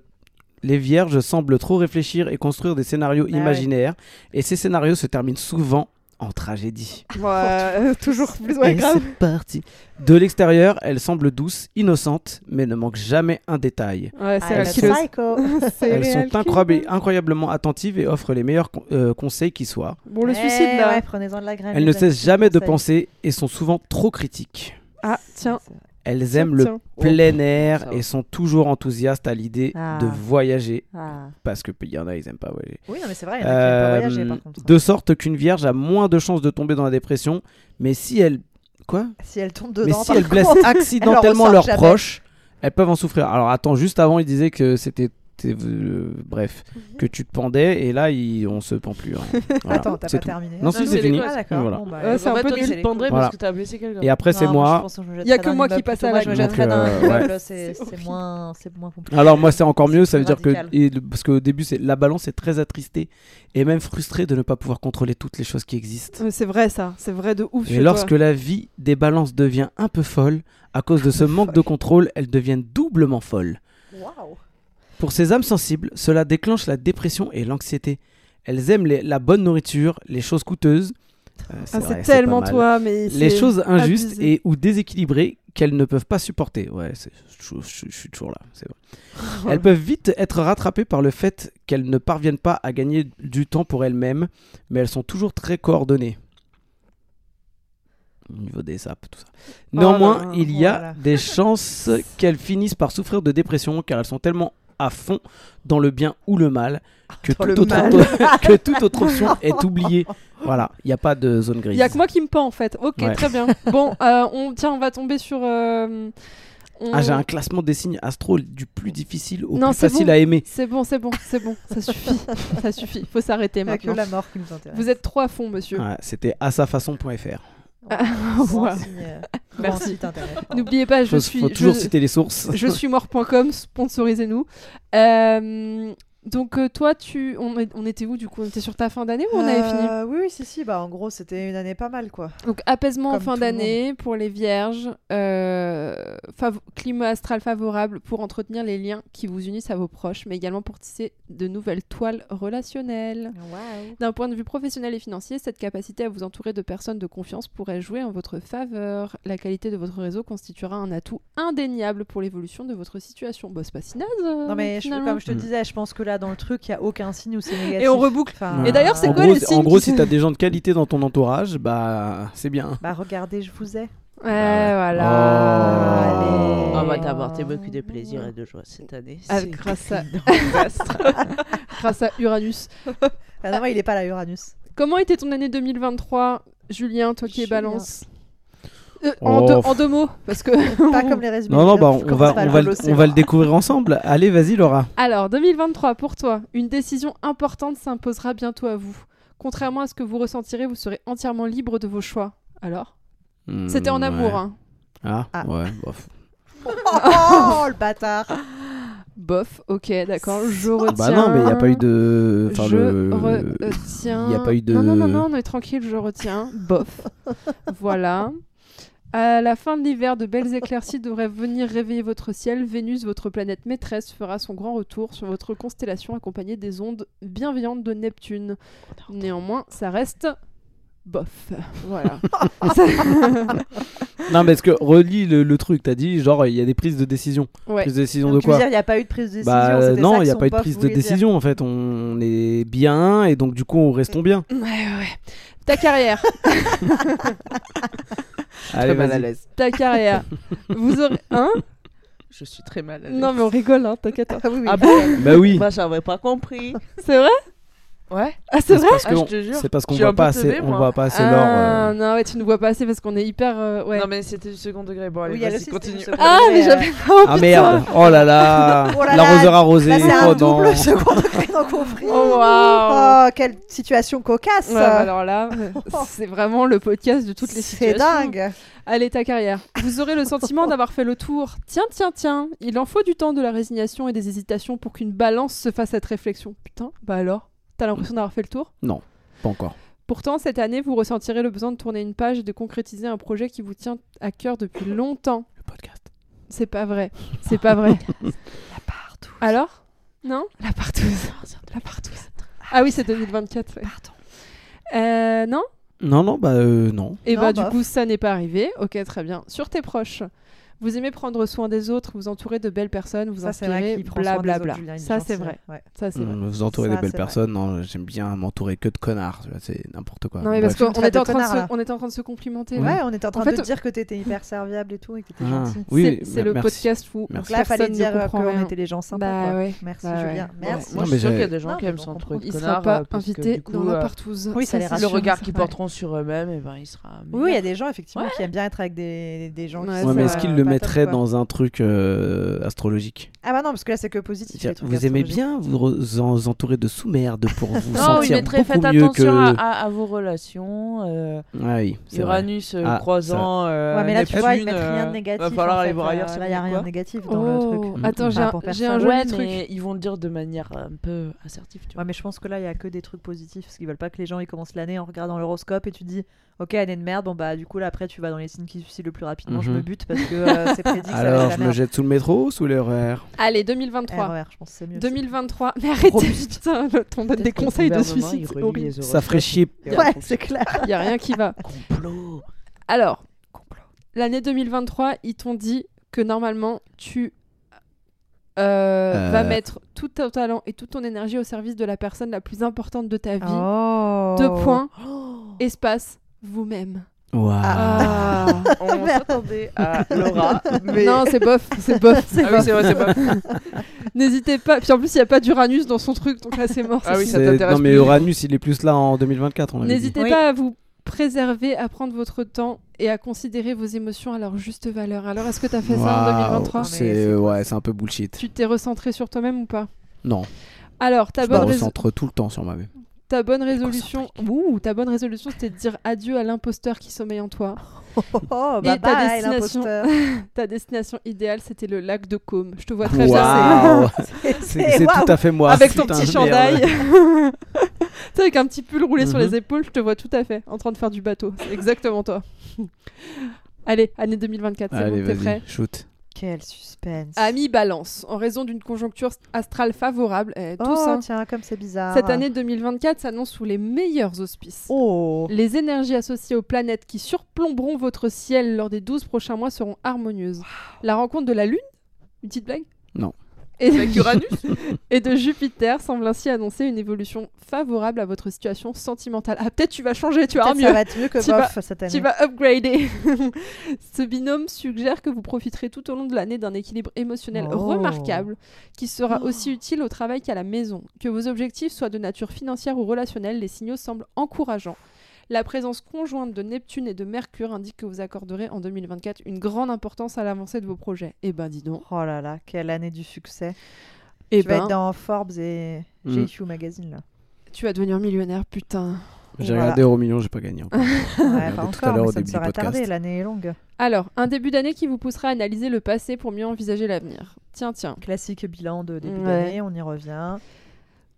Speaker 2: les vierges semblent trop réfléchir et construire des scénarios
Speaker 4: Ah
Speaker 2: imaginaires et ces scénarios se terminent souvent en tragédie.
Speaker 1: Ouais,
Speaker 4: (laughs)
Speaker 1: toujours plus
Speaker 2: Et c'est parti. De l'extérieur, elles semblent douces, innocentes, mais ne manquent jamais un détail.
Speaker 1: Ouais,
Speaker 4: Ah,
Speaker 1: c'est
Speaker 4: elle
Speaker 1: la
Speaker 4: est
Speaker 2: killeuse.
Speaker 4: psycho.
Speaker 1: C'est
Speaker 2: Elles
Speaker 1: réel
Speaker 2: sont
Speaker 1: killer.
Speaker 2: incroyable- incroyablement attentives et offrent les meilleurs con- euh, conseils qui soient.
Speaker 1: Bon, le
Speaker 4: Eh
Speaker 1: suicide là.
Speaker 4: Ouais, prenez-en de la graine.
Speaker 2: Elles ne
Speaker 4: les amis,
Speaker 2: cessent
Speaker 4: c'est
Speaker 2: jamais de
Speaker 4: conseil.
Speaker 2: penser et sont souvent trop critiques.
Speaker 1: Ah, tiens.
Speaker 2: Elles aiment le
Speaker 1: tiens.
Speaker 2: plein air
Speaker 5: Oh, ça
Speaker 2: et
Speaker 5: va.
Speaker 2: sont toujours enthousiastes à l'idée
Speaker 4: Ah.
Speaker 2: de voyager
Speaker 4: Ah.
Speaker 2: parce que il y en a ils aiment pas voyager.
Speaker 4: Oui, non, mais c'est vrai, il y en a qui aiment pas
Speaker 2: Euh,
Speaker 4: voyager par contre.
Speaker 2: de sorte qu'une vierge a moins de chances de tomber dans la dépression, mais si elle quoi
Speaker 4: Si elle tombe
Speaker 2: Mais
Speaker 4: dedans,
Speaker 2: si
Speaker 4: par
Speaker 2: elle blesse
Speaker 4: (laughs) contre,
Speaker 2: accidentellement
Speaker 4: ressort
Speaker 2: leurs
Speaker 4: jamais.
Speaker 2: proches, elles peuvent en souffrir. Alors attends, juste avant il disait que c'était t'es- euh, bref, que tu te pendais et là il- on se pend
Speaker 4: (laughs)
Speaker 2: plus. hein. Voilà,
Speaker 4: Mhm. Attends, t'as
Speaker 2: c'est
Speaker 4: pas
Speaker 2: tout.
Speaker 4: terminé.
Speaker 2: Non, si,
Speaker 5: c'est
Speaker 4: les
Speaker 5: fini.
Speaker 4: Ah, d'accord.
Speaker 2: Voilà.
Speaker 4: Bon, bah,
Speaker 1: Ouais, Euh, c'est
Speaker 5: En
Speaker 1: un
Speaker 5: fait,
Speaker 1: peu
Speaker 5: toi, tu
Speaker 1: nul.
Speaker 5: te pendrais
Speaker 2: Voilà.
Speaker 5: parce que t'as blessé quelqu'un.
Speaker 2: Et après c'est
Speaker 4: hein. Non,
Speaker 2: moi.
Speaker 4: je pense que je me
Speaker 1: Y a
Speaker 4: jetterai
Speaker 1: que
Speaker 4: d'un
Speaker 1: moi qui
Speaker 4: immeuble
Speaker 1: passe
Speaker 4: plutôt.
Speaker 1: à
Speaker 4: Moi,
Speaker 1: la
Speaker 4: je me
Speaker 2: grille.
Speaker 4: jetterai
Speaker 2: Donc,
Speaker 4: d'un
Speaker 2: euh,
Speaker 4: immeuble,
Speaker 1: ouais.
Speaker 4: c'est
Speaker 1: C'est
Speaker 4: c'est
Speaker 1: horrible.
Speaker 4: moins, c'est moins compliqué.
Speaker 2: Alors moi c'est encore mieux, ça veut
Speaker 4: C'est
Speaker 2: dire que
Speaker 4: radical.
Speaker 2: et- parce qu'au début c'est la balance est très attristée et même frustrée de ne pas pouvoir contrôler toutes les choses qui existent.
Speaker 1: Ouais, C'est vrai ça, c'est vrai de ouf.
Speaker 2: Et
Speaker 1: chez
Speaker 2: lorsque
Speaker 1: toi.
Speaker 2: la vie des balances devient un peu folle, à
Speaker 1: (laughs)
Speaker 2: cause de ce manque de contrôle, elles deviennent doublement folles.
Speaker 4: Waouh.
Speaker 2: Pour ces âmes sensibles, cela déclenche la dépression et l'anxiété. Elles aiment les- la bonne nourriture, les choses coûteuses. Euh,
Speaker 1: Ah,
Speaker 2: vrai,
Speaker 1: c'est
Speaker 2: pas
Speaker 1: tellement
Speaker 2: mal.
Speaker 1: toi, mais
Speaker 2: Les
Speaker 1: c'est-
Speaker 2: choses injustes
Speaker 1: abusé.
Speaker 2: et ou déséquilibrées qu'elles ne peuvent pas supporter. Ouais, c'est- je, je- je suis toujours là. c'est
Speaker 1: (laughs)
Speaker 2: bon. Elles peuvent vite être rattrapées par le fait qu'elles ne parviennent pas à gagner du temps pour elles-mêmes, mais elles sont toujours très coordonnées. Au niveau des sapes, tout ça.
Speaker 1: là
Speaker 2: Néanmoins,
Speaker 1: Oh là,
Speaker 2: il y a
Speaker 4: voilà.
Speaker 1: (laughs)
Speaker 2: des chances qu'elles finissent par souffrir de dépression car elles sont tellement à fond dans le bien ou le mal que,
Speaker 4: Dans le
Speaker 2: toute, autre,
Speaker 4: mal.
Speaker 1: (laughs)
Speaker 4: (laughs)
Speaker 2: que toute autre option est oubliée. Voilà, il n'y a pas de zone
Speaker 1: Il
Speaker 2: grise.
Speaker 1: y a que moi qui me pend en fait. Ok,
Speaker 2: Ouais.
Speaker 1: très
Speaker 2: (laughs)
Speaker 1: bien. Bon, euh, on... tiens, on va tomber sur. euh, on-
Speaker 2: Ah, j'ai un classement des signes astro du plus difficile au
Speaker 1: Mm. Non,
Speaker 2: plus
Speaker 1: c'est
Speaker 2: facile
Speaker 1: bon.
Speaker 2: à aimer.
Speaker 1: C'est bon, c'est bon, c'est bon, ça
Speaker 2: (laughs)
Speaker 1: suffit. ça suffit, faut s'arrêter
Speaker 4: Il y a que
Speaker 1: maintenant.
Speaker 4: la mort qui nous intéresse.
Speaker 1: Vous êtes trop à fond, monsieur.
Speaker 2: Ouais, C'était à sa façon.fr.
Speaker 1: Voilà.
Speaker 4: euh,
Speaker 1: Merci.
Speaker 4: Merci.
Speaker 1: N'oubliez pas, je
Speaker 2: Ah. Faut,
Speaker 1: suis.
Speaker 2: faut
Speaker 1: je-
Speaker 2: toujours citer les sources.
Speaker 1: je suis mort.com, sponsorisez-nous. Euh, donc euh, toi, tu, on, est- on était où du coup On était sur ta fin d'année ou on avait fini
Speaker 4: Oui, oui, si, si. Bah, en gros, c'était une année pas mal, quoi.
Speaker 1: Donc apaisement en
Speaker 4: comme
Speaker 1: fin
Speaker 4: tout le monde.
Speaker 1: d'année pour les vierges, euh, fav- climat astral favorable pour entretenir les liens qui vous unissent à vos proches, mais également pour tisser de nouvelles toiles relationnelles.
Speaker 4: Waouh.
Speaker 1: D'un point de vue professionnel et financier, cette capacité à vous entourer de personnes de confiance pourrait jouer en votre faveur. La qualité de votre réseau constituera un atout indéniable pour l'évolution de votre situation. Bah, c'est pas si naze. euh,
Speaker 4: Non, mais je-
Speaker 1: finalement.
Speaker 4: comme je te
Speaker 2: Mm.
Speaker 4: disais, je pense que là, dans le truc, il n'y a aucun signe où c'est négatif.
Speaker 1: Et on reboucle.
Speaker 4: Enfin,
Speaker 1: Et d'ailleurs, c'est
Speaker 2: en
Speaker 1: quoi
Speaker 2: gros,
Speaker 1: les
Speaker 2: si-
Speaker 1: signes
Speaker 2: En gros,
Speaker 1: qui-
Speaker 2: si t'as des gens de qualité dans ton entourage, bah c'est bien.
Speaker 4: Bah, regardez, je vous ai.
Speaker 1: Ouais,
Speaker 2: Ah.
Speaker 1: voilà.
Speaker 2: Oh.
Speaker 5: Ah,
Speaker 1: Allez.
Speaker 7: On va t'apporter beaucoup de plaisir et de joie cette année.
Speaker 1: Ah,
Speaker 7: C'est
Speaker 1: grâce
Speaker 5: (laughs)
Speaker 1: à- (laughs)
Speaker 7: évident.
Speaker 1: Grâce à Uranus. Ah.
Speaker 4: Enfin, non, ouais, il est pas là,
Speaker 1: (laughs)
Speaker 4: Uranus.
Speaker 1: Comment était ton année 2023, Julien, toi qui es
Speaker 4: Julien.
Speaker 1: balance Euh, en,
Speaker 2: Oh,
Speaker 1: deux,
Speaker 2: pff.
Speaker 1: en deux mots, parce que.
Speaker 4: Pas comme les résumés.
Speaker 2: Non, non,
Speaker 4: je
Speaker 2: bah, on,
Speaker 4: commence
Speaker 2: va,
Speaker 4: pas à
Speaker 2: on, va, le-
Speaker 4: bosser,
Speaker 2: on va le découvrir ensemble. Allez, vas-y, Laura.
Speaker 1: Alors, 2023 pour toi, une décision importante s'imposera bientôt à vous. Contrairement à ce que vous ressentirez, vous serez entièrement libre de vos choix. Alors C'était en
Speaker 2: Hmm,
Speaker 1: amour,
Speaker 2: ouais.
Speaker 1: hein.
Speaker 2: Ah,
Speaker 4: Ah.
Speaker 2: ouais. bof.
Speaker 4: (laughs) Oh, le bâtard
Speaker 1: Bof, ok, d'accord, je retiens.
Speaker 2: Bah non, mais il n'y a pas eu de. Enfin,
Speaker 1: je euh.
Speaker 2: le-
Speaker 1: retiens.
Speaker 2: il y a pas eu de-
Speaker 1: Non, non, non, non, on est tranquille, je retiens. Bof.
Speaker 2: (laughs)
Speaker 1: voilà. À la fin de l'hiver, de belles éclaircies devraient venir réveiller votre ciel. Vénus, votre planète maîtresse, fera son grand retour sur votre constellation accompagnée des ondes bienveillantes de Neptune. Néanmoins, ça reste bof.
Speaker 2: (laughs)
Speaker 1: Voilà.
Speaker 2: Non, mais est-ce que relis le, le truc T'as dit, genre, il y a des prises de décision.
Speaker 1: Ouais.
Speaker 2: Prises de décision
Speaker 4: Donc,
Speaker 2: de
Speaker 4: Tu veux
Speaker 2: quoi
Speaker 4: dire, il n'y a pas eu de prise de décision
Speaker 2: Bah
Speaker 4: c'était ça
Speaker 2: non,
Speaker 4: que
Speaker 2: il n'y a
Speaker 4: son
Speaker 2: pas eu de
Speaker 4: pof
Speaker 2: prise de
Speaker 4: voulait dire.
Speaker 2: décision en fait. On est bien et donc du coup on restons bien.
Speaker 1: Ouais, ouais, ouais. Ta carrière.
Speaker 2: Allez,
Speaker 5: mal à
Speaker 2: vas-y.
Speaker 5: l'aise.
Speaker 1: Ta carrière.
Speaker 2: (laughs)
Speaker 1: Vous aurez. Hein
Speaker 5: Je suis très mal à l'aise.
Speaker 1: Non, mais on rigole, hein, t'inquiète. hein.
Speaker 4: Ah oui, oui.
Speaker 5: Ah bon
Speaker 2: Bah oui.
Speaker 7: Moi, j'avais pas compris.
Speaker 1: C'est vrai
Speaker 5: Ouais.
Speaker 1: Ah, c'est vrai
Speaker 2: Parce
Speaker 5: Ah,
Speaker 2: que
Speaker 5: je
Speaker 2: on-
Speaker 5: te jure.
Speaker 2: c'est parce qu'on
Speaker 5: Je suis un
Speaker 2: voit pas
Speaker 5: peu teubée,
Speaker 2: assez, on
Speaker 5: moi.
Speaker 2: voit pas assez l'or.
Speaker 1: Ah,
Speaker 2: euh.
Speaker 1: non, ouais, tu ne vois pas assez parce qu'on est hyper. euh, ouais.
Speaker 5: Non, mais c'était du second degré. Bon, allez,
Speaker 4: Oui, elle
Speaker 5: vas-y,
Speaker 4: aussi, c'était
Speaker 5: continue.
Speaker 4: du second
Speaker 1: Ah, mais
Speaker 4: degré, euh,
Speaker 1: j'avais pas.
Speaker 2: Ah merde. Oh là là.
Speaker 4: Oh là là.
Speaker 2: L'arroseur arrosé.
Speaker 4: Là, c'est
Speaker 2: Oh
Speaker 4: un
Speaker 2: non.
Speaker 4: double second degré non compris.
Speaker 1: (laughs) Oh waouh
Speaker 4: Oh, quelle situation cocasse
Speaker 1: Ouais, bah alors (laughs) là, c'est vraiment le podcast de toutes les
Speaker 4: C'est
Speaker 1: situations.
Speaker 4: dingue
Speaker 1: Allez, ta carrière. Vous aurez le (laughs) sentiment d'avoir fait le tour. Tiens, tiens, tiens. Il en faut du temps, de la résignation et des hésitations pour qu'une balance se fasse cette réflexion. Putain, bah alors T'as l'impression d'avoir fait le tour
Speaker 2: Pas encore.
Speaker 1: Pourtant, cette année, vous ressentirez le besoin de tourner une page et de concrétiser un projet qui vous tient à cœur depuis longtemps.
Speaker 2: Le podcast.
Speaker 1: C'est pas vrai. C'est pas vrai. Alors Non La partouze. La partouze. Ah oui, c'est 2024. Pardon. Euh, non
Speaker 2: Non non bah euh, non.
Speaker 1: Et
Speaker 4: Non,
Speaker 1: bah,
Speaker 4: bof.
Speaker 1: du coup, ça n'est pas arrivé. Ok, très bien. Sur tes proches, vous aimez prendre soin des autres, vous entourer de belles personnes, vous
Speaker 4: Ça, c'est vrai
Speaker 1: inspirez,
Speaker 4: qu'il prend soin des autres,
Speaker 1: blablabla.
Speaker 4: Julien, il est
Speaker 1: Ça, c'est
Speaker 4: gentil,
Speaker 1: vrai.
Speaker 4: ouais.
Speaker 1: Ça,
Speaker 5: Hmm,
Speaker 1: c'est vrai.
Speaker 2: Mm, Vous entourez
Speaker 4: Ça,
Speaker 2: des belles
Speaker 4: c'est
Speaker 2: personnes. Non, j'aime bien m'entourer que de connards. tu vois, C'est n'importe
Speaker 5: bah,
Speaker 2: quoi.
Speaker 1: Non, mais parce
Speaker 2: Bref.
Speaker 4: Tu me
Speaker 1: qu'on
Speaker 4: traites
Speaker 1: était,
Speaker 4: de
Speaker 1: en train de
Speaker 4: connard,
Speaker 1: se-
Speaker 4: là.
Speaker 1: on était en train de se complimenter.
Speaker 4: Ouais, on était en train
Speaker 1: fait,
Speaker 4: de
Speaker 1: on-
Speaker 4: dire que t'étais hyper serviable et tout et que t'étais
Speaker 2: Ah,
Speaker 4: gentil.
Speaker 2: oui,
Speaker 1: C'est-
Speaker 2: mais-
Speaker 5: bah,
Speaker 1: c'est le
Speaker 2: merci.
Speaker 1: podcast où
Speaker 2: Merci.
Speaker 4: Là,
Speaker 1: personne
Speaker 4: fallait
Speaker 1: ne
Speaker 4: dire euh,
Speaker 1: comprend
Speaker 4: qu'on
Speaker 1: rien.
Speaker 4: était les gens sympas.
Speaker 1: Bah
Speaker 4: quoi.
Speaker 1: ouais.
Speaker 4: Merci
Speaker 1: Bah ouais.
Speaker 4: Julien,
Speaker 1: Bon,
Speaker 4: merci.
Speaker 2: Non, mais
Speaker 5: Moi, je suis sûre
Speaker 2: j'ai-
Speaker 5: qu'il y a des gens
Speaker 4: Non,
Speaker 5: qui
Speaker 4: mais
Speaker 5: aiment
Speaker 4: bon,
Speaker 5: s'en
Speaker 4: on
Speaker 5: trop de
Speaker 1: Il
Speaker 5: connards.
Speaker 1: sera pas
Speaker 5: euh, parce que,
Speaker 1: invité
Speaker 5: du coup,
Speaker 1: dans la
Speaker 5: euh,
Speaker 1: partouze.
Speaker 4: oui, ça
Speaker 1: Ça,
Speaker 4: les
Speaker 1: c'est
Speaker 4: rassure,
Speaker 5: Le regard
Speaker 4: ça,
Speaker 5: qu'ils
Speaker 4: ouais.
Speaker 5: porteront sur eux-mêmes, et ben, il sera.
Speaker 4: Oui, il y a des gens, effectivement,
Speaker 5: Ouais.
Speaker 4: qui aiment bien être avec des, des gens qui
Speaker 1: Ouais,
Speaker 4: sont,
Speaker 2: Ouais, mais est-ce
Speaker 4: euh,
Speaker 2: qu'il le
Speaker 4: pas
Speaker 2: mettrait
Speaker 4: top, quoi.
Speaker 2: dans un truc euh, astrologique
Speaker 4: Ah bah non, parce que là, c'est que positif. les trucs
Speaker 2: Vous aimez
Speaker 4: astrologiques.
Speaker 2: bien vous re- en- entourer de sous-merdes pour
Speaker 1: (laughs)
Speaker 2: vous
Speaker 5: Non, il
Speaker 2: sentir
Speaker 5: mettrait
Speaker 2: beaucoup
Speaker 5: faites
Speaker 2: mieux que.
Speaker 5: attention à, à- à vos relations. euh,
Speaker 2: Ah oui, c'est vrai.
Speaker 5: Uranus euh,
Speaker 2: Ah,
Speaker 5: croisant. euh,
Speaker 4: Ouais, mais là, tu vois, ils
Speaker 5: Neptune,
Speaker 4: mettent rien de
Speaker 5: euh,
Speaker 4: négatif.
Speaker 5: Va falloir
Speaker 4: en
Speaker 5: aller
Speaker 4: fait,
Speaker 5: voir ailleurs.
Speaker 4: euh,
Speaker 5: c'est
Speaker 4: Là, il n'y a
Speaker 5: quoi.
Speaker 4: rien de négatif dans le truc.
Speaker 5: Mm.
Speaker 4: Bah,
Speaker 1: Oh, Attends, j'ai
Speaker 4: Par
Speaker 1: un,
Speaker 4: rapport
Speaker 1: j'ai un
Speaker 4: perso.
Speaker 1: joli
Speaker 5: Ouais,
Speaker 1: truc.
Speaker 5: mais ils vont le dire de manière un peu assertive, tu vois.
Speaker 4: Ouais, mais je pense que là, il n'y a que des trucs positifs parce qu'ils veulent pas que les gens ils commencent l'année en regardant l'horoscope et tu te dis, ok, année de merde, bon bah du coup là après tu vas dans les signes qui se suicident le plus rapidement, je
Speaker 2: Mhm.
Speaker 4: me bute parce que euh,
Speaker 2: (laughs)
Speaker 4: c'est prédit que ça va
Speaker 2: Alors,
Speaker 4: être
Speaker 2: je
Speaker 4: la
Speaker 2: me
Speaker 4: merde.
Speaker 2: jette sous le métro ou sous les RER
Speaker 1: Allez, 2023.
Speaker 4: RER, je pense que c'est mieux.
Speaker 1: 2023. (laughs) Mais arrêtez, putain, le- on donne
Speaker 5: Peut-être
Speaker 1: des
Speaker 5: que le
Speaker 1: conseils de
Speaker 5: gouvernement,
Speaker 1: suicide.
Speaker 5: il
Speaker 1: c'est
Speaker 5: relie
Speaker 1: horrible.
Speaker 5: les
Speaker 2: Ça ferait chier.
Speaker 5: horoscopes.
Speaker 4: Ouais, c'est clair. (laughs)
Speaker 1: Il y a rien qui va.
Speaker 5: Complot.
Speaker 1: Alors, l'année 2023, ils t'ont dit que normalement, tu euh,
Speaker 2: Euh.
Speaker 1: vas mettre tout ton talent et toute ton énergie au service de la personne la plus importante de ta vie.
Speaker 4: Oh.
Speaker 5: Oh.
Speaker 1: Deux points.
Speaker 4: (laughs)
Speaker 1: Espace, vous-même.
Speaker 2: Waouh.
Speaker 1: Ah.
Speaker 5: On
Speaker 4: Oh,
Speaker 5: s'attendait à Laura, mais.
Speaker 1: (laughs) Non, c'est bof, c'est bof.
Speaker 5: ah oui, c'est vrai, c'est pas.
Speaker 1: (laughs) N'hésitez pas. Puis en plus, il n'y a pas d'Uranus dans son truc, donc là, c'est mort.
Speaker 5: Ah oui,
Speaker 1: c'est
Speaker 5: ça
Speaker 2: C'est-
Speaker 5: t'intéresse
Speaker 2: Non, mais
Speaker 5: plus.
Speaker 2: Uranus, il est plus là en 2024. on l'avait dit.
Speaker 1: N'hésitez pas à vous préserver, à prendre votre temps et à considérer vos émotions à leur juste valeur. Alors, est-ce que tu as fait ça en
Speaker 2: Waouh,
Speaker 1: 2023
Speaker 4: Mais c'est
Speaker 2: C'est ouais, c'est un peu bullshit.
Speaker 1: Tu t'es recentré sur toi-même ou pas
Speaker 2: Non,
Speaker 1: Alors, ta
Speaker 2: je me
Speaker 1: bonne, rés-
Speaker 2: recentre tout le temps
Speaker 1: (laughs)
Speaker 2: sur ma même.
Speaker 1: ta bonne résolution, Ouh, ta bonne résolution, c'était de dire adieu à l'imposteur qui sommeille en toi.
Speaker 4: Oh, (laughs) oh, bah
Speaker 1: Et ta
Speaker 4: bye,
Speaker 1: destination.
Speaker 4: (laughs) l'imposteur.
Speaker 1: Ta destination idéale, c'était le lac de Caume. Je te vois très bien. (laughs)
Speaker 2: Waouh. C'est
Speaker 4: C'est
Speaker 2: c'est
Speaker 4: waouh.
Speaker 2: tout à fait moi.
Speaker 1: avec ton
Speaker 2: Putain,
Speaker 1: petit
Speaker 2: merde.
Speaker 1: chandail. tu sais, avec un petit pull roulé sur
Speaker 2: Mhm.
Speaker 1: les épaules, je te vois tout à fait en train de faire du bateau. C'est exactement toi. (laughs) Allez, année 2024, (laughs) c'est
Speaker 2: Allez,
Speaker 1: bon, t'es prêt
Speaker 2: vas-y, shoot.
Speaker 4: Quel suspense.
Speaker 1: Ami Balance, en raison d'une conjoncture astrale favorable, eh,
Speaker 4: Oh,
Speaker 1: tous, hein.
Speaker 4: tiens, comme c'est bizarre.
Speaker 1: cette année 2024 s'annonce sous les meilleurs auspices.
Speaker 4: Oh.
Speaker 1: Les énergies associées aux planètes qui surplomberont votre ciel lors des 12 prochains mois seront harmonieuses. La rencontre de la Lune Une petite blague
Speaker 2: Non.
Speaker 1: et de, (laughs)
Speaker 5: Avec Uranus
Speaker 1: et de Jupiter semble ainsi annoncer une évolution favorable à votre situation sentimentale. Ah, peut-être tu vas changer, tu vas avoir
Speaker 4: Peut-être
Speaker 1: mieux.
Speaker 4: ça va être mieux que
Speaker 1: Tu vas-
Speaker 4: bof cette année.
Speaker 1: Tu vas upgrader. (laughs) Ce binôme suggère que vous profiterez tout au long de l'année d'un équilibre émotionnel
Speaker 8: Oh.
Speaker 1: remarquable qui sera
Speaker 4: Oh.
Speaker 1: aussi utile au travail qu'à la maison. Que vos objectifs soient de nature financière ou relationnelle, les signaux semblent encourageants. La présence conjointe de Neptune et de Mercure indique que vous accorderez en 2024 une grande importance à l'avancée de vos projets. Eh ben dis donc.
Speaker 4: Oh là là, quelle année du succès.
Speaker 1: Eh
Speaker 4: tu
Speaker 1: ben,
Speaker 4: vas être dans Forbes et
Speaker 2: Mm.
Speaker 4: GQ Magazine là.
Speaker 1: tu vas devenir millionnaire, putain.
Speaker 2: J'ai
Speaker 4: Voilà.
Speaker 2: regardé Euro Million, j'ai
Speaker 1: (laughs)
Speaker 2: pas gagné. encore.
Speaker 4: Ouais,
Speaker 2: de
Speaker 4: pas
Speaker 2: tout à
Speaker 4: encore,
Speaker 2: l'heure au
Speaker 4: mais ça
Speaker 2: début
Speaker 4: ne
Speaker 2: du
Speaker 4: sera
Speaker 2: podcast.
Speaker 4: tardé, l'année est longue.
Speaker 1: Alors, un début d'année qui vous poussera à analyser le passé pour mieux envisager l'avenir. Tiens, tiens.
Speaker 4: Classique bilan de début
Speaker 1: Ouais.
Speaker 4: d'année, on y revient.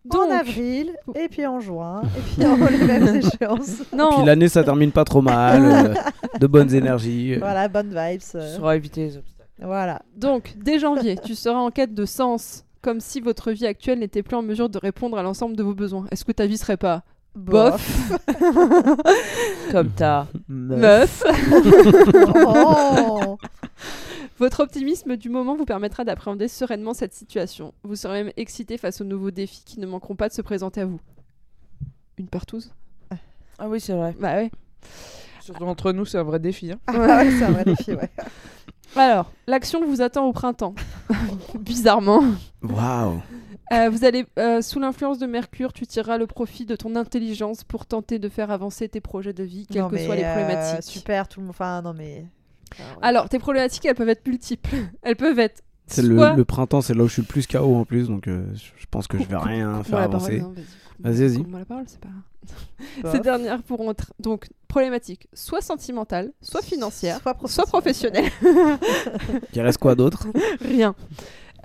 Speaker 1: Donc,
Speaker 4: en avril, et puis en juin, et puis en les
Speaker 1: (laughs)
Speaker 4: mêmes échéances.
Speaker 1: non,
Speaker 2: Puis l'année, ça termine pas
Speaker 1: (laughs)
Speaker 2: trop mal. euh, de bonnes énergies. euh.
Speaker 4: Voilà, bonne vibes.
Speaker 5: Tu
Speaker 4: euh,
Speaker 5: sauras éviter les obstacles.
Speaker 4: Voilà.
Speaker 1: Donc, dès janvier, tu seras en quête de sens, comme si votre vie actuelle n'était plus en mesure de répondre à l'ensemble de vos besoins. Est-ce que ta vie serait pas bof,
Speaker 5: Comme ta
Speaker 1: meuf
Speaker 4: (laughs) Oh
Speaker 1: (laughs) Votre optimisme du moment vous permettra d'appréhender sereinement cette situation. Vous serez même excité face aux nouveaux défis qui ne manqueront pas de se présenter à vous. Une partouze
Speaker 5: Ah oui, c'est vrai.
Speaker 1: Bah ouais.
Speaker 5: Surtout entre nous, c'est un vrai défi. hein.
Speaker 4: Ah ouais, c'est un vrai défi, ouais.
Speaker 1: Alors, l'action vous attend au printemps. (laughs) Bizarrement.
Speaker 2: Waouh.
Speaker 1: Euh, vous allez, euh, sous l'influence de Mercure, tu tireras le profit de ton intelligence pour tenter de faire avancer tes projets de vie, quelles
Speaker 4: Non,
Speaker 1: que
Speaker 4: mais,
Speaker 1: soient les
Speaker 4: euh,
Speaker 1: problématiques.
Speaker 4: super, tout le monde. Enfin, non, mais.
Speaker 1: Alors, tes problématiques, elles peuvent être multiples. (laughs) Elles peuvent être.
Speaker 2: C'est le,
Speaker 1: soit-
Speaker 2: le printemps, c'est là où je suis le plus KO en plus, donc euh, je je pense que je vais rien faire
Speaker 1: Coupe-moi la parole,
Speaker 2: avancer.
Speaker 1: non,
Speaker 2: Vas-y, vas-y.
Speaker 1: Coupe-moi la parole, c'est pas grave.
Speaker 4: Bof.
Speaker 1: Ces dernières pourront être donc problématiques, soit sentimentales, soit financières,
Speaker 4: Soit
Speaker 1: soit professionnelles. (laughs)
Speaker 2: Il reste quoi d'autre
Speaker 1: Rien.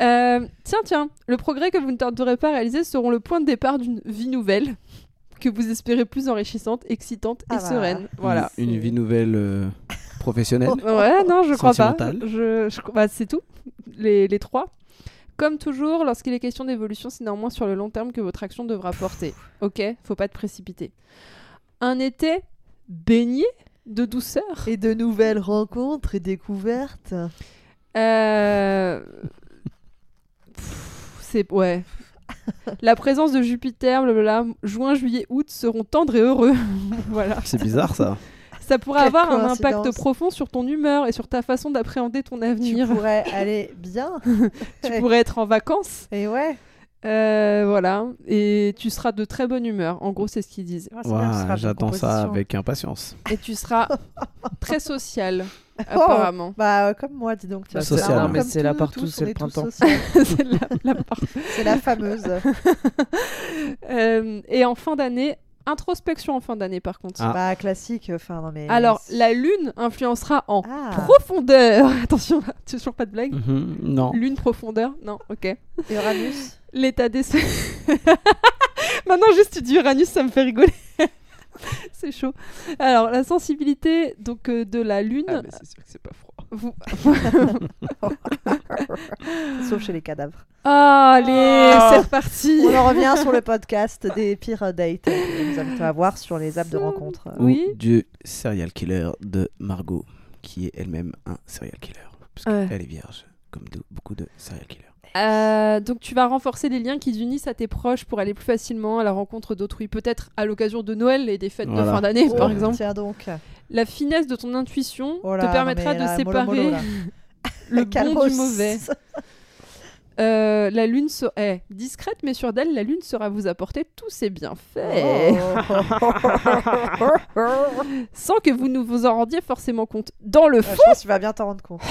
Speaker 1: Euh, tiens, tiens, le progrès que vous ne tarderez pas à réaliser seront le point de départ d'une vie nouvelle que vous espérez plus enrichissante, excitante
Speaker 4: Ah
Speaker 1: et
Speaker 4: bah.
Speaker 1: sereine. Voilà.
Speaker 2: Une, une vie nouvelle euh, professionnelle.
Speaker 1: Ouais, non, je crois pas.
Speaker 2: Sentimentale.
Speaker 1: Je, je- bah, c'est tout, les, les trois. Comme toujours, lorsqu'il est question d'évolution, c'est néanmoins sur le long terme que votre action devra porter. Ok, faut pas te précipiter. Un été baigné de douceur.
Speaker 4: Et de nouvelles rencontres et découvertes.
Speaker 1: Euh, pff, C'est ouais. La présence de Jupiter, blablabla, juin, juillet, août seront tendres et heureux. voilà.
Speaker 2: C'est bizarre (laughs) ça.
Speaker 1: Ça pourrait
Speaker 4: Quelle
Speaker 1: avoir un impact
Speaker 4: coïncidence.
Speaker 1: profond sur ton humeur et sur ta façon d'appréhender ton
Speaker 4: Tu
Speaker 1: avenir.
Speaker 4: pourrais aller bien.
Speaker 1: tu pourrais être en vacances.
Speaker 4: Et ouais.
Speaker 1: Euh, voilà, et tu seras de très bonne humeur. En gros, c'est ce qu'ils disent.
Speaker 4: Ah, c'est bien, ce sera
Speaker 2: Ouah,
Speaker 4: ton
Speaker 2: J'attends ça
Speaker 4: composition.
Speaker 2: avec impatience.
Speaker 1: Et tu (laughs) seras très social, apparemment.
Speaker 4: Bah, euh, comme moi, dis donc. Tu
Speaker 5: Bah,
Speaker 4: vois,
Speaker 2: c'est-
Speaker 4: marrant,
Speaker 2: non, mais
Speaker 4: comme
Speaker 5: c'est là
Speaker 4: tous,
Speaker 5: partout,
Speaker 4: tous,
Speaker 5: c'est
Speaker 4: on
Speaker 5: le
Speaker 4: est tous
Speaker 5: printemps.
Speaker 4: sociaux.
Speaker 1: (laughs) (laughs) C'est la- la part-
Speaker 4: c'est la fameuse.
Speaker 1: Euh, et en fin d'année, introspection en fin d'année, par contre.
Speaker 2: Ah.
Speaker 4: Bah, classique. Enfin, non, mais.
Speaker 1: Alors, la lune influencera en
Speaker 4: Ah,
Speaker 1: profondeur. (laughs) Attention, toujours pas de blague.
Speaker 2: Mhm, non.
Speaker 1: Lune profondeur, non, ok. (laughs)
Speaker 4: Uranus.
Speaker 1: L'état d'esprit. Maintenant, juste tu dis Uranus, ça me fait rigoler. (laughs) c'est chaud. Alors, la sensibilité donc euh, de la lune.
Speaker 5: Ah, mais c'est sûr que c'est pas froid.
Speaker 1: vous-
Speaker 4: Sauf chez
Speaker 1: (laughs)
Speaker 4: les cadavres.
Speaker 1: Allez,
Speaker 5: Ah.
Speaker 1: c'est reparti.
Speaker 4: On en revient sur le podcast des pires dates que nous invitons à voir sur les apps de rencontres.
Speaker 2: Ou
Speaker 1: Oui.
Speaker 2: du serial killer de Margot, qui est elle-même un serial killer. Parce
Speaker 1: Ouais.
Speaker 2: qu'elle est vierge, comme de- beaucoup de serial killers.
Speaker 1: Euh, donc tu vas renforcer les liens qui t'unissent à tes proches pour aller plus facilement à la rencontre d'autrui, peut-être à l'occasion de Noël et des fêtes de
Speaker 2: Voilà.
Speaker 1: fin d'année,
Speaker 2: Oh.
Speaker 1: par exemple.
Speaker 4: Tiens donc.
Speaker 1: (laughs) La finesse de ton intuition
Speaker 4: Oh là,
Speaker 1: te
Speaker 4: non,
Speaker 1: permettra
Speaker 4: mais
Speaker 1: de
Speaker 4: là,
Speaker 1: séparer
Speaker 4: mollo, mollo, là.
Speaker 1: le bon
Speaker 4: Calmos.
Speaker 1: du
Speaker 4: (laughs)
Speaker 1: mauvais. Euh, la lune se- est discrète mais sûre d'elle, la lune sera vous apporter tous ses
Speaker 4: Oh.
Speaker 1: bienfaits (laughs) sans que vous ne vous en rendiez forcément compte. Dans le
Speaker 4: Ouais,
Speaker 1: fond,
Speaker 4: je pense que tu vas bien t'en rendre compte.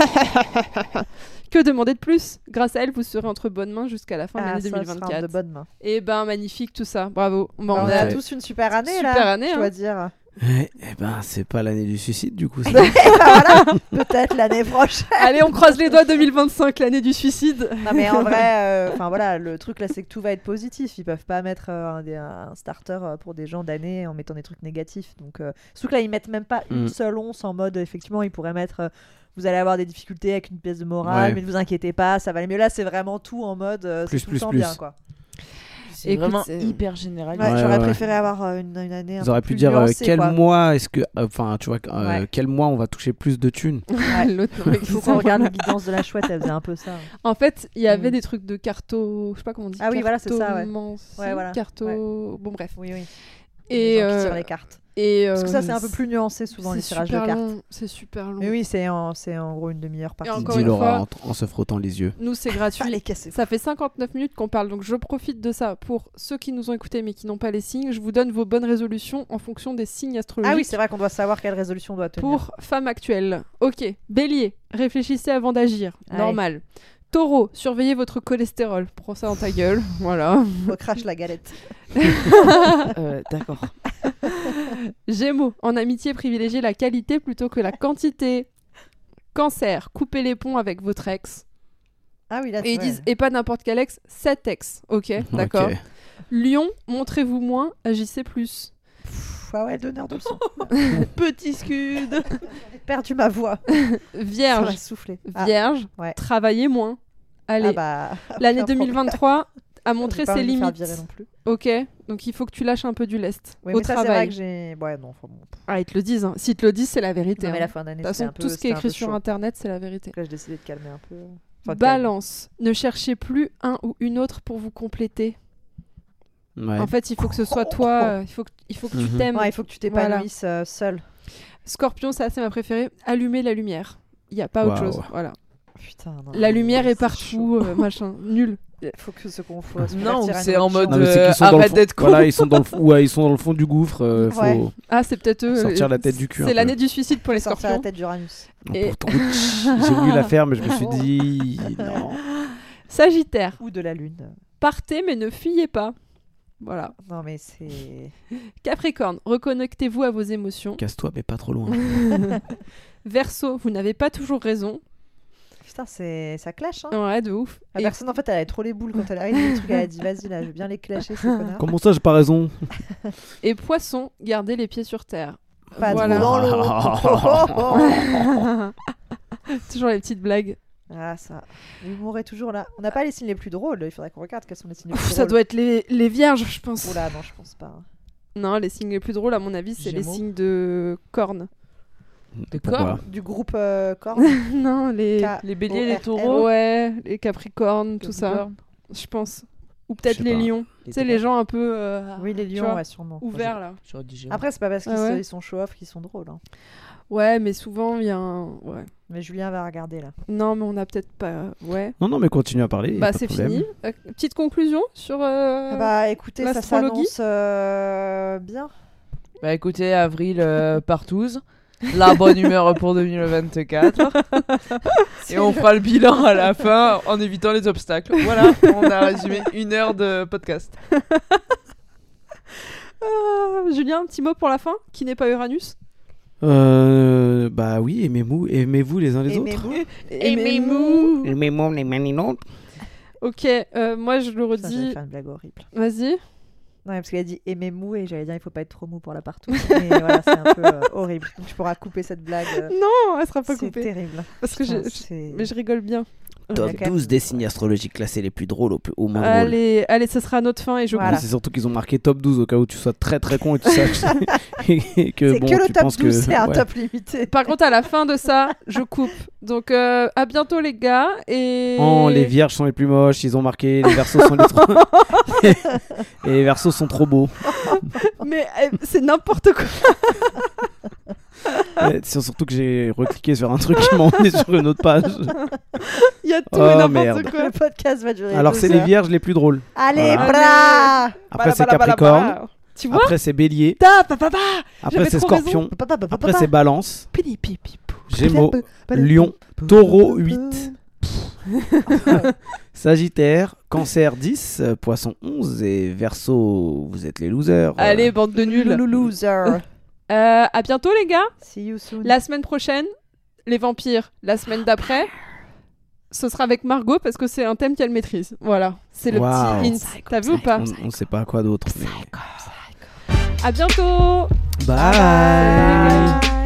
Speaker 1: que demander de plus Grâce à elle, vous serez entre bonnes mains jusqu'à la fin de
Speaker 4: Ah,
Speaker 1: l'année
Speaker 4: ça sera
Speaker 1: 2024.
Speaker 4: de bonnes Ah, mains.
Speaker 1: Et ben magnifique tout ça, bravo. Bon,
Speaker 4: Alors,
Speaker 1: on
Speaker 4: on
Speaker 1: a-
Speaker 4: a
Speaker 2: Ouais.
Speaker 4: tous une super année
Speaker 1: Super
Speaker 4: là.
Speaker 1: année,
Speaker 4: je
Speaker 1: hein.
Speaker 4: dois dire. (laughs)
Speaker 2: Ouais, eh ben, c'est pas l'année du suicide, du coup. ça.
Speaker 4: ben Voilà, Peut-être l'année prochaine.
Speaker 1: Allez, on croise les doigts 2025, l'année du suicide.
Speaker 4: Non mais (laughs) en vrai, euh, enfin voilà, le truc là c'est que tout va être positif. Ils peuvent pas mettre euh, un, des- un starter euh, pour des gens d'année en mettant des trucs négatifs. Donc euh, surtout que là ils mettent même pas une
Speaker 2: Mm.
Speaker 4: seule once en mode effectivement ils pourraient mettre. euh, vous allez avoir des difficultés avec une pièce de morale,
Speaker 2: Ouais.
Speaker 4: mais ne vous inquiétez pas, ça va aller mieux. Là, c'est vraiment tout en mode euh, c'est
Speaker 2: Plus,
Speaker 4: tout
Speaker 2: plus,
Speaker 4: le temps
Speaker 2: plus.
Speaker 4: bien, quoi.
Speaker 5: c'est
Speaker 1: Écoute,
Speaker 5: vraiment euh,
Speaker 1: c'est-
Speaker 5: hyper général.
Speaker 4: Ouais,
Speaker 2: Ouais,
Speaker 4: j'aurais
Speaker 2: ouais, ouais.
Speaker 4: préféré avoir euh, une, une année. un
Speaker 2: Ils
Speaker 4: peu
Speaker 2: auraient pu
Speaker 4: plus
Speaker 2: dire euh,
Speaker 4: nuancée,
Speaker 2: quel
Speaker 4: quoi.
Speaker 2: mois est-ce que enfin tu vois euh,
Speaker 4: Ouais.
Speaker 2: quel mois on va toucher plus de thunes.
Speaker 1: L'autre (laughs) non, mais
Speaker 4: Il
Speaker 1: qui
Speaker 4: faut
Speaker 1: s'en
Speaker 4: qu'on regarde
Speaker 1: va.
Speaker 4: les guidances de la chouette, elle faisait un peu ça.
Speaker 1: En fait, il y avait
Speaker 4: Mm.
Speaker 1: des trucs de carto, je sais pas comment on dit.
Speaker 4: Ah oui, voilà, c'est ça, ouais.
Speaker 1: cartomancie,
Speaker 4: Ouais, voilà,
Speaker 1: Carto, bon bref.
Speaker 4: (laughs) Oui, oui.
Speaker 1: Et
Speaker 4: les gens qui
Speaker 1: euh,
Speaker 4: tirent les cartes.
Speaker 1: et
Speaker 4: Parce que
Speaker 1: euh,
Speaker 4: ça, c'est un peu plus nuancé souvent
Speaker 1: c'est
Speaker 4: les tirages de
Speaker 1: super
Speaker 4: cartes.
Speaker 1: long, C'est super long.
Speaker 4: Mais oui, c'est en, c'est en gros une demi-heure par
Speaker 1: Et encore
Speaker 2: Dit
Speaker 1: une
Speaker 2: Laura
Speaker 1: fois-
Speaker 2: en, t- en se frottant les yeux.
Speaker 1: Nous,
Speaker 4: Ah,
Speaker 1: c'est gratuit.
Speaker 4: Fallait casser.
Speaker 1: Ça fait 59 minutes qu'on parle, donc je profite de ça pour ceux qui nous ont écoutés mais qui n'ont pas les signes. Je vous donne vos bonnes résolutions en fonction des signes astrologiques.
Speaker 4: Ah oui, c'est vrai qu'on doit savoir quelle résolution on doit tenir.
Speaker 1: Pour femme actuelle, ok. Bélier, réfléchissez avant d'agir,
Speaker 4: Ouais.
Speaker 1: normal. Taureau, surveillez votre cholestérol. Prends ça dans ta
Speaker 4: (laughs)
Speaker 1: gueule, voilà.
Speaker 4: Recrache la galette.
Speaker 5: (laughs) Euh,
Speaker 1: (laughs)
Speaker 5: D'accord.
Speaker 1: Gémeaux, en amitié, privilégiez la qualité plutôt que la quantité. Cancer, coupez les ponts avec votre ex.
Speaker 4: Ah oui, là,
Speaker 1: Et ils
Speaker 4: ouais.
Speaker 1: disent, et pas n'importe quel ex, cet ex. Ok, d'accord.
Speaker 2: Ok.
Speaker 1: Lion, montrez-vous moins, agissez plus.
Speaker 4: Pff, Ah ouais, donneur de leçons.
Speaker 9: Petit scud.
Speaker 4: (laughs) J'ai perdu ma
Speaker 1: (laughs)
Speaker 4: voix. Ça m'a
Speaker 1: Vierge,
Speaker 4: soufflé. Ah,
Speaker 1: vierge,
Speaker 4: ouais.
Speaker 1: travaillez moins. Allez,
Speaker 4: ah bah, (laughs)
Speaker 1: l'année
Speaker 4: aucun problème.
Speaker 1: 2023 a
Speaker 4: j'ai
Speaker 1: montré
Speaker 4: pas
Speaker 1: ses
Speaker 4: envie de me faire
Speaker 1: limites.
Speaker 4: virer non plus.
Speaker 1: Ok, donc il faut que tu lâches un peu du lest
Speaker 4: Ouais,
Speaker 1: au
Speaker 4: mais ça, c'est vrai
Speaker 1: travail.
Speaker 4: que j'ai. Ouais, non, enfin bon.
Speaker 1: Ah, ils te le disent. Hein. S'ils te le disent, c'est la vérité.
Speaker 4: Non, mais
Speaker 1: hein.
Speaker 4: la fin d'année,
Speaker 1: De toute
Speaker 4: c'était
Speaker 1: façon,
Speaker 4: un peu-
Speaker 1: tout ce qui est
Speaker 4: c'était un
Speaker 1: écrit
Speaker 4: peu
Speaker 1: sur
Speaker 4: chaud.
Speaker 1: Internet, c'est la vérité.
Speaker 4: Après, j'ai décidé de calmer un peu. Enfin, de calmer.
Speaker 1: Balance. Ne cherchez plus un ou une autre pour vous compléter.
Speaker 2: Ouais.
Speaker 1: En fait, il faut que ce soit toi.
Speaker 4: (laughs)
Speaker 1: euh, il faut que, il faut que tu
Speaker 2: Mhm.
Speaker 1: t'aimes.
Speaker 4: Ouais, il faut que tu t'épanouisses euh, seule.
Speaker 1: Scorpion, ça, c'est ma préférée. Allumer la lumière. Il n'y a pas autre
Speaker 2: Waouh.
Speaker 1: chose. Voilà.
Speaker 4: Putain, non.
Speaker 1: La lumière est
Speaker 4: c'est chaud.
Speaker 1: partout, euh,
Speaker 4: (laughs)
Speaker 1: machin. Nul.
Speaker 4: Faut que ce qu'on fasse.
Speaker 5: Non, c'est en mode
Speaker 2: Non, mais c'est
Speaker 5: euh,
Speaker 2: qu'ils sont dans le
Speaker 5: arrête
Speaker 2: fond-
Speaker 5: d'être con.
Speaker 2: Voilà, ils sont dans le f- ouais, ils sont dans le fond du gouffre, euh, faut
Speaker 4: Ouais.
Speaker 1: Ah, c'est peut-être eux.
Speaker 2: Sortir
Speaker 1: euh,
Speaker 2: la tête du cul, un
Speaker 1: C'est
Speaker 2: peu.
Speaker 1: l'année du suicide
Speaker 5: euh,
Speaker 1: pour les
Speaker 4: sortir la
Speaker 1: scorpions.
Speaker 4: tête d'Uranus.
Speaker 1: Et-
Speaker 2: Pourtant, j'ai voulu la faire mais je me suis dit non.
Speaker 1: Sagittaire.
Speaker 4: Ou de la Lune.
Speaker 1: Partez, mais ne fuyez pas. Voilà.
Speaker 4: Non, mais c'est.
Speaker 1: Capricorne, reconnectez-vous à vos émotions.
Speaker 2: Casse-toi mais pas trop loin.
Speaker 1: Verseau, vous n'avez pas toujours raison.
Speaker 4: Putain, c'est... ça clash, hein.
Speaker 1: Ouais, de ouf.
Speaker 4: La
Speaker 1: Et-
Speaker 4: personne, en fait, elle avait trop les boules quand elle arrive. Le truc, elle a dit Vas-y, là, je vais bien les clasher, ces connards.
Speaker 2: Comment ça j'ai pas raison
Speaker 1: Et poisson, gardez les pieds sur terre.
Speaker 4: Pas
Speaker 1: Voilà.
Speaker 4: de dans l'eau.
Speaker 2: (laughs)
Speaker 1: Toujours les petites blagues.
Speaker 4: ah, ça. L'humour est toujours là. On n'a pas les signes les plus drôles. Il faudrait qu'on regarde quels sont les signes les plus drôles.
Speaker 1: Ça doit être les, les vierges, je pense.
Speaker 4: Oula, non, je pense pas. hein.
Speaker 1: Non, les signes les plus drôles, à mon avis, c'est les
Speaker 5: Gémeaux.
Speaker 1: signes de cornes.
Speaker 2: De
Speaker 1: hein
Speaker 5: corps.
Speaker 4: Du groupe euh, (laughs) Corne.
Speaker 1: (laughs) non, les.
Speaker 4: K-
Speaker 5: Les béliers, les
Speaker 4: ORL.
Speaker 5: taureaux.
Speaker 1: Ouais, les capricornes, tout ça, je pense. Ou peut-être
Speaker 2: Je sais
Speaker 1: les
Speaker 2: pas.
Speaker 1: lions. Tu sais, les gens un peu euh,
Speaker 4: Oui, les
Speaker 1: vois,
Speaker 4: lions, ouais, sûrement.
Speaker 1: ouverts, là.
Speaker 5: J'aurais dit Gémeaux.
Speaker 4: Après, c'est pas parce qu'ils
Speaker 1: Ah ouais.
Speaker 4: se- ils sont show-off qu'ils sont drôles. hein.
Speaker 1: Ouais, mais souvent, il y a un. Ouais.
Speaker 4: Mais Julien va regarder là.
Speaker 1: Non, mais on n'a peut-être pas. Ouais.
Speaker 2: Non non mais continue à parler. y a
Speaker 1: Bah,
Speaker 2: pas de
Speaker 1: c'est
Speaker 2: problème.
Speaker 1: fini. Euh, petite conclusion sur. euh,
Speaker 4: Ah bah écoutez, ça
Speaker 1: l'astrologie
Speaker 4: s'annonce euh, bien.
Speaker 5: Bah écoutez, avril
Speaker 1: (laughs)
Speaker 5: euh, partouze. La bonne humeur
Speaker 1: (laughs)
Speaker 5: pour 2024. Et on fera le bilan à la fin en évitant les obstacles. Voilà, on a résumé une heure de podcast.
Speaker 1: euh, Julien, un petit mot pour la fin, qui n'est pas Uranus
Speaker 2: Euh, bah oui, aimez-vous, aimez-vous les uns les autres.
Speaker 4: Aimez-vous.
Speaker 1: Aimez-nous
Speaker 2: Aimez-vous les maninos.
Speaker 1: Ok, euh, moi je le
Speaker 4: Putain, J'allais
Speaker 1: redis.
Speaker 4: faire une blague horrible.
Speaker 1: Vas-y.
Speaker 4: Non, mais parce qu'elle a dit aimez mou et j'allais dire il faut pas être trop mou pour la partout. Mais voilà, c'est un peu euh, horrible. Donc tu pourras couper cette blague.
Speaker 1: (laughs)
Speaker 4: euh,
Speaker 1: Non, elle sera pas
Speaker 4: C'est
Speaker 1: coupée.
Speaker 4: terrible.
Speaker 1: Parce que
Speaker 4: Putain,
Speaker 1: je- je-
Speaker 4: c'est-
Speaker 1: Mais je rigole bien.
Speaker 4: Top 12
Speaker 2: des signes astrologiques classés les plus drôles au, moins
Speaker 1: Allez, allez, ça sera notre fin et je
Speaker 4: Voilà.
Speaker 2: C'est surtout qu'ils ont marqué top 12 au cas où tu sois très très con et tu
Speaker 4: (laughs)
Speaker 2: saches et que
Speaker 4: C'est
Speaker 2: bon,
Speaker 4: que le
Speaker 2: tu
Speaker 4: top
Speaker 2: penses
Speaker 4: 12,
Speaker 2: que
Speaker 4: c'est un
Speaker 2: ouais.
Speaker 4: top
Speaker 1: (laughs)
Speaker 4: limité.
Speaker 1: Par contre, à la fin de ça, je coupe. Donc, euh, à bientôt, les gars. Et.
Speaker 2: Oh, les vierges sont les plus moches, ils ont marqué, les versos sont les trop...
Speaker 4: (laughs)
Speaker 2: Et les versos sont trop beaux.
Speaker 1: Mais euh, c'est n'importe quoi.
Speaker 2: Ouais, C'est surtout que j'ai recliqué sur un truc qui m'a emmené sur une autre
Speaker 4: (laughs)
Speaker 2: page.
Speaker 1: Il y a tout
Speaker 2: Oh,
Speaker 1: et n'importe
Speaker 2: merde.
Speaker 1: quoi.
Speaker 4: Le podcast va durer.
Speaker 2: Alors
Speaker 4: deux
Speaker 2: c'est les
Speaker 4: heures.
Speaker 2: vierges les plus drôles.
Speaker 4: Allez,
Speaker 2: Voilà.
Speaker 4: bra
Speaker 2: Après c'est Capricorne,
Speaker 1: Tu vois
Speaker 2: après c'est Bélier,
Speaker 1: Ah. Ta, pa, pa, pa.
Speaker 2: après
Speaker 1: J'avais
Speaker 2: c'est
Speaker 1: trop raison.
Speaker 2: Scorpion,
Speaker 4: Pa, pa, pa, pa,
Speaker 2: après
Speaker 4: pa.
Speaker 2: c'est Balance,
Speaker 1: Pili, pi, pi, pou.
Speaker 2: Gémeaux, Lion, Taureau
Speaker 4: (laughs)
Speaker 2: 8,
Speaker 4: Ah,
Speaker 2: Sagittaire, Cancer 10, euh, Poisson 11 et Verseau, vous êtes les losers.
Speaker 1: Allez, bande de nuls.
Speaker 4: Loulou loser.
Speaker 1: Euh, à bientôt, les gars.
Speaker 4: See you soon.
Speaker 1: Mm. La semaine prochaine, les vampires. La semaine d'après, ce sera avec Margot parce que c'est un thème qu'elle maîtrise. Voilà, c'est le
Speaker 2: Wow.
Speaker 1: petit hint. T'as vu ou pas
Speaker 2: on, on sait pas à quoi d'autre. mais-
Speaker 1: À bientôt
Speaker 2: Bye.
Speaker 1: Bye.